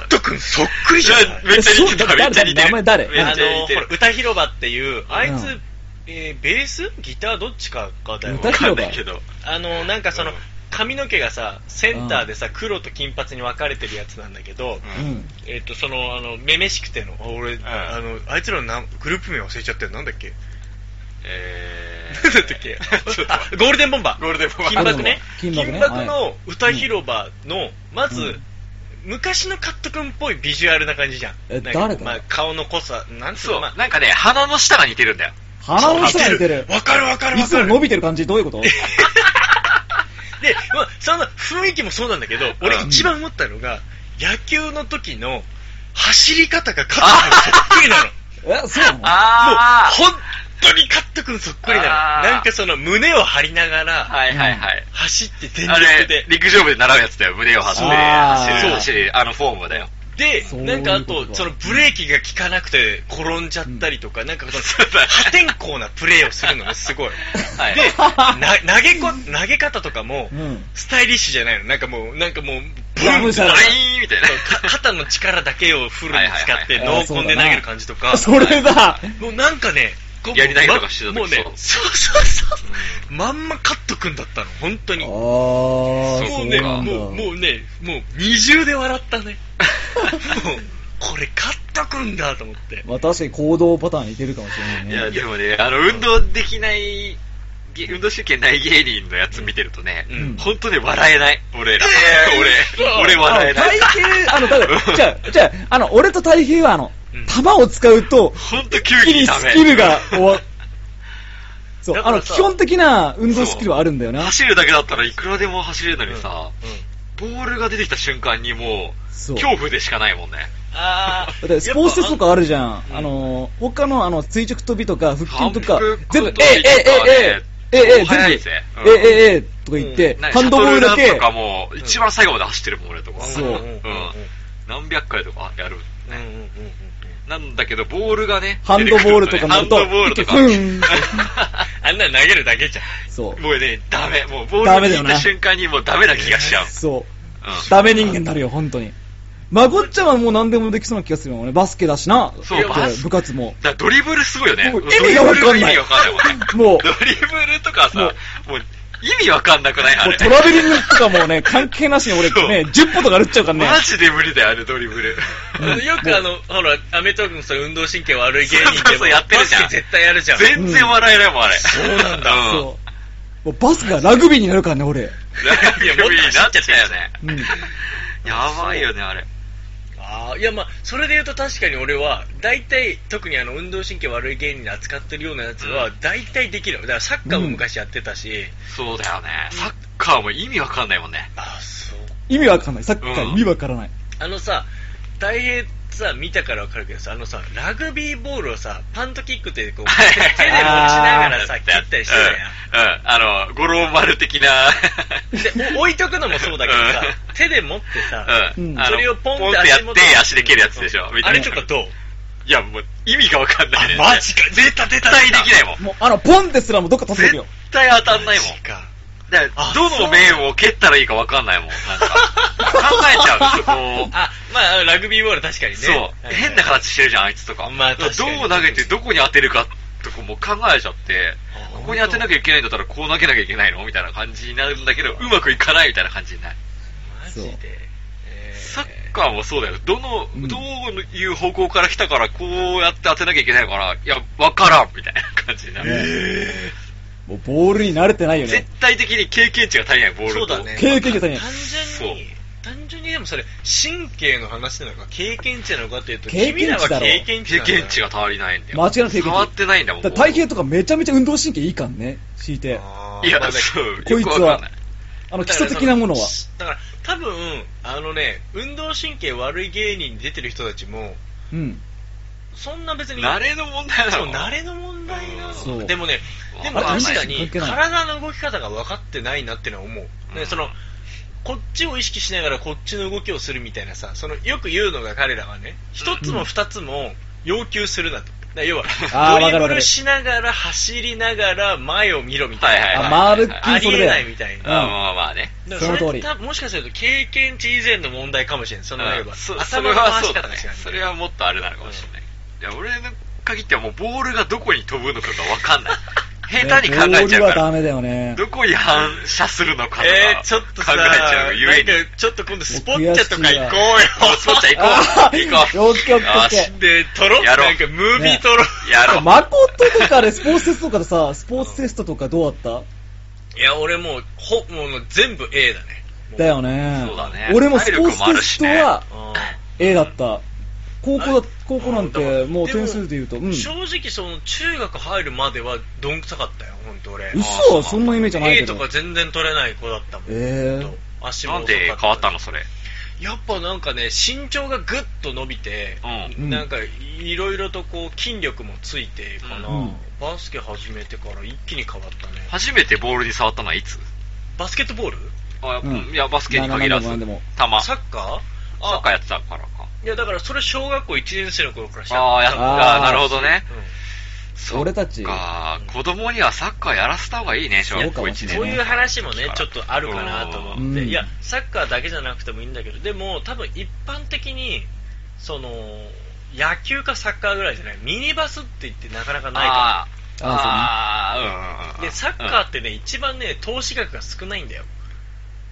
Speaker 4: ット君そっくりじゃ
Speaker 2: い
Speaker 4: な
Speaker 2: や
Speaker 4: い
Speaker 2: めっちゃ似て
Speaker 3: そうだ
Speaker 2: た、めっちゃ似てる。
Speaker 3: 誰誰
Speaker 2: めっ
Speaker 4: あ
Speaker 2: ちゃ
Speaker 4: の
Speaker 2: 似て
Speaker 4: ほ
Speaker 2: る
Speaker 4: ら。歌広場っていうあいつ、
Speaker 3: うん
Speaker 4: えーベースギターどっちかかだよ
Speaker 3: 歌
Speaker 2: わ
Speaker 3: 広
Speaker 2: かんないけど。
Speaker 4: あのなんかその、
Speaker 2: うん
Speaker 4: 髪の毛がさセンターでさ黒と金髪に分かれてるやつなんだけど、
Speaker 2: う。
Speaker 3: うんん。
Speaker 4: えっとそのあのめめしくてのあ俺、
Speaker 2: ん
Speaker 4: あのあいつらのなグループ名忘れちゃってるなんだっけ、
Speaker 2: え
Speaker 4: なんだったっけあゴールデンボンバー
Speaker 2: ゴールデンボンバー
Speaker 4: 金箔ね
Speaker 3: 金
Speaker 4: 金
Speaker 3: 箔
Speaker 4: 箔
Speaker 3: ね
Speaker 4: の歌広場の、まず、
Speaker 3: うん
Speaker 4: 昔のカット君っぽいビジュアルな感じじゃん。
Speaker 3: え
Speaker 4: なんか
Speaker 3: 誰だ
Speaker 4: まあ、顔の濃さ、なんつう
Speaker 2: そ
Speaker 4: の、まあ
Speaker 2: う、なんかね、鼻の下が似てるんだよ。
Speaker 3: 鼻の下が似てる。
Speaker 4: わかるわかる
Speaker 3: い
Speaker 4: わ
Speaker 3: つ
Speaker 4: か
Speaker 3: も
Speaker 4: る。
Speaker 3: 伸びてる感じどういうこと
Speaker 4: で、まあ、その雰囲気もそうなんだけど、俺
Speaker 2: うん
Speaker 4: 一番思ったのが、野球の時の走り方がカット君そっくりなの。
Speaker 3: え、そうなの
Speaker 2: あ
Speaker 4: もう、本当にカット君そっくりなの。
Speaker 2: あー
Speaker 4: なんかその胸を張りながら、
Speaker 2: はいはいはい。
Speaker 4: 走って全
Speaker 2: あ
Speaker 4: 力
Speaker 2: れ
Speaker 4: で、。
Speaker 2: 陸上部で習うやつだよ。胸を張って、
Speaker 3: あー
Speaker 2: 走
Speaker 4: そう
Speaker 2: る、走る、あのフォームだよ。
Speaker 4: で
Speaker 3: そう、
Speaker 4: なんかあ
Speaker 3: いうこと
Speaker 4: と、
Speaker 3: か
Speaker 4: そのブレーキが効かなくて転んじゃったりとか、なんかその
Speaker 2: そうだね
Speaker 4: 破天荒なプレーをするのね、すご い。
Speaker 2: はい
Speaker 4: で、な投げこ、投げ方とかも
Speaker 3: う、ん。
Speaker 4: スタイリッシュじゃないの。なんかもう、なんかもう、ブ
Speaker 3: がむ
Speaker 4: ン
Speaker 3: し
Speaker 4: っ
Speaker 3: ゃ
Speaker 4: て
Speaker 3: ら
Speaker 2: バイーンみたいな。
Speaker 4: か肩の力だけをフルに使って、
Speaker 3: はいはいはい
Speaker 4: 濃厚で投げる感じとか、
Speaker 3: それだ。
Speaker 4: もうなんかね、こう
Speaker 2: やり投げとかしてた時
Speaker 4: もうね、
Speaker 2: そ
Speaker 4: そうそうそう、まんまカットくんだったの、本当
Speaker 3: あ
Speaker 4: に。
Speaker 3: ー
Speaker 4: も
Speaker 3: そうう
Speaker 4: ね、
Speaker 3: なんだ。
Speaker 4: もう、もうね、もう二重で笑ったね。もう、これカットくんだと思って。
Speaker 3: まあ確かに行動パターン似てるかもしれな
Speaker 2: い
Speaker 3: いね。
Speaker 2: や、でもね、あの、運動できない、げ運動神経ない芸人のやつ見てるとね、
Speaker 4: うん
Speaker 2: 本当ね、笑えない。 俺ら。俺、
Speaker 4: 嘘
Speaker 2: 俺笑えない。
Speaker 3: あの体型、あの、ただ、じゃあ、じゃあ、あの、俺と体型は、あの
Speaker 4: うん、
Speaker 3: 球を使うと、
Speaker 2: 本当球
Speaker 3: 一気
Speaker 2: 技
Speaker 3: に
Speaker 2: ダメ。
Speaker 3: スキルが終わ、そう、
Speaker 4: だ
Speaker 3: あ
Speaker 4: か
Speaker 3: の、
Speaker 4: らさ
Speaker 3: 基本的な運動スキルはあるんだよな。
Speaker 2: 走るだけだったらいくらでも走れるのにさ、
Speaker 4: うん
Speaker 2: ボールが出てきた瞬間にもう、
Speaker 3: そう。
Speaker 2: 恐怖でしかないもんね。
Speaker 4: あ
Speaker 3: だってスポーツテストとかあるじゃん。
Speaker 4: うん
Speaker 3: あの、他のあの、垂直跳びとか、腹筋と
Speaker 2: 反
Speaker 3: か
Speaker 2: 復、
Speaker 3: 全部
Speaker 2: 跳、
Speaker 3: え
Speaker 2: びとかね
Speaker 3: え、え、え、え、え、え、え、
Speaker 2: 早
Speaker 3: 全
Speaker 2: い
Speaker 3: 部
Speaker 2: ぜ、
Speaker 3: え、
Speaker 2: うん
Speaker 3: え、え、え、とか言って、
Speaker 2: ね
Speaker 3: ハンドボールだ
Speaker 2: シャ
Speaker 3: け
Speaker 2: トルランと、かも、一番最後まで走ってるもん、俺とか。
Speaker 3: そうん
Speaker 4: うんうん
Speaker 2: ん
Speaker 4: うん
Speaker 2: 何百回とかやる。
Speaker 4: うんうんうんうん
Speaker 2: なんだけど、ボールがね、
Speaker 3: ハンドボールとかにな
Speaker 2: ハ
Speaker 3: る
Speaker 2: ン
Speaker 3: と、
Speaker 2: ドボールとか。
Speaker 3: ふん。
Speaker 4: あんなの投げるだけじゃん。
Speaker 3: そう。
Speaker 2: もうね、ダメ。もうボ
Speaker 3: ダ
Speaker 2: ー
Speaker 3: メ
Speaker 2: ル
Speaker 3: だ
Speaker 2: に行っ
Speaker 3: よな
Speaker 2: た瞬間にもうダメな気がしちゃう。
Speaker 3: そう。ダメ人間になるよ、本当に。まこっちゃんはもう何でもできそうな気がするよね。バスケだしな。
Speaker 2: そう
Speaker 3: だって
Speaker 2: バスケ
Speaker 3: 部活も。
Speaker 2: だからドリブルすごいよね。
Speaker 3: もう
Speaker 2: ドリブル意味わかんないもんね。
Speaker 3: もう、
Speaker 2: ドリブルとかさ、
Speaker 3: も
Speaker 2: もう意味わかんなくないあ
Speaker 3: も
Speaker 2: れ
Speaker 3: う。トラベリングとかもうね、関係なしに俺
Speaker 2: そう
Speaker 3: ね、10歩とか歩っちゃうからね。
Speaker 2: マジで無理だよ、あれドリブル。
Speaker 3: うん
Speaker 4: よくあの、ほら、アメトークのその運動神経悪い芸人
Speaker 2: そうそう
Speaker 4: でも
Speaker 2: そうやってるじゃん
Speaker 4: バスケ絶対やるじゃん。
Speaker 2: 全然笑えないもん、あれ。そう
Speaker 4: なんだ
Speaker 2: ん、
Speaker 3: そう。もうバスケがラグビーになるからね、俺。
Speaker 2: ラグビーになっちゃったよね。
Speaker 3: うん。
Speaker 2: やばいよね、あれ。
Speaker 4: ああ、いやまあ、それで言うと確かに俺は、大体、特にあの、運動神経悪い芸人で扱ってるようなやつは
Speaker 2: う、
Speaker 4: 大体できる。だからサッカーも昔やってたし、
Speaker 2: そうだよね。サッカーも意味わかんないもんね。
Speaker 4: ああ、そう。
Speaker 3: 意味わかんない。サッカー意味わからない。
Speaker 4: あのさ、大平さ、見たからわかるけどさ、あのさ、ラグビーボールをさ、パントキックってこう、手で持ちなが らさ、切ったりしてたやん。
Speaker 2: うん。うん。あの、五郎丸的な。
Speaker 4: で、お置いとくのもそうだけどさ、
Speaker 2: うん
Speaker 4: 手で持ってさ、
Speaker 2: うん。
Speaker 3: うん
Speaker 2: あの
Speaker 4: それをポンって
Speaker 2: ポンってや
Speaker 4: 足
Speaker 2: っ
Speaker 4: 元に
Speaker 2: て足で蹴るやつでしょ。
Speaker 4: あれとかどう
Speaker 2: いや、もう、意味がわかんないね。
Speaker 4: マジか、出た出た
Speaker 2: 絶対できないもん。
Speaker 3: もう、あの、ポンですらもどっか飛んでくよ
Speaker 2: 絶。対当たんないもん
Speaker 4: マジ。か。
Speaker 2: だから
Speaker 4: あ
Speaker 2: どの面を蹴ったらいいかわかんないもん。なんか、考えちゃう、そこ を。
Speaker 4: あ、まあ、ラグビーボール確かにね。
Speaker 2: そう、変な
Speaker 4: 形。
Speaker 2: 形してるじゃん、あいつとか。
Speaker 4: まあ確かに
Speaker 2: どう投げて、どこに当てるかとかも考えちゃって
Speaker 4: あ、
Speaker 2: ここに当てなきゃいけないんだったら、こう投げなきゃいけないのみたいな感じになるんだけど、うまくいかないみたいな感じになる。
Speaker 4: マジ
Speaker 3: そう
Speaker 4: で。えー
Speaker 2: サッカーもそうだよ。どの、
Speaker 3: うん
Speaker 2: どういう方向から来たから、こうやって当てなきゃいけないのから、いや、わからんみたいな感じになる。
Speaker 3: もう、ボールに慣れてないよ
Speaker 2: 絶
Speaker 3: ね。
Speaker 2: 対的に経験値が足りない、ボールと。
Speaker 4: そうだね。
Speaker 3: 経験値が足りない
Speaker 4: 単
Speaker 2: そう
Speaker 4: 純に、単純にでもそれ、神経の話なのか、経験値なのかっていうと、
Speaker 3: 経験値
Speaker 4: 君らは
Speaker 3: だろ
Speaker 4: 経験値
Speaker 2: 経
Speaker 4: なんだよ
Speaker 2: 験値が足りないんだよ。
Speaker 3: 間違いなく経験値
Speaker 2: 触ってないんだもん。
Speaker 3: だから体型とかめちゃめちゃ運動神経いいからね、敷いて。
Speaker 4: あー
Speaker 2: い
Speaker 4: ま
Speaker 2: や、
Speaker 4: あだ
Speaker 2: そう、
Speaker 3: こ
Speaker 2: よ
Speaker 3: いつ
Speaker 2: く
Speaker 3: は
Speaker 2: わかんない。
Speaker 3: あの、基礎的なものは。
Speaker 4: だから、多分、あのね、運動神経悪い芸人に出てる人たちも、
Speaker 3: うん。
Speaker 4: そんな別に。
Speaker 2: 慣れの問題な
Speaker 4: そう
Speaker 2: の
Speaker 4: 慣れの問題な
Speaker 3: そう
Speaker 4: のでもね、でも
Speaker 2: わかんない
Speaker 4: 確かに
Speaker 3: 関係ない
Speaker 4: 体の動き方が分かってないなってのは思う、
Speaker 2: う
Speaker 4: で
Speaker 2: ん
Speaker 4: そのこっちを意識しながらこっちの動きをするみたいなさそのよく言うのが彼らはね一つも二つも要求するなと。だから要は
Speaker 3: あーわか
Speaker 4: ドリ
Speaker 3: るわ
Speaker 4: ブ
Speaker 3: かる
Speaker 4: ルしながら走りながら前を見ろみたいな、
Speaker 2: はいはい
Speaker 3: あ、まるっき
Speaker 4: あ
Speaker 3: りそ
Speaker 4: り
Speaker 3: れ
Speaker 4: え
Speaker 3: だ
Speaker 4: ない
Speaker 3: よ
Speaker 4: み。たいな、
Speaker 2: あまあまあね。
Speaker 4: だ
Speaker 3: そ
Speaker 4: から
Speaker 3: の
Speaker 4: れ
Speaker 3: 通り
Speaker 4: 多分もしかすると経験値以前の問題かもしれないその例えば、
Speaker 2: そそれ
Speaker 4: 頭の
Speaker 2: は
Speaker 4: 回
Speaker 2: そ
Speaker 4: し
Speaker 2: うだ
Speaker 4: 方
Speaker 2: ね
Speaker 4: が違うみたいな。
Speaker 2: それはもっとあれなのかもしれない。いや、俺の限ってはもうボールがどこに飛ぶのかがわかんない。 下手に考えちゃう
Speaker 3: ボールは
Speaker 2: か
Speaker 3: ダ
Speaker 2: ら。
Speaker 3: メだよね。
Speaker 2: どこに反射するのかとか。
Speaker 4: えー、ちょっと
Speaker 2: 考
Speaker 4: さ、
Speaker 2: えちゃうゆえに。
Speaker 4: なんかちょっと今度スポッチャとか行こう
Speaker 2: も
Speaker 4: よ。
Speaker 2: うそっちゃ
Speaker 3: あ
Speaker 2: 行こう。行こ
Speaker 3: オッケーオッケーオッ
Speaker 2: よし
Speaker 3: ケ
Speaker 4: で、撮ろう
Speaker 2: やろう
Speaker 4: なんかムービー撮ろう。
Speaker 2: う。やろう。
Speaker 3: 誠とかでスポーツテストとかでさ、スポーツテストとかどうだっ
Speaker 4: いや、俺もう、ほ、もう全部 A だね。
Speaker 3: ただよね。
Speaker 2: そうだね
Speaker 3: 俺もスポーツテストは
Speaker 4: うん
Speaker 3: A だった。高校だ、高校なん
Speaker 4: だか
Speaker 3: て
Speaker 4: ら
Speaker 3: もう点数で言うと、うん。
Speaker 4: 正直、その、中学入るまでは、どんくさかったよ、本当俺。
Speaker 3: 嘘
Speaker 2: あー
Speaker 3: はそんなイメージはない
Speaker 4: A
Speaker 3: けど
Speaker 4: と。か全然取れない子だったもん。
Speaker 3: えー
Speaker 4: ほんと足
Speaker 2: な
Speaker 4: も
Speaker 2: ん
Speaker 4: 遅か
Speaker 2: で変わったのそれ。
Speaker 4: やっぱなんかね、身長がぐっと伸びて、
Speaker 3: うん
Speaker 4: なんかいろいろとこう筋力もついてかな、
Speaker 3: うん
Speaker 4: バスケ始めてから一気に変わったね。
Speaker 2: 初めてボールに触ったのはいつ
Speaker 4: バスケットボール
Speaker 2: あ
Speaker 3: うん
Speaker 2: いや、バスケに限らず。
Speaker 3: な
Speaker 2: 球。
Speaker 3: んでも
Speaker 4: サ
Speaker 2: サ
Speaker 4: ッカー
Speaker 2: ッカーやってたからか。
Speaker 4: いや、だからそれ小学校1年生の頃からし
Speaker 2: あーやっ
Speaker 3: あー
Speaker 2: あーなるほどね。そっ
Speaker 3: 俺たち
Speaker 2: か子供にはサッカーやらせた方がいいね、小学校1年
Speaker 3: そうかもしれな
Speaker 2: 生。
Speaker 4: そういう話もね、ちょっとあるかなと思って、
Speaker 3: うん
Speaker 4: いや、サッカーだけじゃなくてもいいんだけど、でも、多分一般的に、その、野球かサッカーぐらいじゃない、ミニバスって言ってなかなかないか
Speaker 2: あーあー、うんうんうん。
Speaker 4: ら、で、サッカーってね、一番ね、投資額が少ないんだよ。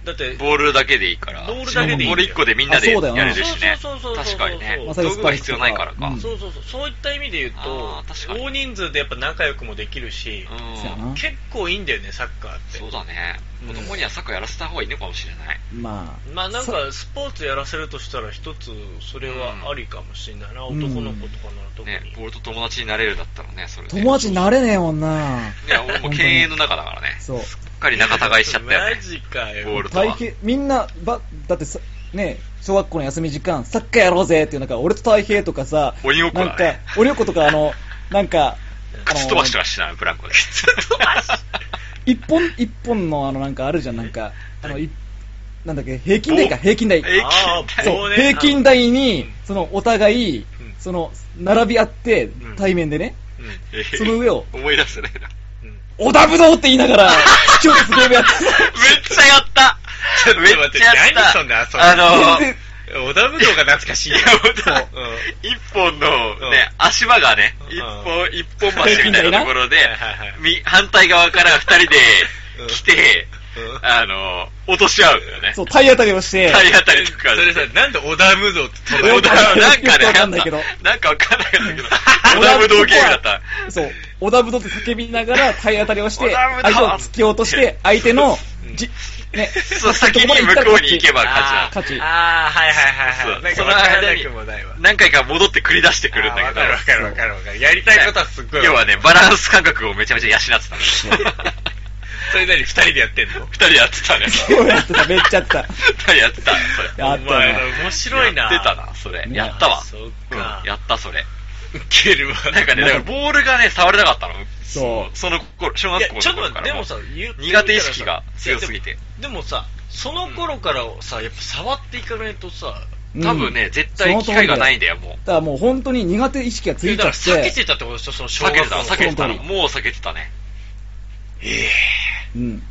Speaker 4: だって、
Speaker 2: ボールだけでいいから。
Speaker 4: ボールだけでいいんだよ
Speaker 2: ボール1個でみんなでやれるしね。
Speaker 4: そうそうそうそ
Speaker 2: 確
Speaker 4: う
Speaker 2: かにね。
Speaker 4: ま
Speaker 3: さに
Speaker 2: 道
Speaker 3: ス
Speaker 2: 具
Speaker 3: パ
Speaker 2: が
Speaker 3: イス
Speaker 2: 必
Speaker 3: とか
Speaker 2: 要ないからか。
Speaker 3: う
Speaker 2: うんん。
Speaker 4: そうそうそう、そういった意味で言うと
Speaker 2: あー確かに
Speaker 4: 大人数でやっぱ仲良くもできるし、
Speaker 3: そうやな。
Speaker 4: 結構いいんだよね、サッカーって。
Speaker 2: そうだね。子
Speaker 4: うん
Speaker 2: 供にはサッカーやらせた方がいいのかもしれない。
Speaker 3: まあ。
Speaker 4: まあなん
Speaker 3: さ
Speaker 4: かスポーツやらせるとしたら一つそれはありかもしれないな、
Speaker 3: うん
Speaker 4: 男の子とかなら特に、
Speaker 2: ね、ボールと友達になれるんだったらね、それで。
Speaker 3: 友達になれねえもんな。
Speaker 2: いや、俺も敬遠の中だからね。す
Speaker 3: そう。
Speaker 2: っかり仲違いしちゃったよね
Speaker 4: マ。ジかよ
Speaker 2: ボールと
Speaker 3: 体
Speaker 2: は。
Speaker 3: 型、みんな、ば、だってさ、ね、小学校の休み時間、サッカーやろうぜっていう、なんか、俺と太平とかさ、
Speaker 2: 鬼ごっこだね
Speaker 3: なんか、鬼ごっことか、あの、なんか、あ
Speaker 2: 靴飛ばして
Speaker 3: の、
Speaker 2: はしない、ブランコで。靴飛ばし
Speaker 3: 一本、一本の、あの、なんかあるじゃん、なんか、あの、いなんだっけ、平均台か、平均台。
Speaker 2: 平
Speaker 4: あ
Speaker 2: 均
Speaker 4: ー
Speaker 2: 台。
Speaker 3: そ
Speaker 4: 棒
Speaker 3: う、
Speaker 4: ね
Speaker 3: 平均台に
Speaker 4: うん、
Speaker 3: その、お互い
Speaker 4: うん、
Speaker 3: その、並び合って
Speaker 4: ん、
Speaker 3: 対面でね、
Speaker 4: う
Speaker 2: えー
Speaker 3: その上を
Speaker 2: 思い出せないな。
Speaker 4: んうん
Speaker 3: おだぶどうって言い ながら、今日ゲームやって
Speaker 2: めっちゃやった
Speaker 4: ちょっと
Speaker 2: めっ
Speaker 4: 待って
Speaker 2: ちゃやった
Speaker 4: 何そんな遊び
Speaker 2: あの
Speaker 3: 全然
Speaker 4: 小田武道が懐かしい
Speaker 2: い
Speaker 4: よ
Speaker 2: や、本当だ一本のね、足場がね、
Speaker 4: うん
Speaker 2: 一本、一本橋みたいなとこ ろで
Speaker 4: はいはいはい、
Speaker 2: み反対側から二人で
Speaker 4: うん
Speaker 2: 来て、
Speaker 4: うん
Speaker 2: あの、落とし合うんだよね。
Speaker 3: そう、体当たりをして、
Speaker 2: 体当たりとか。
Speaker 4: それさ、なんで小田武道って
Speaker 2: そ
Speaker 4: 飛
Speaker 2: れを
Speaker 4: ぶの
Speaker 2: だからなんかね、
Speaker 3: よくわかんないけど
Speaker 2: なんかわかんないけ ど、小田武道ゲームだった。
Speaker 3: そう、おだぶどって叫びながら体当たりをし
Speaker 2: お
Speaker 3: て、
Speaker 2: だぶど
Speaker 3: 相手を突き落として、相手の、じ、ね、
Speaker 2: そう、先に向こうに行けば勝ちだ。
Speaker 3: 勝ち。
Speaker 4: あーはいはいはいはいなん
Speaker 2: そ
Speaker 4: か
Speaker 2: うその間に
Speaker 4: 分からなくもないわ
Speaker 2: 何回か戻って繰り出してくるんだけど
Speaker 4: あー、わかるわかるわかるわかるやりたいことはすっごい
Speaker 2: 要
Speaker 4: わ
Speaker 2: は
Speaker 4: かる
Speaker 2: ね、バランス感覚をめちゃめちゃ養ってたの。
Speaker 4: それなり二人でやってんの
Speaker 2: 二人やってたね。
Speaker 3: 今日やってた、めっちゃやってた。
Speaker 2: 二人やってたね、それ。
Speaker 3: やった
Speaker 4: お前
Speaker 3: な
Speaker 4: ら面白いな
Speaker 2: やってたな、それ。
Speaker 3: ね
Speaker 2: やったわ。
Speaker 4: そっか
Speaker 2: うんやった、それ。
Speaker 4: ウケるわ
Speaker 2: なんかね、だからボールがね、触れなかったの。
Speaker 3: そう
Speaker 2: その頃、小
Speaker 4: い
Speaker 2: 学
Speaker 4: や
Speaker 2: 校
Speaker 4: ちょ
Speaker 2: の
Speaker 4: っ
Speaker 2: 頃
Speaker 4: と待
Speaker 2: か
Speaker 4: ってで
Speaker 2: らも
Speaker 4: も
Speaker 2: う。
Speaker 4: さ言ってみた
Speaker 2: 苦
Speaker 4: らさ
Speaker 2: 手意識が強すぎて。
Speaker 4: でもさその頃からさやっぱ触っていかないとさ、
Speaker 2: 多分ね、
Speaker 3: うん
Speaker 2: 絶対機会がないんだよ、もう。
Speaker 3: だからもう本当に苦手意識がつ
Speaker 4: え
Speaker 3: い
Speaker 4: だ
Speaker 3: ち
Speaker 4: か
Speaker 3: ゃ
Speaker 4: ら
Speaker 3: っ
Speaker 4: 避け
Speaker 3: て、
Speaker 4: てたってことでしょ、その小
Speaker 2: 避け
Speaker 4: 学
Speaker 2: てた、
Speaker 4: 校の
Speaker 2: 避けてたの。
Speaker 4: 本当に
Speaker 2: もう避けてたね。
Speaker 3: うん。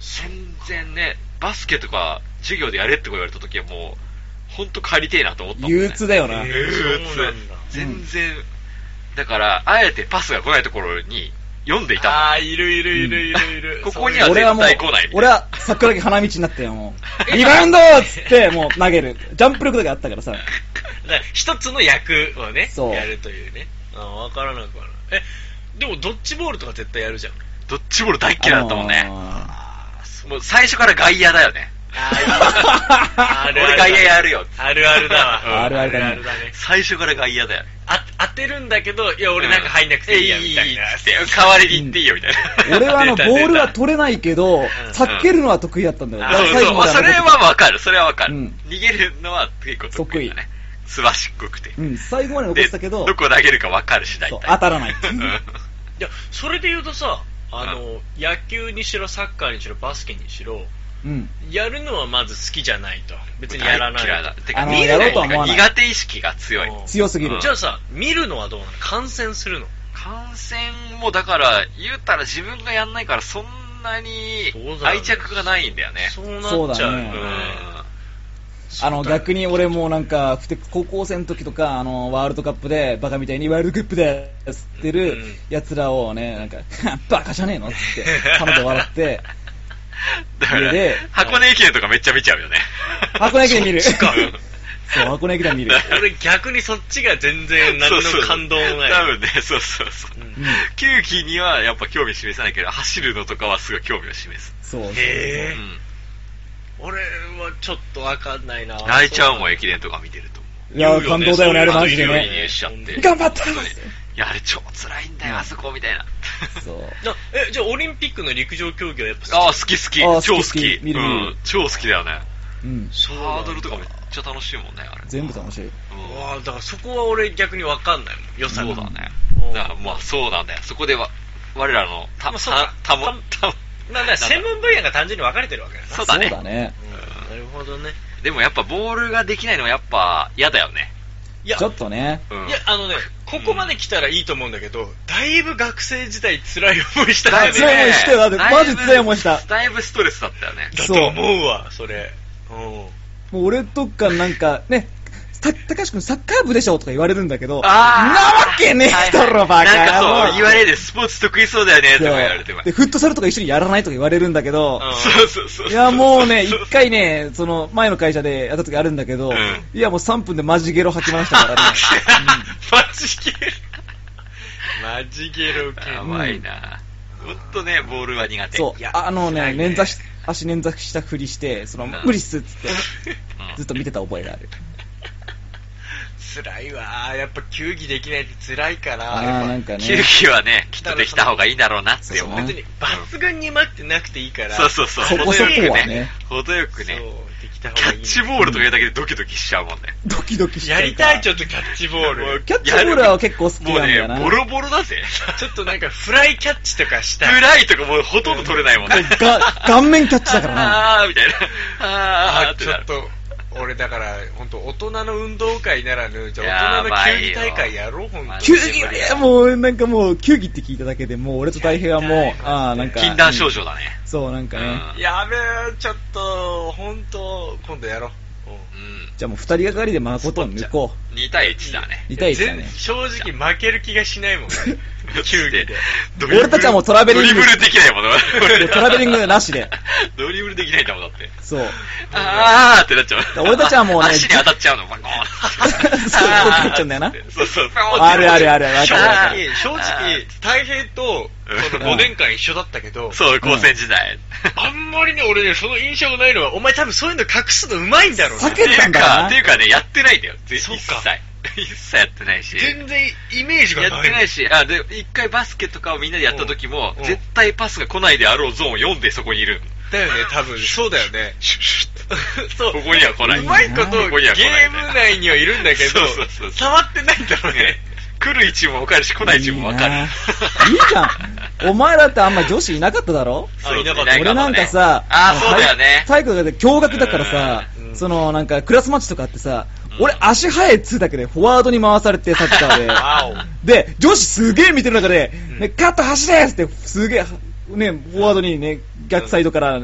Speaker 2: 全然ね、バスケとか授業でやれって言われた時はもう、ほんと帰りてえなと思ったもんね。
Speaker 3: 憂鬱だよな
Speaker 4: え。
Speaker 2: 憂
Speaker 4: そ
Speaker 2: 鬱
Speaker 4: うなんだ
Speaker 2: 全然、だから、あえてパスが来ないところに読んでいた
Speaker 4: ああ、いるいるいるいるいる。
Speaker 2: ここに
Speaker 4: そういう
Speaker 2: は
Speaker 3: 俺はもう
Speaker 2: 絶対来ないみたいな、
Speaker 3: 俺は桜木花道になったよ、も う。リバウンドっつって、もう投げる。ジャンプ力だけあったからさ。
Speaker 4: だから一つの役をね、
Speaker 3: そう
Speaker 4: やるというね。ああ、わからなくはない。え、でもドッジボールとか絶対やるじゃん。
Speaker 2: どっちボール大っ嫌いだったもんね。
Speaker 3: あ
Speaker 2: もう最初から外野だよね。
Speaker 4: あーいい
Speaker 2: 俺外野やるよ。
Speaker 4: あるあるだ わ。
Speaker 3: あるあるだね
Speaker 4: あるだね。
Speaker 2: 最初から外野だよ。
Speaker 4: あ当てるんだけど、いや、俺なんか入んなくていいや、みたいな。
Speaker 2: えっつって代わりに行っていいよ、みたいな。
Speaker 3: 俺はあの、
Speaker 4: 出た
Speaker 3: ボール は取れないけど、避けるのは得意だったんだよ。だ
Speaker 4: あ
Speaker 3: か
Speaker 2: そう
Speaker 3: ら
Speaker 2: そう、まあ、
Speaker 3: で
Speaker 2: それ
Speaker 3: 残って
Speaker 2: はわかる、それはわかる、
Speaker 3: うん
Speaker 2: 逃げるのは結構得意だね。すばしっこくて。
Speaker 3: うん、最後まで残っ
Speaker 2: で、
Speaker 3: てたけど、
Speaker 2: どこ投げるかわかるし、大
Speaker 3: そう
Speaker 2: 体。
Speaker 3: 当たらな い
Speaker 4: いや、それで言うとさ、あの、野球にしろ、サッカーにしろ、バスケにしろ、
Speaker 3: うん。
Speaker 4: やるのはまず好きじゃないと。別にやらない。
Speaker 2: 嫌だ。て
Speaker 3: あ
Speaker 2: か、
Speaker 3: の
Speaker 2: 見る
Speaker 3: やろ
Speaker 2: の
Speaker 3: うとは思わ
Speaker 2: が
Speaker 3: ない
Speaker 2: 苦手意識が強い。
Speaker 4: うん
Speaker 3: 強すぎる。
Speaker 4: じゃあさ、見るのはどうなの観戦するの
Speaker 2: 感染もだから、言ったら自分がやんないから、そんなに
Speaker 4: そうだよね
Speaker 2: 愛着がないんだよね。
Speaker 4: そううなっちゃうよね。
Speaker 3: そうだねあ
Speaker 4: そうだよ
Speaker 3: の、逆に俺もなんか、ふて高校生の時とか、あの、ワールドカップで、バカみたいにワールドカップで、吸って
Speaker 4: うん
Speaker 3: る奴らをね、なんか、 バカじゃねえのっつって、彼女笑 って、
Speaker 2: だから
Speaker 3: 家で、
Speaker 2: 箱根駅伝とかめっちゃ見ちゃうよね。
Speaker 3: 箱根駅伝見る。
Speaker 2: そ
Speaker 3: そ
Speaker 2: っち か
Speaker 3: う、箱根駅 伝見る。
Speaker 4: 俺逆にそっちが全然 何の感動もない。
Speaker 2: 多分ね、そうそうそう
Speaker 4: う。ん
Speaker 3: うん、
Speaker 2: 球技にはやっぱ興味示さないけど、走るのとかはすごい興味を示す。
Speaker 3: そう。
Speaker 2: う
Speaker 4: へえ。
Speaker 2: ん。
Speaker 4: 俺はちょっとわかんないな。
Speaker 2: 泣いちゃうも
Speaker 4: ん。
Speaker 2: ん、駅伝とか見てると。
Speaker 3: いや、
Speaker 4: 言うよ
Speaker 3: 感
Speaker 4: ね
Speaker 3: 動だよね、あれマジで
Speaker 4: そういうの
Speaker 2: いい
Speaker 4: 言う
Speaker 3: ね。
Speaker 4: よ
Speaker 2: 匂いしちゃって。
Speaker 3: 頑張った
Speaker 2: 本当にいや、あれ超辛いんだよ、あそこみたいな。
Speaker 3: そう。
Speaker 4: なえ、じゃあオリンピックの陸上競技はやっぱ
Speaker 2: ああ、
Speaker 4: 好
Speaker 2: 好き好き
Speaker 3: あー好。き
Speaker 2: 超好
Speaker 3: 好き
Speaker 2: き。う
Speaker 3: 見る見る
Speaker 2: ん、超好きだよね。
Speaker 3: うん。
Speaker 4: きそう
Speaker 2: ハードルとか
Speaker 4: も
Speaker 2: めっちゃ楽しいもんね、あれ。
Speaker 3: 全部楽しい。
Speaker 2: うん
Speaker 4: わあだからそこは俺逆にわかんないもん。良さ
Speaker 2: そ
Speaker 4: が。
Speaker 2: うだね
Speaker 4: うん。
Speaker 2: だからまあそうなんだよ。そこでは、我らの、た、た、
Speaker 4: まあそうか
Speaker 2: たも、たも、
Speaker 4: まあだから専門分野が単純に分かれてるわけだな。
Speaker 2: そうだね
Speaker 3: そうだね。
Speaker 4: うんなるほどね。
Speaker 2: でもやっぱボールができないのはやっぱ嫌だよね。
Speaker 4: いや
Speaker 3: ちょ、っとね。
Speaker 2: うん
Speaker 4: いや、あのね、ここまで来たらいいと思うんだけど、だいぶ学生時代辛い思いしたよ
Speaker 3: だい
Speaker 4: ね。
Speaker 3: ぶ辛い思いしたよだって
Speaker 2: だいぶ
Speaker 3: マジ辛い思いした
Speaker 2: だいぶストレスだったよね。
Speaker 4: だと思うわ、それ。うん。
Speaker 3: もう俺とかなんか、ね、た、たかしくんサッカー部でしょとか言われるんだけど、な
Speaker 2: あー
Speaker 3: わけねえだろ、バカ
Speaker 2: なんか
Speaker 3: 野郎
Speaker 2: そう、言われる、スポーツ得意そうだよね、とか言われて
Speaker 3: で、フットサルとか一緒にやらないとか言われるんだけど、
Speaker 2: そうそうそう。
Speaker 3: いや、もうね、 一
Speaker 2: そう
Speaker 3: 回ね、その、前の会社でやった時あるんだけど、
Speaker 2: うん
Speaker 3: いや、もう3分でマジゲロ吐きましたからね。
Speaker 4: マジゲロ。マジゲロ系。
Speaker 2: やばいな。ほんとね、ボールは苦手。
Speaker 3: そう
Speaker 2: いや、
Speaker 3: ああの
Speaker 2: 辛
Speaker 3: ね、
Speaker 2: い
Speaker 3: 捻挫し、足捻挫したふりして、その、
Speaker 2: うん
Speaker 3: 無理っすっつって、
Speaker 2: うん
Speaker 3: ずっと見てた覚えがある。
Speaker 4: 辛いわ。やっぱ球技できないって辛いから。
Speaker 3: あー
Speaker 4: やっぱ
Speaker 3: なんかね
Speaker 2: 球技はね、きっとできた方がいいんだろうなって思う
Speaker 3: そう
Speaker 4: 別。に抜群に待ってなくていいから。
Speaker 2: そうそうそう。
Speaker 3: そこ
Speaker 2: 程よ
Speaker 3: そ
Speaker 2: く
Speaker 3: こ
Speaker 2: ね
Speaker 3: はね。
Speaker 2: 程よくね
Speaker 4: そう。できた
Speaker 2: キ
Speaker 4: 方がい
Speaker 2: ャ
Speaker 4: い
Speaker 2: ッチボールとか言うだけでドキドキしちゃうもんね。
Speaker 3: ドキドキしちゃ
Speaker 4: や
Speaker 3: う
Speaker 4: りたい、ちょ
Speaker 3: っ
Speaker 4: っとキャッチボール。
Speaker 3: キャッチボールは結構好きなんだよな
Speaker 2: もうね、ボロボロだ ぜ。
Speaker 4: ちょっとなんかフライキャッチとかしたい。
Speaker 2: フライとかもうほとんど取れないもんね。
Speaker 3: が、顔面キャッチだからな。
Speaker 2: あーみたいな。あーあー
Speaker 4: あ
Speaker 2: って
Speaker 4: ちょ
Speaker 2: な
Speaker 4: っ
Speaker 2: る。
Speaker 4: と、俺だから、本当大人の運動会ならぬ、じゃ
Speaker 2: や
Speaker 4: あ大人
Speaker 2: ば
Speaker 4: の
Speaker 2: い
Speaker 4: 球
Speaker 2: よ
Speaker 4: 技大会やろう、本当
Speaker 3: 球技いやもう、なんかもう、球技って聞いただけで、もう俺と大平はもう、ああ、なんか。
Speaker 2: 禁断症
Speaker 3: うん
Speaker 2: 状だね。
Speaker 3: そう、なんかね。
Speaker 2: うん
Speaker 4: やべえ、ちょっと、本当今度やろう。
Speaker 2: う
Speaker 4: う
Speaker 3: じゃあもう二人がかりで誠を抜こ
Speaker 2: ん。2対1だね
Speaker 3: う。。2対
Speaker 4: ん
Speaker 3: 1だね
Speaker 4: 全。正直負ける気がしないもんね。球技で。
Speaker 2: ドリブル
Speaker 3: 俺たちはもうトラベリング
Speaker 2: ドリブルできないもん
Speaker 3: で トラベリングなしで。
Speaker 2: ドリブルできないんだもん、だって。
Speaker 3: そう。
Speaker 2: あーってなっちゃう。
Speaker 3: 俺たちはもうね
Speaker 2: 足に当たっちゃうの、バコーン
Speaker 3: そうこうなっちゃうんだよな
Speaker 2: そうそう。
Speaker 3: あるあるあるわ
Speaker 4: 正
Speaker 3: かるわかる
Speaker 4: 直、正直、大平と、この5年間一緒だったけど、
Speaker 2: そう、高専時代。
Speaker 4: あんまりね、俺ね、その印象がないのは、お前多分そういうの隠すの上手いんだろうな
Speaker 3: 避けてたんだよ
Speaker 2: か、
Speaker 3: な
Speaker 2: っていうかね、やってないんだよ。ぜ一
Speaker 4: そっ
Speaker 2: 切
Speaker 4: か。
Speaker 2: 一切やってないし。
Speaker 4: 全然イメージがない。
Speaker 2: やってないし、あ、で、一回バスケとかをみんなでやった時も
Speaker 4: う、ん
Speaker 2: 絶対パスが来ないであろうゾーンを読んでそこにいる。
Speaker 4: だよね、多分。そうだよね。そう。
Speaker 2: ここには来ないう
Speaker 4: まいこと、ゲ
Speaker 2: ここには来ない
Speaker 4: ーム内にはいるんだけ
Speaker 2: そうそうそう
Speaker 4: ど、触ってないんだろうね
Speaker 2: ね。来る位置も分かるし、来ない位置も分かる。
Speaker 3: いいないいじゃん。お前らってあんま女子いなかっただろ
Speaker 2: そう
Speaker 4: あいなかった
Speaker 2: いい
Speaker 3: 俺なんかさ、
Speaker 2: あー、そうだよね。
Speaker 3: 体育が驚愕だからさ、
Speaker 4: うんうん
Speaker 3: そのなんかクラスマッチとかってさ、
Speaker 2: うん
Speaker 3: 俺足速いっつうだけでフォワードに回されてサッカーで
Speaker 4: わ
Speaker 3: で女子すげえ見てる中で、
Speaker 4: うん
Speaker 3: ね、カット走れっつってすげえね、フォワードにね、逆サイドから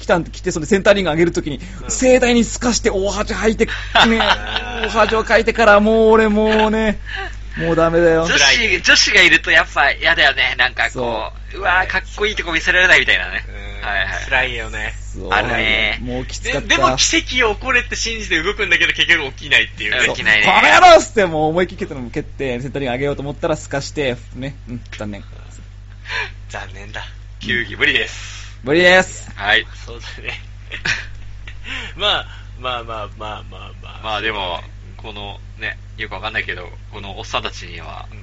Speaker 3: 来たん、来て、それでセンターリング上げるときに、
Speaker 4: うん
Speaker 3: 盛大に透かして大恥吐いて、ね、大恥をかいてから、もう俺もうね、もうダメだよ
Speaker 2: 女。子、女子がいるとやっぱ嫌だよね。なんかこう、うわーかっこいいとこ見せられないみたいなね。はいはい。
Speaker 4: 辛いよね。
Speaker 3: そう
Speaker 2: あるね
Speaker 3: もうきつか
Speaker 4: で
Speaker 3: った。
Speaker 4: でも奇跡を起これって信じて動くんだけど結局起きないっていう
Speaker 2: で
Speaker 4: ね
Speaker 2: き。ないね
Speaker 3: この野郎っつって、もう思い切り蹴ったのも蹴って、センタリング上げようと思ったら透かして、ね、うん、残念。
Speaker 4: 残念だ。
Speaker 2: 球技無理です。
Speaker 3: 無理です。
Speaker 2: はい。
Speaker 4: そうだね。 まあ、まあまあまあまあまあ。
Speaker 2: まあでも、このね、よくわかんないけど、このおっさんたちには
Speaker 4: う、ん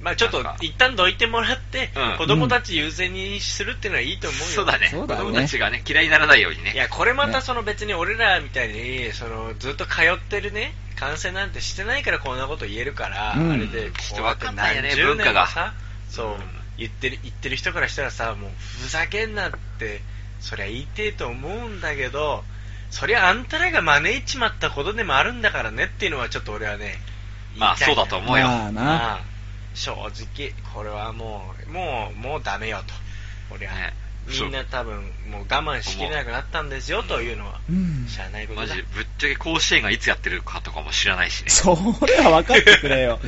Speaker 4: まあちょっと
Speaker 2: なんか
Speaker 4: 一旦どいてもらって、
Speaker 2: うん
Speaker 4: 子供たち優先にするっていうのはいいと思うよ。
Speaker 2: そうだね。
Speaker 3: そ
Speaker 2: 子
Speaker 3: うだね
Speaker 2: 供たちがね、嫌いにならないように
Speaker 4: い
Speaker 2: ね。
Speaker 4: や、これまたその別に俺らみたいに、そのずっと通ってるね、感染なんてしてないからこんなこと言えるから、
Speaker 3: うん
Speaker 4: あれ
Speaker 2: ちょっ
Speaker 4: で、ことうや
Speaker 2: わ
Speaker 4: って
Speaker 2: かんないよね
Speaker 4: 何十年
Speaker 2: 文化が
Speaker 4: もさ、そう、
Speaker 2: うん
Speaker 4: 言ってる、言ってる人からしたらさ、もうふざけんなって、そりゃ言いてえと思うんだけど、そりゃあんたらが招いちまったことでもあるんだからねっていうのはちょっと俺はね、
Speaker 2: まあ
Speaker 4: 言
Speaker 2: そう
Speaker 4: いた
Speaker 2: だと
Speaker 4: いな
Speaker 2: 思うよ。
Speaker 3: まあな。
Speaker 4: まあ正直、これはもう、もう、もうダメよと。俺は、
Speaker 2: ね
Speaker 4: みんな多分、もう我慢しきれなくなったんですよというのは、
Speaker 3: うん。
Speaker 4: 知らないこと
Speaker 2: マ
Speaker 4: だ。
Speaker 2: ジでぶっちゃけ甲子園がいつやってるかとかも知らないしね。
Speaker 3: それは分かってくれ よ。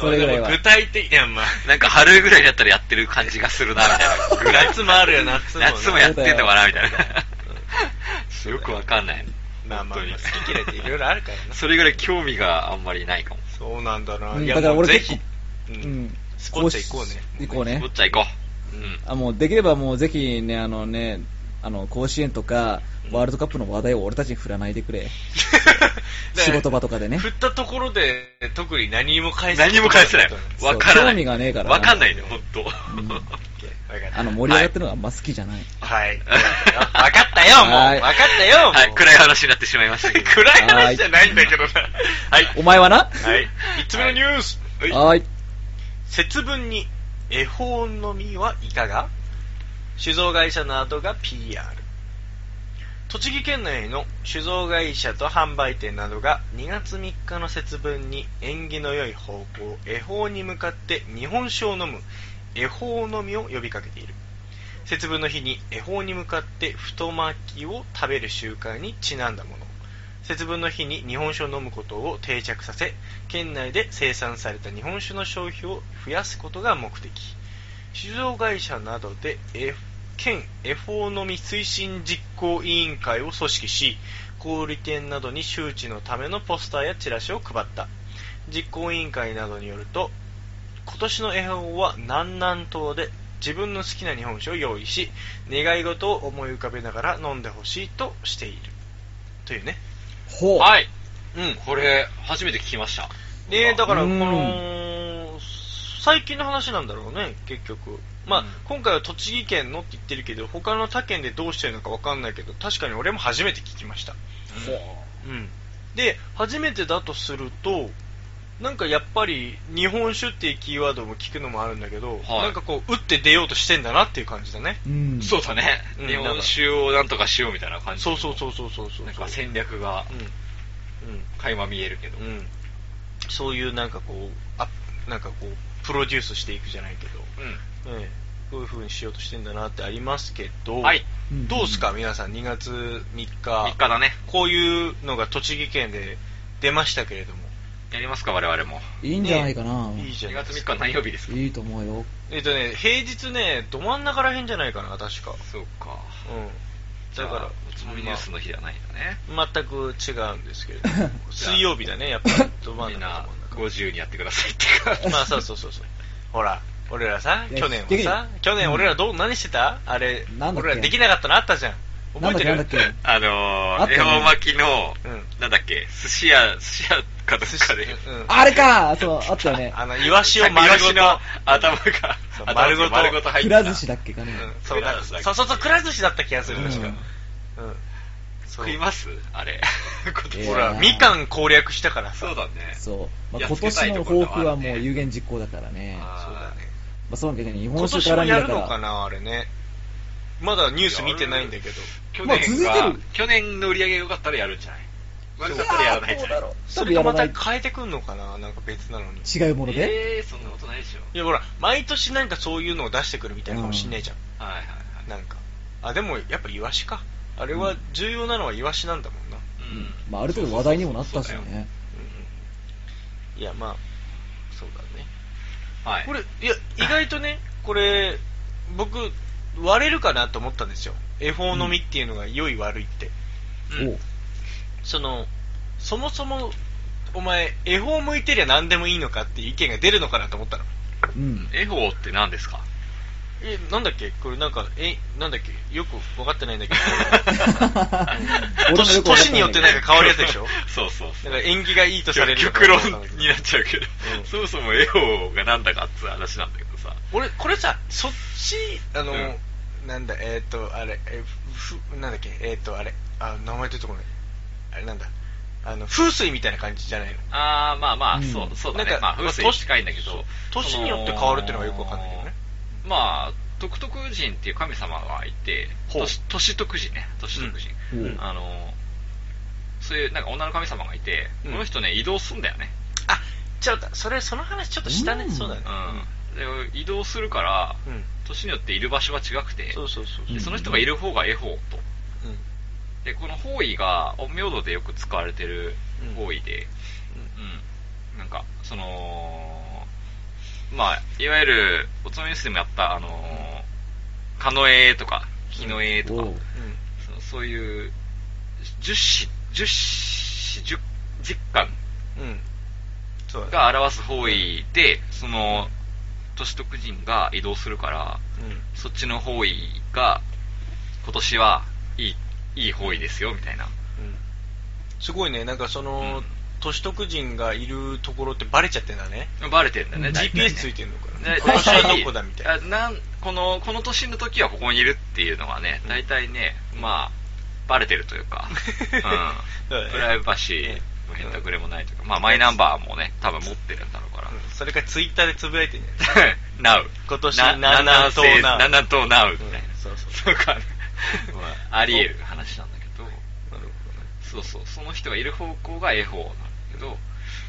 Speaker 3: それぐらいは
Speaker 4: でも。具体的、いや、まあ、
Speaker 2: なんか春ぐらいだったらやってる感じがするな、みたいな。ぐらい
Speaker 4: 夏もあるよ、夏も、ね。
Speaker 2: 夏もやってんのかな、みたいな。 よくわかんない。
Speaker 4: まあまあ、
Speaker 2: 本当に
Speaker 4: 好き嫌いっていろいろあるから な。
Speaker 2: それぐらい興味があんまりないかも。
Speaker 4: そうなんだな。
Speaker 3: うん
Speaker 4: いや、
Speaker 3: だから
Speaker 4: もう
Speaker 3: 俺
Speaker 4: ぜ
Speaker 3: 結
Speaker 4: ひ
Speaker 3: 構、
Speaker 4: う
Speaker 3: うん
Speaker 4: ん。スポーツ行こうね。
Speaker 3: 行こうね
Speaker 2: もっ。ちゃん行こう。うん。
Speaker 3: あもうできればもうぜひね、あのね、あの甲子園とかワールドカップの話題を俺たちに振らないでくれ、仕事場とかでね
Speaker 4: 振、ったところで、特に何も返せ
Speaker 2: 何も返せない。
Speaker 3: そう
Speaker 2: わからない。
Speaker 3: 興味がねえから
Speaker 2: わかんないね、ほんと。
Speaker 3: ん
Speaker 2: わ
Speaker 3: あの盛り上がってるのがあんま好きじゃない、
Speaker 4: はい。わかったよ、もう。
Speaker 3: は
Speaker 4: わ
Speaker 3: い
Speaker 4: かったよ、も う。
Speaker 2: はい、暗い話になってしまいましたけど。
Speaker 4: 暗い話じゃないんだけどな。はい。
Speaker 3: お前はな、
Speaker 4: はい。3つ目のニュース。はい。
Speaker 3: はーい、
Speaker 4: 節分に恵方の実はいかが酒造会社などが PR。栃木県内の酒造会社と販売店などが2月3日の節分に縁起の良い方向、恵方に向かって日本酒を飲む恵方の実を呼びかけている。節分の日に恵方に向かって太巻きを食べる習慣にちなんだもの節分の日に日本酒を飲むことを定着させ県内で生産された日本酒の消費を増やすことが目的酒造会社などでえ県恵方のみ推進実行委員会を組織し小売店などに周知のためのポスターやチラシを配った実行委員会などによると今年の恵方は南南東で自分の好きな日本酒を用意し願い事を思い浮かべながら飲んでほしいとしているというね
Speaker 3: ほう、
Speaker 2: はい。
Speaker 4: うん
Speaker 2: これ、初めて聞きました。
Speaker 4: でだから
Speaker 3: う
Speaker 4: こ
Speaker 3: ん
Speaker 4: の最近の話なんだろうね結局まあ、
Speaker 2: うん
Speaker 4: 今回は栃木県のって言ってるけど他の他県でどうしてるのかわかんないけど確かに俺も初めて聞きましたうん、で初めてだとするとなんかやっぱり日本酒っていうキーワードも聞くのもあるんだけど、
Speaker 2: はい
Speaker 4: なんかこう打って出ようとしてんだなっていう感じだね
Speaker 3: うん、
Speaker 2: そうだね。
Speaker 4: うん
Speaker 2: 日本酒をなんとかしようみたいな感じ。
Speaker 4: そうそうそうそうそうそう
Speaker 2: なんか戦略が垣間見えるけど
Speaker 4: うん、。うん、そういうなんかこうあなんかこうプロデュースしていくじゃないけど、
Speaker 2: う
Speaker 4: ええこういう風にしようとしてんだなってありますけど、
Speaker 2: ん。はい。
Speaker 4: どうすか皆さん2月3日
Speaker 2: 3日だね。
Speaker 4: こういうのが栃木県で出ましたけれども
Speaker 2: やりますか、我々も。
Speaker 3: いいんじゃないかな、
Speaker 4: いいじゃ
Speaker 2: 2
Speaker 4: ないで
Speaker 2: 月3
Speaker 4: すか
Speaker 2: 日何曜日ですか
Speaker 3: いいと思うよ、
Speaker 4: えっとね平日ねど真ん中らへんじゃないかな確か
Speaker 2: そうか。
Speaker 4: うん
Speaker 2: じゃ
Speaker 4: だ
Speaker 2: あ
Speaker 4: から
Speaker 2: おつまみニュースの日じゃないんだね。
Speaker 4: ま全く違うんですけれども水曜日だねやっぱりど真
Speaker 2: み
Speaker 4: ん
Speaker 2: ん
Speaker 4: 中
Speaker 2: な
Speaker 4: ど真ん中
Speaker 2: 50にやってくださいって感じ。
Speaker 4: まあそうそうそうそう。ほら、俺らさ、
Speaker 3: いや
Speaker 4: 去年は
Speaker 3: できる
Speaker 4: さ、去年俺らどう、何してたあれ、
Speaker 3: なんだっけ
Speaker 4: 俺らできなかったのあったじゃん。覚えてる
Speaker 3: なんだっけなんだっ
Speaker 2: あ
Speaker 3: あ
Speaker 2: のー、
Speaker 3: ったね
Speaker 2: 恵方巻きの
Speaker 4: うん、
Speaker 2: なんだっけ、寿司屋、寿司屋かどっかで、
Speaker 4: うん
Speaker 3: あれか、そう、あったよね、
Speaker 4: あの、イワシを
Speaker 2: さっき
Speaker 4: 丸
Speaker 2: イワ
Speaker 4: ご
Speaker 2: シ
Speaker 4: と。
Speaker 2: の頭が頭
Speaker 4: そう、
Speaker 2: が
Speaker 4: 丸ごと
Speaker 2: 丸ごと入
Speaker 3: く
Speaker 2: ってた
Speaker 3: ら寿司だっけかね
Speaker 4: う、んそうだ
Speaker 2: くら寿司だっけ
Speaker 4: そうそうそう、くら寿司だった気がする、確
Speaker 3: うん
Speaker 4: か。うん。そう
Speaker 2: 食いますあれ。 今年
Speaker 3: いや
Speaker 4: ほら、みかん攻略したからさ。
Speaker 2: そうだね。
Speaker 3: そう、まあ、
Speaker 2: や
Speaker 3: 今
Speaker 2: っつけた
Speaker 3: 年
Speaker 2: いと
Speaker 3: の
Speaker 2: こ
Speaker 3: 抱
Speaker 2: ろ
Speaker 3: 負はも
Speaker 2: ね
Speaker 3: う有言実行だからね、ま
Speaker 2: あー
Speaker 4: そうだね。
Speaker 3: あ、そうなんだけどね、日
Speaker 4: 今
Speaker 3: 本酒か
Speaker 4: 年
Speaker 3: ら
Speaker 4: も
Speaker 3: み
Speaker 4: や
Speaker 3: だ
Speaker 4: る
Speaker 3: か、
Speaker 4: のからな、あれね。まだニュース見てないんだけど。
Speaker 2: 去
Speaker 3: まあ続
Speaker 2: 年
Speaker 3: いて
Speaker 2: が
Speaker 3: る
Speaker 2: 去年の売り上げが良かったらやるんじゃない悪かったらやらないんじゃない
Speaker 3: 多
Speaker 4: そ
Speaker 3: 分
Speaker 4: れ
Speaker 3: や
Speaker 4: と
Speaker 3: ら
Speaker 4: ま
Speaker 3: な
Speaker 4: た
Speaker 3: い。
Speaker 4: 変えてくんのかななんか別なのに。
Speaker 3: 違うもので。
Speaker 2: えー、そんなことないでしょ
Speaker 4: いやほら、毎年なんかそういうのを出してくるみたいなかもしんないじゃん。
Speaker 2: はいはいはい
Speaker 4: なんか。あ、でもやっぱイワシか。あれは重要なのはイワシなんだもんな。
Speaker 2: うん
Speaker 3: まあ、ある程度話題にもなったし
Speaker 2: そうだよ
Speaker 3: ね。
Speaker 4: うんいや、まあ、そうだね。
Speaker 2: はい
Speaker 4: これ、いや、意外とね、これ、僕、割れるかなと思ったんですよ。恵方のみっていうのが良い悪いって。
Speaker 2: うん
Speaker 3: おう
Speaker 4: その、そもそも、お前、恵方向いてりゃ何でもいいのかっていう意見が出るのかなと思ったの。
Speaker 3: うん。
Speaker 2: エフォーって何ですか
Speaker 4: え、なんだっけこれなんか、え、なんだっけよく分かってないんだけ ど。
Speaker 3: 俺もよ
Speaker 4: 年
Speaker 3: くわかんない
Speaker 4: 年によってなんか変わるやつでしょ
Speaker 2: そうそうそ
Speaker 4: だ
Speaker 2: う
Speaker 4: から縁起がいいとされるのか
Speaker 2: 極論になっちゃうけど、
Speaker 4: うん
Speaker 2: そもそもエフォーが何だかって話なんだけどさ
Speaker 4: 俺、これさ、そっち、あの、
Speaker 2: うん
Speaker 4: なんだ、えっ、と、あれ、えふ、なんだっけ、えっ、と、あれ、あ、名前出てこない。あれなんだ、あの、風水みたいな感じじゃないの。
Speaker 2: あーまあまあ、
Speaker 3: うん
Speaker 2: そうそうだね
Speaker 4: なんか
Speaker 2: まあ風水
Speaker 4: まあ
Speaker 2: に
Speaker 4: 年
Speaker 2: 近いんだけど
Speaker 4: 年
Speaker 2: その
Speaker 4: によって変わるってのがよくわかんないけどね
Speaker 2: まあ徳徳神っていう神様がいて
Speaker 4: ほう
Speaker 2: 年年徳神ね年徳神、
Speaker 3: うんほう
Speaker 2: あのそういうなんか女の神様がいて、
Speaker 4: うん
Speaker 2: この人ね移動すんだよね
Speaker 4: あ、ちょっと、それ、その話ちょっとしたね。
Speaker 3: うん
Speaker 4: そうだね。
Speaker 2: うん、で移動するから、
Speaker 4: うん
Speaker 2: 年によっている場所は違くて
Speaker 4: そうそうそうそう。
Speaker 2: でその人がいる方が恵方と
Speaker 4: うん。
Speaker 2: でこの方位が陰陽道でよく使われてる方位で、うんなんかそのまあいわゆるおつまみニュースでもやったあの「かのえ」とか「きのえ」とか、
Speaker 3: おう
Speaker 2: そのそういう十子十子十十巻
Speaker 4: うん。うん。そうだね。
Speaker 2: が表す方位でその年徳人が移動するから
Speaker 4: うん。
Speaker 2: そっちの方位が今年はいいいい方位ですよみたいな
Speaker 4: うん。すごいね、なんかその、
Speaker 2: うん
Speaker 4: 都市都市人がいるところってバレちゃってんだね。
Speaker 2: バレてんだね大体ね
Speaker 4: GPS ついてんのかな。
Speaker 2: ね
Speaker 4: 今年はどこだみたいな。
Speaker 2: あなんこのこの年の時はここにいるっていうのはね大体ね、まあバレてるというか、うん
Speaker 4: そうだね
Speaker 2: プライバシー
Speaker 4: ね
Speaker 2: のへったくれもないというか、まあ、マイナンバーもね多分持ってるんだろうから、
Speaker 4: うんそれかツイッターでつぶやいてんじゃない
Speaker 2: Now
Speaker 4: 今年
Speaker 2: な
Speaker 4: 七等
Speaker 2: 七
Speaker 4: Now
Speaker 2: 七等 Now みたいな、
Speaker 4: うんそう そう
Speaker 2: そうか、
Speaker 4: ま あ
Speaker 2: ありえる話なんだけど
Speaker 4: なるほどね。
Speaker 2: そうそうその人がいる方向が A 法なんだけど、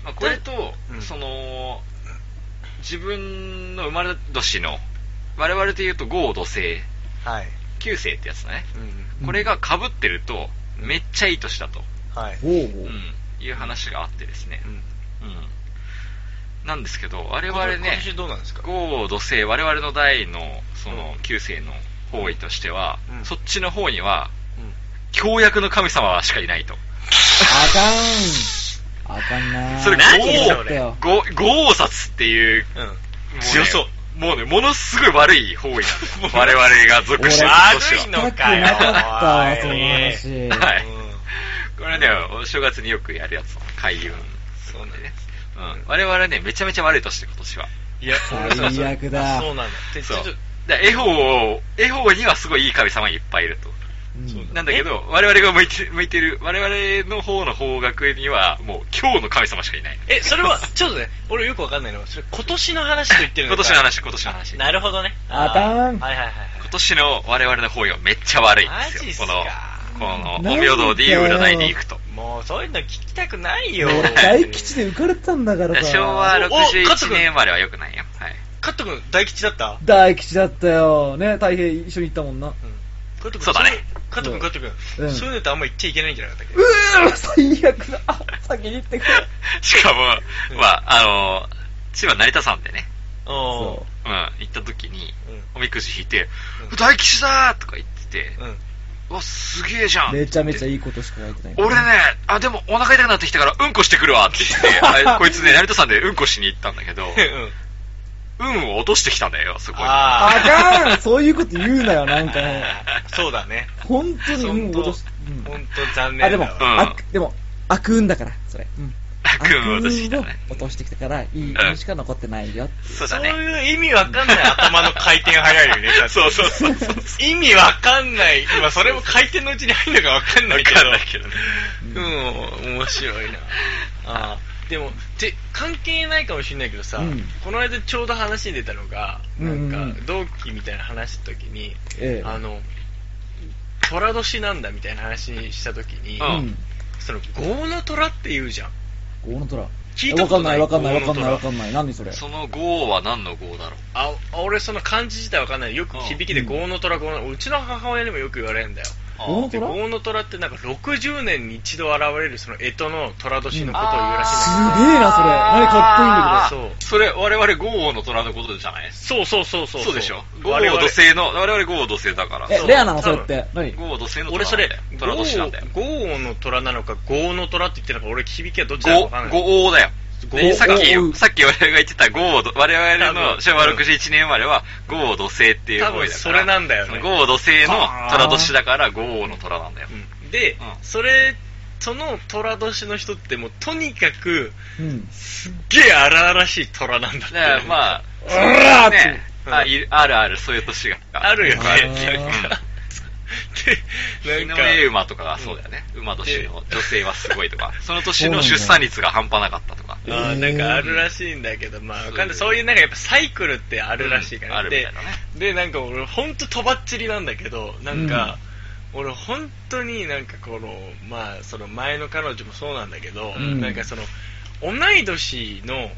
Speaker 2: まあ、これと、
Speaker 4: うん
Speaker 2: その自分の生まれ年の我々で言うと5土星
Speaker 4: はい。
Speaker 2: 9星ってやつだね、
Speaker 4: うん。
Speaker 3: うん
Speaker 2: これがかぶってるとめっちゃいい年だと、
Speaker 4: はい。
Speaker 3: おう
Speaker 2: うんいう話があってですね、
Speaker 4: うん
Speaker 2: うんなんですけど我々
Speaker 4: 今
Speaker 2: ね
Speaker 4: 年どうなんですか
Speaker 2: 5土星我々の代のその
Speaker 4: うん
Speaker 2: 9星の方位としては、
Speaker 4: うん
Speaker 2: そっちの方には
Speaker 4: うん
Speaker 2: 強約の神様しかいないと
Speaker 3: あかん。あかんな
Speaker 2: それ
Speaker 4: 何
Speaker 2: 五
Speaker 4: それ
Speaker 2: 王五五王札っていう、も
Speaker 4: うん。
Speaker 2: うね
Speaker 4: 強そう。
Speaker 2: もうね、ものすごい悪い方位なん ですよ我々が属してる
Speaker 4: 悪い
Speaker 2: 年
Speaker 4: の
Speaker 2: は。
Speaker 3: 全くなかった、そ
Speaker 4: お
Speaker 3: の
Speaker 4: い
Speaker 3: 話。
Speaker 2: は
Speaker 4: う
Speaker 2: い
Speaker 4: ん。
Speaker 2: これね、お正月によくやるやつ。開運。
Speaker 4: そうなんです。
Speaker 2: うん。我々ね、めちゃめちゃ悪い年で今年は。
Speaker 4: いや、
Speaker 3: 最
Speaker 4: 俺さ
Speaker 3: 悪だ
Speaker 4: そうなんだ。でち
Speaker 2: そ
Speaker 4: ょ
Speaker 2: う
Speaker 4: っと。
Speaker 2: だから、エホー、エホーにはすごいいい神様がいっぱいいると。
Speaker 3: うん
Speaker 4: そう
Speaker 2: なんだけど、我々が向いて向いてる、我々の方の方角には、もう今日の神様しかいない。
Speaker 4: え、それは、ちょっとね、俺よくわかんないのは、それ今年の話と言ってる
Speaker 2: 今
Speaker 4: のか
Speaker 2: 年の話、今年の話。
Speaker 4: なるほどね。
Speaker 3: あたん
Speaker 4: はいはいはい
Speaker 2: 今年の我々の方位はめっちゃ悪いんですよ。
Speaker 4: マジっすか
Speaker 2: この、こ
Speaker 3: な
Speaker 2: の、
Speaker 3: ん
Speaker 2: お
Speaker 3: で
Speaker 2: 平
Speaker 3: よ
Speaker 2: 等でいう占いで行くと。
Speaker 4: はい。もう、そういうの聞きたくないよ。
Speaker 3: 俺大吉で浮かれてたんだからさ。
Speaker 2: 昭和
Speaker 4: お加藤
Speaker 2: 61
Speaker 4: 君
Speaker 2: 年生まれは良くないよ。はい。
Speaker 4: カット君、大吉だった
Speaker 3: 大吉だったよ。ね、太平一緒に行ったもんな。う
Speaker 4: カット君
Speaker 2: そうだね。
Speaker 4: カット君、カット
Speaker 3: う
Speaker 4: 君。
Speaker 3: ん
Speaker 4: そういうのってあんま言っちゃいけないんじゃなかったっけ
Speaker 3: ー最悪だ。あ先に行ってくれ。
Speaker 2: しかも
Speaker 4: うん、
Speaker 2: まあ、あの、千葉成田山でね、
Speaker 4: おー
Speaker 3: そ
Speaker 2: うん、行った時に、
Speaker 4: う
Speaker 2: おみくじ引いて
Speaker 4: う、ん
Speaker 2: 大吉だーとか言ってて、
Speaker 4: ん。うん。
Speaker 2: うわ、すげえじゃん
Speaker 3: う。めちゃめちゃい
Speaker 2: い。
Speaker 3: いことしか書いてない。
Speaker 2: 俺ね、あ、でもお腹痛くなってきたから、うんこしてくるわって言 って、あこいつね、成田山でうんこしに行ったんだけど、
Speaker 4: うん。
Speaker 2: 運を落としてきたんだよ、そこに。
Speaker 3: あ
Speaker 4: あ
Speaker 3: かんそういうこと言うなよ、なんかね。
Speaker 4: ー。 そうだね。
Speaker 3: 本当に、うん、
Speaker 4: 本当
Speaker 3: 脅し、うん、
Speaker 4: 本当残
Speaker 3: あ、
Speaker 4: 念
Speaker 3: で
Speaker 4: だ
Speaker 3: も、
Speaker 4: わ
Speaker 2: うん
Speaker 3: 悪、でも、悪運だから、それ。うん。
Speaker 2: 悪 運を落としてきた
Speaker 3: 悪
Speaker 2: ね。
Speaker 3: 運を落としてきたから、いい
Speaker 2: うん
Speaker 3: 運しか残ってないよ。
Speaker 2: そうだ
Speaker 4: そう
Speaker 2: ね。
Speaker 4: いう意味わかんない頭の回転早 いよね。
Speaker 2: そうそうそうそう。
Speaker 4: 意味わかんない。今それも回転のうちに入るのかわかんないけど。
Speaker 2: わかんないけどね
Speaker 4: うん、面白いな。 あーでも、て、関係ないかもしれないけどさ、
Speaker 3: うん
Speaker 4: この間ちょうど話に出たのが、
Speaker 3: う
Speaker 4: なんんか、同期みたいな話した時に、
Speaker 3: ええ
Speaker 4: あの、虎年なんだみたいな話にした時に、
Speaker 2: うん
Speaker 3: ん。
Speaker 4: その、豪の虎って言うじゃん。
Speaker 3: ゴーの虎。
Speaker 4: 聞いたことない
Speaker 3: わかんないわかんない
Speaker 4: ゴーの虎
Speaker 3: わかんない。何それ。
Speaker 2: その号は何の号だろう
Speaker 4: ああ俺、その漢字自体わかんない。よく
Speaker 2: うん
Speaker 4: 響きで豪の虎、豪のうちの母親にもよく言われるんだよ。
Speaker 2: あ
Speaker 3: 豪の
Speaker 4: で、
Speaker 3: 虎
Speaker 4: 豪の虎ってなんか60年に一度現れる、その、干支の虎年のことを言うらしいんだ
Speaker 3: すげえなそれ何か
Speaker 4: っこいいんだけど
Speaker 2: あーそれ、我々豪王の虎のことじゃない
Speaker 4: けど、そうそうそうそう。
Speaker 2: そうでしょ豪王
Speaker 4: 我々
Speaker 2: 土星の、我々豪王土星だから。
Speaker 3: え、
Speaker 4: そう
Speaker 3: レアなの
Speaker 4: 多
Speaker 3: そ
Speaker 4: 分
Speaker 3: れって。何
Speaker 2: 豪王土星の虎
Speaker 4: 俺それ
Speaker 2: なんだよ、虎年なんだよ。
Speaker 4: 豪王の虎なのか、豪の虎って言ってるのか、俺、響きはどっちなの
Speaker 2: 豪
Speaker 4: かわかんない。
Speaker 2: 豪王だよ。で
Speaker 3: 豪
Speaker 2: さっ
Speaker 3: 豪
Speaker 2: き、さっき我々が言ってた豪王土、我々
Speaker 4: 多分
Speaker 2: の昭和61年生まれは豪王土星っていう声だから。
Speaker 4: 多分それなんだよね
Speaker 2: その豪王土星の虎年だから豪王の虎なんだよ。
Speaker 4: うんで、
Speaker 2: うん
Speaker 4: それ、その虎年の人ってもうとにかく
Speaker 3: うん。
Speaker 4: すっげえ荒々しい虎なんだ
Speaker 2: だ
Speaker 4: って。
Speaker 2: からまあ、
Speaker 3: うらーって
Speaker 2: ね、
Speaker 4: うん
Speaker 2: あいあるある、そういう年が。
Speaker 4: あるよ ね。
Speaker 3: あ
Speaker 4: なん
Speaker 3: ー
Speaker 4: か
Speaker 2: 日
Speaker 4: で、な
Speaker 2: の
Speaker 4: んか、
Speaker 2: 絵馬とかがそうだよね。馬年の女性はすごいとか、その年の
Speaker 3: そうなんだ
Speaker 2: 出産率が半端なかったとか。
Speaker 4: あーなんかあるらしいんだけど、まあ、わかんない。
Speaker 2: そう
Speaker 4: そういうなんかやっぱサイクルってあるらしいから、
Speaker 2: うんあるみ
Speaker 4: で
Speaker 2: たいなね、
Speaker 4: で、なんか俺ほんととばっちりなんだけど、なんか、俺本当になんかこの、まあ、その前の彼女もそうなんだけど、
Speaker 3: うん
Speaker 4: なんかその、同い年の、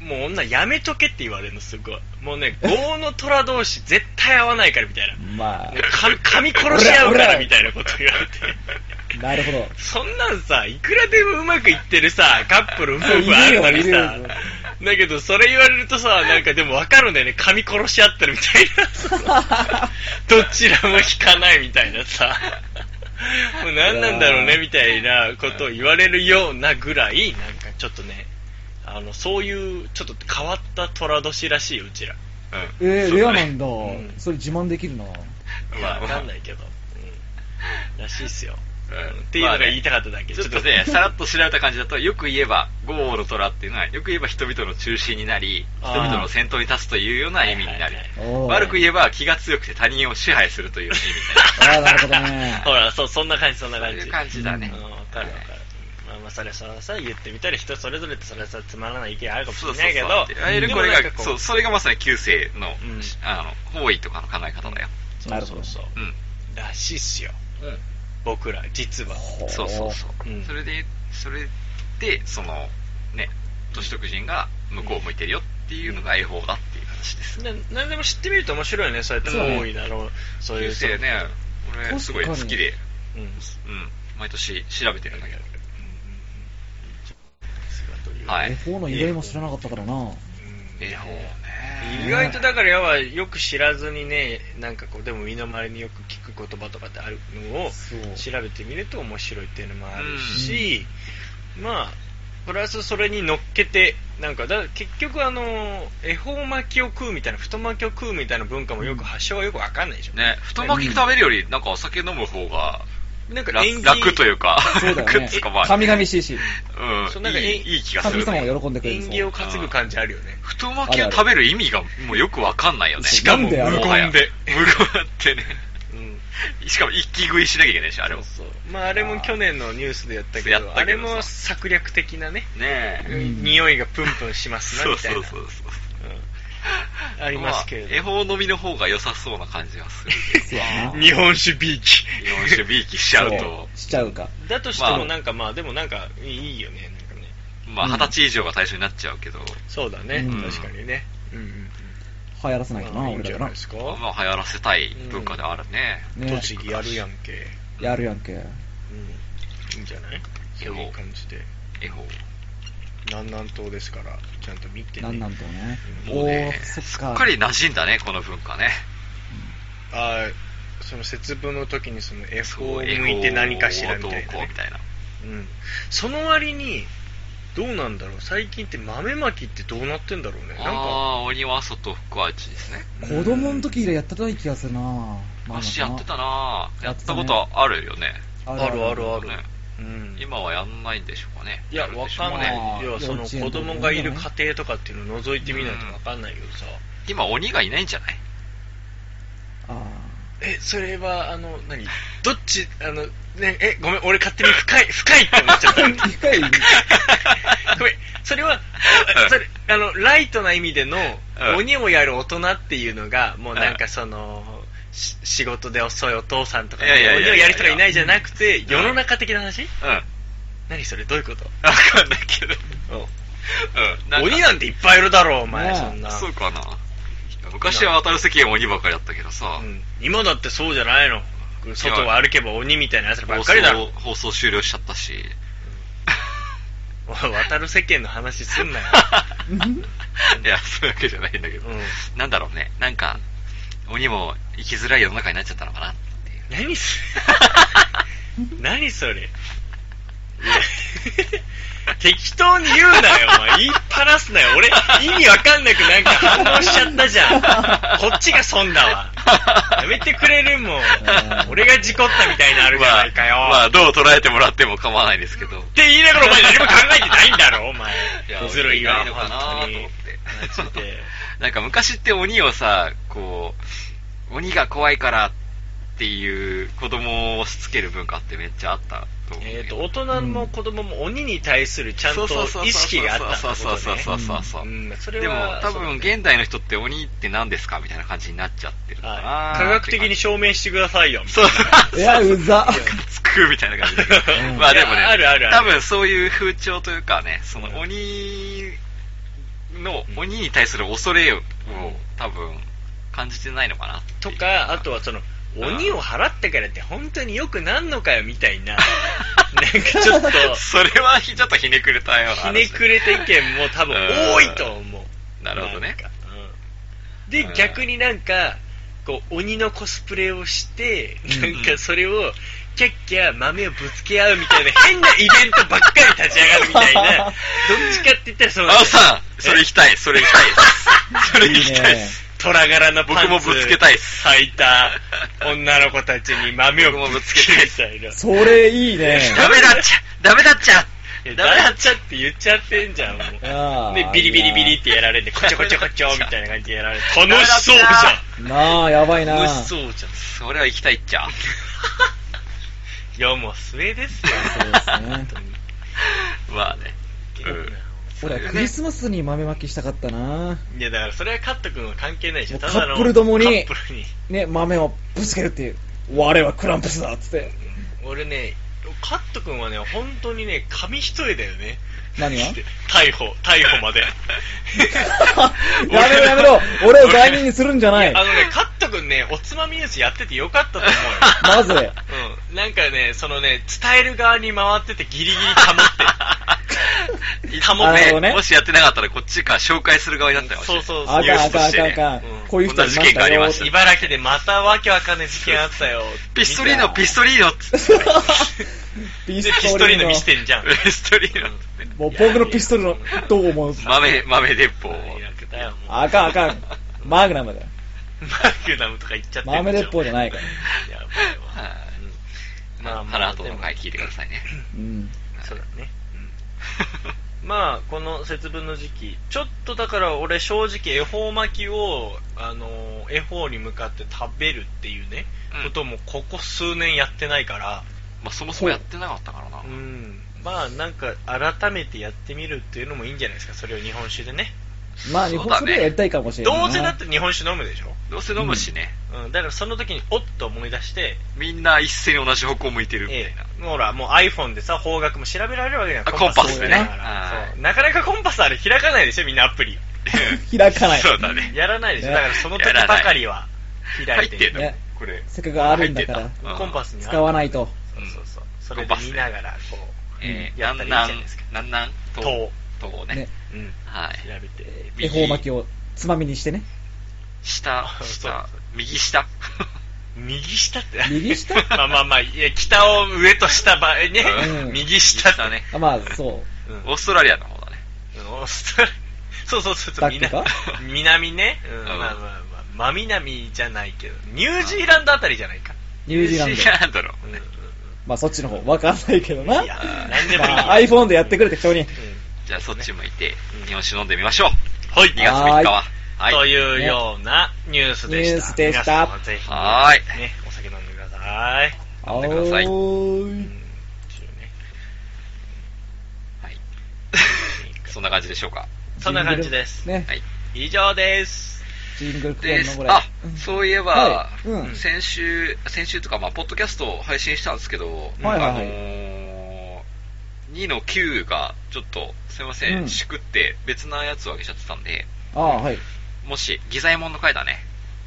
Speaker 4: もう女やめとけって言われるの、すごい。もうね、豪の虎同士絶対合わないからみたいな。
Speaker 3: まあ
Speaker 4: もう、か噛み殺し合うからみたいなこと言われて。
Speaker 3: なるほど。
Speaker 4: そんなんさ、いくらでもうまくいってるさ、カップル夫婦あるのに
Speaker 3: いるよい
Speaker 4: さ
Speaker 3: るよ、
Speaker 4: だけどそれ言われるとさ、なんかでもわかるんだよね、噛み殺し合ってるみたいな さ、どちらも引かないみたいなさ、もう何なんだろうねみたいなことを言われるようなぐらい、なんかちょっとね、あの、そういうちょっと変わった虎年らしい、うちら。
Speaker 2: うん
Speaker 3: えー、
Speaker 2: そう
Speaker 3: レ
Speaker 2: だ
Speaker 3: ア
Speaker 2: ね
Speaker 3: なんだ
Speaker 4: ん。
Speaker 3: それ自慢できるな。
Speaker 2: まあ
Speaker 4: わかんないけど。うんらしいっすよ。
Speaker 2: うん
Speaker 4: っていうのが言いたかっただけ。
Speaker 2: ちょっとね、さらっと調べた感じだと、よく言えば、ゴーの虎っていうのは、よく言えば人々の中心になり、
Speaker 4: あー
Speaker 2: 人々の先頭に立つというような意味になり
Speaker 4: はいはい、
Speaker 3: おー
Speaker 2: 悪く言えば気が強くて他人を支配するという意味に
Speaker 3: ああ、なるほどね
Speaker 4: ほ。ら、そう、そんな感じ、そんな
Speaker 2: な
Speaker 4: 感
Speaker 2: る。そうい
Speaker 4: じ。
Speaker 2: う感じだね
Speaker 4: うん、。わかるわかる。まあまあ、それそれさ、言ってみたら人それぞれってそれさ、つまらない意見あるかもし
Speaker 2: そう
Speaker 4: れ
Speaker 2: そう
Speaker 4: ないけど、
Speaker 2: そう。いわゆるこれ
Speaker 4: でもなん
Speaker 2: が、
Speaker 4: かこ
Speaker 2: そう、それがまさに旧世の
Speaker 4: うん、
Speaker 2: あの、方位とかの考え方だよ。
Speaker 4: そう
Speaker 3: なる
Speaker 4: そ
Speaker 3: ほ
Speaker 4: う
Speaker 3: ど
Speaker 4: そう。
Speaker 2: うん。
Speaker 4: らしいっすよ。僕ら、実は。
Speaker 2: そうそうそうう。
Speaker 4: ん
Speaker 2: それで、それで、その、ね、都市徳人が向こう向いてるよっていうのが絵法だっていう話です。
Speaker 4: な何でも知ってみると面白いね、そうやって
Speaker 3: そうね
Speaker 4: 多いだろう、そういう。
Speaker 2: 旧世ね、俺すごい好きで、
Speaker 4: そう。うん。うん
Speaker 2: うん、毎年調べてるんだけど。は
Speaker 3: 絵
Speaker 2: い。
Speaker 3: 法の由来も知らなかったからな。
Speaker 2: 絵法ね。
Speaker 4: 意外とだからやはよく知らずにねなんかこうでも身の回りによく聞く言葉とかってあるのを
Speaker 3: そう
Speaker 4: 調べてみると面白いっていうのもあるし、まあプラスそれに乗っけてなんかだ結局あの恵方巻きを食うみたいな太巻きを食うみたいな文化もよく発祥はよくわかんないでしょ、
Speaker 2: ね、太巻き食べるより、なんかお酒飲む方が
Speaker 4: なんか
Speaker 2: 楽
Speaker 4: 縁起
Speaker 2: 楽というか、
Speaker 3: そう だ
Speaker 2: 楽
Speaker 3: よ
Speaker 2: っ
Speaker 3: ね
Speaker 2: つうかま。あ
Speaker 3: 神々しいし。
Speaker 4: そ
Speaker 2: う
Speaker 4: う
Speaker 2: ん、
Speaker 4: なんか
Speaker 2: い
Speaker 4: え
Speaker 2: いいい気がす
Speaker 3: 神
Speaker 2: る。
Speaker 3: 様が喜んでくれる
Speaker 4: 縁
Speaker 3: そう。
Speaker 4: 起を担ぐ感じあるよね
Speaker 2: 太巻きを食べる意味がもうよくわかんないよね。
Speaker 3: しかも
Speaker 2: もはや
Speaker 3: 無
Speaker 4: 言で
Speaker 2: 無言ってね。
Speaker 4: うん
Speaker 2: しかも一気食いしなきゃいけないでしょ、あれも。
Speaker 4: そうそうまああれも去年のニュースでやったけ
Speaker 2: や
Speaker 4: ど
Speaker 2: ったけどさ
Speaker 4: あれも策略的なね
Speaker 2: ねえ。
Speaker 3: ん
Speaker 4: 匂いがプンプンしますな
Speaker 2: そう
Speaker 4: みたい
Speaker 2: そ
Speaker 4: な
Speaker 2: うそうそう。
Speaker 4: うんありますけれ
Speaker 2: まあ絵
Speaker 4: ど、
Speaker 2: 法飲みの方が良さそうな感じがする。
Speaker 3: そうやな。
Speaker 4: 日本酒ビーチ
Speaker 2: 日本酒ビーキしちゃう
Speaker 3: そ
Speaker 2: と。
Speaker 3: しちゃうか。
Speaker 4: だとして
Speaker 2: ま
Speaker 4: も
Speaker 2: あ
Speaker 4: なんかまあでもなんかいいよねなんかね
Speaker 2: まあ、
Speaker 3: うん
Speaker 2: 二十歳以上が対象になっちゃうけど、
Speaker 4: そうだね、
Speaker 3: うん
Speaker 4: 確かにねうんうん
Speaker 3: 流行らせないと
Speaker 4: まあ
Speaker 3: な、
Speaker 4: いいん
Speaker 3: 俺
Speaker 4: じゃ
Speaker 3: らが
Speaker 4: ない
Speaker 3: な
Speaker 4: で。すか、
Speaker 2: まあ、流行らせたい文化ではあるね。
Speaker 3: ね
Speaker 4: 栃木やるやんけ、
Speaker 3: やるやんけ。
Speaker 4: うん、いいんじゃないそういう感じで
Speaker 2: 絵法。
Speaker 4: 南南東ですからちゃんと見て、ね、
Speaker 3: なんなんとね。
Speaker 2: も
Speaker 3: お
Speaker 2: う
Speaker 3: ー
Speaker 2: ね、、
Speaker 3: そっ
Speaker 2: す
Speaker 3: か。
Speaker 2: っかり馴染んだね、この文化ね。
Speaker 4: ああその節分の時にその絵法を向いて何かしらみたいな
Speaker 2: どうこ
Speaker 4: ね
Speaker 2: うみたいな。
Speaker 4: うん、その割にどうなんだろう最近って豆まきってどうなってんだろうねなんか
Speaker 2: ああー、鬼は外福味ですね。
Speaker 3: 子供の時以来やってない気がするなまあ
Speaker 2: 昔やってたなぁ。や
Speaker 3: やっ
Speaker 2: って
Speaker 3: た
Speaker 2: たこ
Speaker 3: ね
Speaker 2: とあるよね。
Speaker 3: あ
Speaker 4: あるあるある
Speaker 2: ね
Speaker 4: うん
Speaker 2: 今はやんないんでしょうかね。
Speaker 4: いや
Speaker 2: やる
Speaker 4: わ
Speaker 2: でしょう
Speaker 4: かん
Speaker 2: ね
Speaker 4: ない要はその子供がいる家庭とかっていうのを覗いてみないとわかんないけどさ、
Speaker 2: 今鬼がいないんじゃない
Speaker 3: あ
Speaker 4: えそれはあの何どっちあのねえごめん俺勝手に深い深いって思っちゃった
Speaker 3: ー 深い。
Speaker 4: ごめんそれはそれあのライトな意味での
Speaker 2: うん
Speaker 4: 鬼をやる大人っていうのがもうなんかそのし仕事で遅いお父さんとか、
Speaker 2: いやいやいやいや
Speaker 4: 鬼をやる人がいないじゃなくて、世の中的な話
Speaker 2: うん。わ
Speaker 4: 何それどういうこと
Speaker 2: かんないけど。うん。か
Speaker 4: 鬼なんていっぱいいるだろう、お前、
Speaker 3: ねえ
Speaker 4: そんな。
Speaker 2: そうかな。昔は渡る世間は鬼ばっかりだったけどさ
Speaker 4: う、ん今だってそうじゃないの。外を歩けば鬼みたいなやつらば
Speaker 2: 放
Speaker 4: っ
Speaker 2: 送
Speaker 4: かりだろ。
Speaker 2: 放送終了しちゃったし。
Speaker 4: おい 渡る世間の話す んなよ。
Speaker 2: いや、 そういうわけじゃないんだけど、
Speaker 4: うん
Speaker 2: なんだろうね、なんか、鬼も生きづらい世の中になっちゃったのかなっていう。
Speaker 4: 何そ れ何それ適当に言うなよ、お前。言いっぱなすなよ。 俺、意味わかんなくなんか反応しちゃった じゃん。こっちが損だわ。やめてくれる もん。俺が事故ったみたいになるじゃないかよ。
Speaker 2: まあ、まあどう捉えてもらっても構わないですけど。
Speaker 4: って言いながらお前何も考えてないんだろ、お前
Speaker 2: いや。
Speaker 4: ずるいわ、
Speaker 2: 鬼がいいのかな
Speaker 4: 本当
Speaker 2: と思
Speaker 4: に
Speaker 2: っ。
Speaker 4: マジで
Speaker 2: て。なんか昔って鬼をさ、こう、鬼が怖いからっていう子供を押し付ける文化ってめっちゃあったと思う。
Speaker 4: えっ、と、大人も子供も鬼に対するちゃんと
Speaker 2: そうそうそうそう
Speaker 4: 意識があったってことね。
Speaker 2: そうそうそうそうそう。
Speaker 4: うんそれ
Speaker 2: でも
Speaker 4: は
Speaker 2: 多
Speaker 4: そう
Speaker 2: 分現代の人って鬼って何ですかみたいな感じになっちゃってるのかな
Speaker 4: はい、科学的に証明してくださいよ。
Speaker 2: そう。
Speaker 3: いや、うざ。
Speaker 2: つくみたいな感じで
Speaker 4: うん
Speaker 2: まあでも
Speaker 4: い
Speaker 2: ね、
Speaker 4: やあるあるある
Speaker 2: 多分そういう風潮というかね、その
Speaker 4: うん
Speaker 2: 鬼の
Speaker 4: う、ん
Speaker 2: 鬼に対する恐れを多分感じてないのかなって
Speaker 4: と
Speaker 2: いう
Speaker 4: か、あとはその、鬼を払ってからって本当によくなんのかよみたいな、なんかち ょっと、
Speaker 2: それはひちょっとひねくれたような
Speaker 4: ひ
Speaker 2: 話
Speaker 4: ねくれた意見も多分多いと思う。
Speaker 2: なるほどね
Speaker 4: んかうんで
Speaker 2: う、ん
Speaker 4: 逆になんか、こう、鬼のコスプレをして、
Speaker 2: ん
Speaker 4: なんかそれを、キャッキャ豆をぶつけ合うみたいな変なイベントばっかり立ち上がるみたいな、どっちかって言ったらその、
Speaker 2: 青さん、それ行きたい、それ行きたい です。それ行きたいです。
Speaker 4: 虎柄のパンツ
Speaker 2: 僕もぶつけたいっす
Speaker 4: 履いた女の子たちに豆をぶつけるみたいな。
Speaker 3: それいい ね。
Speaker 2: ダメだっちゃ、ダメだっちゃ、
Speaker 4: いや
Speaker 2: ダメだ
Speaker 4: だ
Speaker 2: っ
Speaker 4: っ
Speaker 2: ち
Speaker 4: ち
Speaker 2: ゃ
Speaker 4: ゃって言っちゃってんじゃん、も
Speaker 3: あ
Speaker 4: う。
Speaker 3: ー
Speaker 4: で、ビリビリビリってやられて、こちょこちょこちょみたいな感じでやられて。楽しそうじ
Speaker 3: なあ、やばい
Speaker 4: ゃん
Speaker 3: な。
Speaker 4: 楽しそうじゃん。
Speaker 2: それは行きたいっちゃ。
Speaker 4: いや、もう末ですよ。
Speaker 3: そうですね
Speaker 4: 本当に
Speaker 2: まあね。うん
Speaker 3: 俺はクリスマスに豆まきしたかったな。
Speaker 4: いや、だからそれはカット君は関係ないじゃん。
Speaker 3: も
Speaker 4: た
Speaker 3: う
Speaker 4: だの
Speaker 3: カップル共に
Speaker 4: カップルに。
Speaker 3: ね、豆をぶつけるっていう。我はクランプスだっつって。
Speaker 4: 俺ね、カット君はね、本当にね、紙一重だよね。
Speaker 3: 何 が
Speaker 4: 逮捕、逮捕 まで。
Speaker 3: やめろやめろ俺を罪人にするんじゃない
Speaker 4: あのね、カット君ね、おつまみニュースやっててよかったと 思うよ。
Speaker 3: マジで。
Speaker 4: うん。なんかね、そのね、伝える側に回っててギリギリ保って る。
Speaker 3: なるほど
Speaker 4: 保
Speaker 3: ね
Speaker 2: もしやってなかったらこっちから紹介する側になったかもしれ
Speaker 4: そ
Speaker 2: ない。
Speaker 4: うそうそう。
Speaker 3: あ
Speaker 2: ニュー
Speaker 3: かん
Speaker 2: ス
Speaker 3: あ
Speaker 2: と
Speaker 3: かん
Speaker 2: してね
Speaker 3: あかんあかん
Speaker 4: うん。
Speaker 3: こういう人にな
Speaker 2: こんな事
Speaker 3: ん
Speaker 2: 件があ
Speaker 3: だ
Speaker 2: り
Speaker 3: よ
Speaker 2: まし
Speaker 3: っ
Speaker 2: てたね
Speaker 4: 茨城でまたわけわかんない事件あったよ。
Speaker 2: ピストリーノ、ピストリーノっつって。
Speaker 3: ピ
Speaker 4: で、ピストリーノ見せてんじゃん。
Speaker 2: ピストリーノっつって。
Speaker 3: もう僕のピストルの、どう思う
Speaker 2: 豆、豆鉄砲。
Speaker 4: 最悪だよ、もう
Speaker 3: あかんあかん。マグナムだよ。
Speaker 4: マグナムとか言っちゃって
Speaker 3: 豆鉄砲じゃない
Speaker 4: か
Speaker 3: から。
Speaker 4: やばいわ
Speaker 2: はい。まあ、
Speaker 4: まあ
Speaker 2: ハラートの回聞いてくださいね。
Speaker 3: うん。
Speaker 4: そうだね まあこの節分の時期ちょっとだから俺正直恵方巻きをあの恵方に向かって食べるっていうね、
Speaker 2: うん
Speaker 4: こともここ数年やってないから
Speaker 2: まあ、そもそもやってなかったからな
Speaker 4: う。んまあなんか改めてやってみるっていうのもいいんじゃないですかそれを日本酒でね
Speaker 3: まあ、
Speaker 2: そうだね
Speaker 3: 日本酒でやりたいかもしれないな。
Speaker 4: どうせだって日本酒飲むでしょ、
Speaker 2: どうせ飲むしね。
Speaker 4: うん、だからその時におっと思い出して
Speaker 2: みんな一斉に同じ方向向いてるみた
Speaker 4: え
Speaker 2: いな。
Speaker 4: え、ほら、もう iPhone でさ、方角も調べられるわけじゃん。
Speaker 2: あコンパス
Speaker 3: でね
Speaker 4: だから
Speaker 2: はい
Speaker 4: そうなかなかコンパスあれ開かないでしょ、みんなアプリ。
Speaker 3: 開かない。
Speaker 2: そうだね。
Speaker 4: やらないでしょ。
Speaker 3: ね
Speaker 4: だからその時ばかりは開
Speaker 2: 入
Speaker 4: い。
Speaker 2: っててんの
Speaker 3: ね
Speaker 2: これ。
Speaker 3: せっかくあるんだから
Speaker 2: 入ってた
Speaker 4: コンパスに
Speaker 3: 使わ
Speaker 4: い。
Speaker 3: ないと。
Speaker 4: そうそうそう。そ
Speaker 2: コ
Speaker 4: れで
Speaker 2: ンパス
Speaker 4: 見
Speaker 2: で
Speaker 4: ながら、こ
Speaker 2: えー、
Speaker 4: や
Speaker 2: な
Speaker 4: っ
Speaker 2: ん
Speaker 4: たらい
Speaker 2: な
Speaker 4: いじゃ
Speaker 2: ん
Speaker 4: ないですか、
Speaker 2: なんなん
Speaker 4: う、
Speaker 2: と
Speaker 4: 塔。
Speaker 2: とね
Speaker 3: ね。
Speaker 4: うん。
Speaker 2: はい。
Speaker 4: 調べて。
Speaker 3: 恵方巻きをつまみにしてね。
Speaker 2: 下、
Speaker 4: そう
Speaker 2: 下、右下。
Speaker 4: 右下って何
Speaker 3: 右下
Speaker 4: まあまあまあ、いや、北を上と下場合ね
Speaker 3: う。ん
Speaker 4: 右下だね。
Speaker 3: あまあ、そ う。
Speaker 4: うん
Speaker 2: オーストラリアの方だね。
Speaker 4: オーストラリアそうそうそうそ
Speaker 3: だ
Speaker 4: う、
Speaker 3: っけ
Speaker 4: 南
Speaker 3: か
Speaker 4: 南ね、うん
Speaker 2: ん
Speaker 4: まあまあまあ、真南じゃないけど、ニュージーランドあたりじゃないか。
Speaker 3: ニュージーラン
Speaker 2: ニ
Speaker 3: ド。
Speaker 2: ランドの。
Speaker 4: うんうん
Speaker 3: まあ、そっちの方、わかんないけどな。
Speaker 4: いや
Speaker 3: ま、
Speaker 4: なんでもいいよ。
Speaker 3: あ、iPhone でやってくれて、人に。
Speaker 2: じゃあそっち向いて
Speaker 4: うん、
Speaker 2: 日本酒飲んでみましょう。
Speaker 4: はい
Speaker 2: 2月3日は。
Speaker 4: はい。と
Speaker 2: はい。
Speaker 4: いうようなニュースでした。
Speaker 3: ニュースでした
Speaker 4: 皆様ぜひ、
Speaker 2: はーい。
Speaker 4: ね、お酒飲んでください。
Speaker 3: あ
Speaker 2: んでください
Speaker 4: うん
Speaker 3: ーい。
Speaker 4: 一応ね
Speaker 2: はい そんな感じでしょうか。
Speaker 4: そんな感じです。
Speaker 3: ね。
Speaker 2: はい。
Speaker 4: 以上です。
Speaker 3: ジングルくれ
Speaker 2: で
Speaker 3: んのこれ。
Speaker 2: あ、そういえば、
Speaker 3: はいうん
Speaker 2: 先週、先週とか、まあ、ポッドキャストを配信したんですけど、
Speaker 3: はいは
Speaker 2: あ
Speaker 3: いはい
Speaker 2: のー、2の9が、ちょっと、すいませ、
Speaker 3: うんん
Speaker 2: しくって、別なやつをあげちゃってたんで、
Speaker 3: ああ、はい。
Speaker 2: もし、ギザエモンの回だね。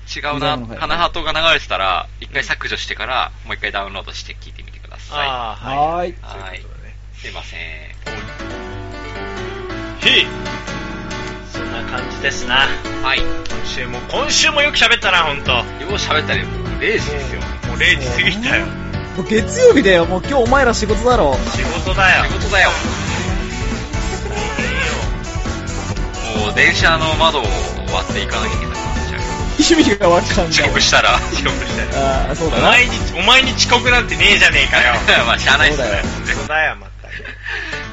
Speaker 2: 違う
Speaker 3: ギザエ
Speaker 2: な、
Speaker 3: モンの回
Speaker 2: 花ハートが流れてたら、一回削除してから、もう一回ダウンロードして聞いてみてくださ
Speaker 4: ああ、は
Speaker 3: はー
Speaker 4: い。
Speaker 3: い。
Speaker 2: い。はい。すいません。
Speaker 4: ひいそんな感じですな。
Speaker 2: はい。よ
Speaker 4: 今週も、今週もよく喋ったな、ほんと。も
Speaker 2: う喋ったね、もう0時ですよ。
Speaker 4: う0時過ぎたよ。
Speaker 3: もう月曜日だよ。もう今日お前ら仕事だろ。
Speaker 4: 仕事だよ。
Speaker 2: 仕事だよ。もう電車の窓を割っていかなきゃいけなくなっちゃう。
Speaker 3: 意味がわか ん
Speaker 2: 遅
Speaker 3: ない。
Speaker 2: 刻したら。
Speaker 4: 遅刻したよ。
Speaker 3: ああ、そうだ
Speaker 4: お
Speaker 3: な。
Speaker 4: 前に、お前に遅刻なんてねえじゃねえか よ。
Speaker 2: まあ、しゃあないっすね。
Speaker 4: 本当だよ、まったく。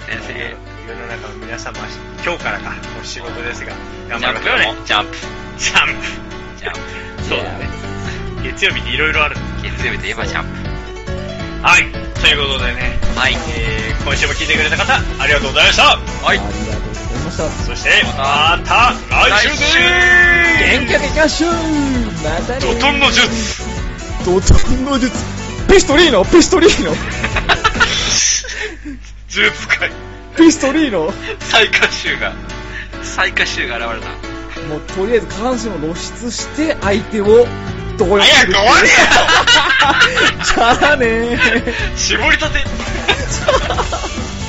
Speaker 2: 先生、
Speaker 4: 世の中の皆様、今日からか、お仕事ですが、頑
Speaker 2: ジ
Speaker 4: 張
Speaker 2: ャ
Speaker 4: りま
Speaker 2: ン
Speaker 4: しょうね
Speaker 2: プ。も、ジャンプ、
Speaker 4: ジャン
Speaker 2: ジャンプ。
Speaker 4: プ。そうだね。月曜日にいろいろある。
Speaker 2: 月曜日といえばジャンプ。
Speaker 4: はい。ということでね、
Speaker 2: はい。
Speaker 4: えー、今週も聞いてくれた方、ありがとうございました。
Speaker 2: はい。
Speaker 3: ありがとうございました。
Speaker 4: そして、また来週で
Speaker 3: 元気
Speaker 4: ー
Speaker 3: でいきましょうまたね
Speaker 4: す怒涛の術
Speaker 3: 怒涛の術ピストリーノピストリーノ
Speaker 4: 術界
Speaker 3: ピストリーノ
Speaker 2: 最下集が、最下集が現れた。
Speaker 3: もうとりあえず下半身を露出して相手をどこに
Speaker 4: 早く終わ
Speaker 3: じゃあねー
Speaker 4: れよ絞りたて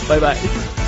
Speaker 3: バイバイ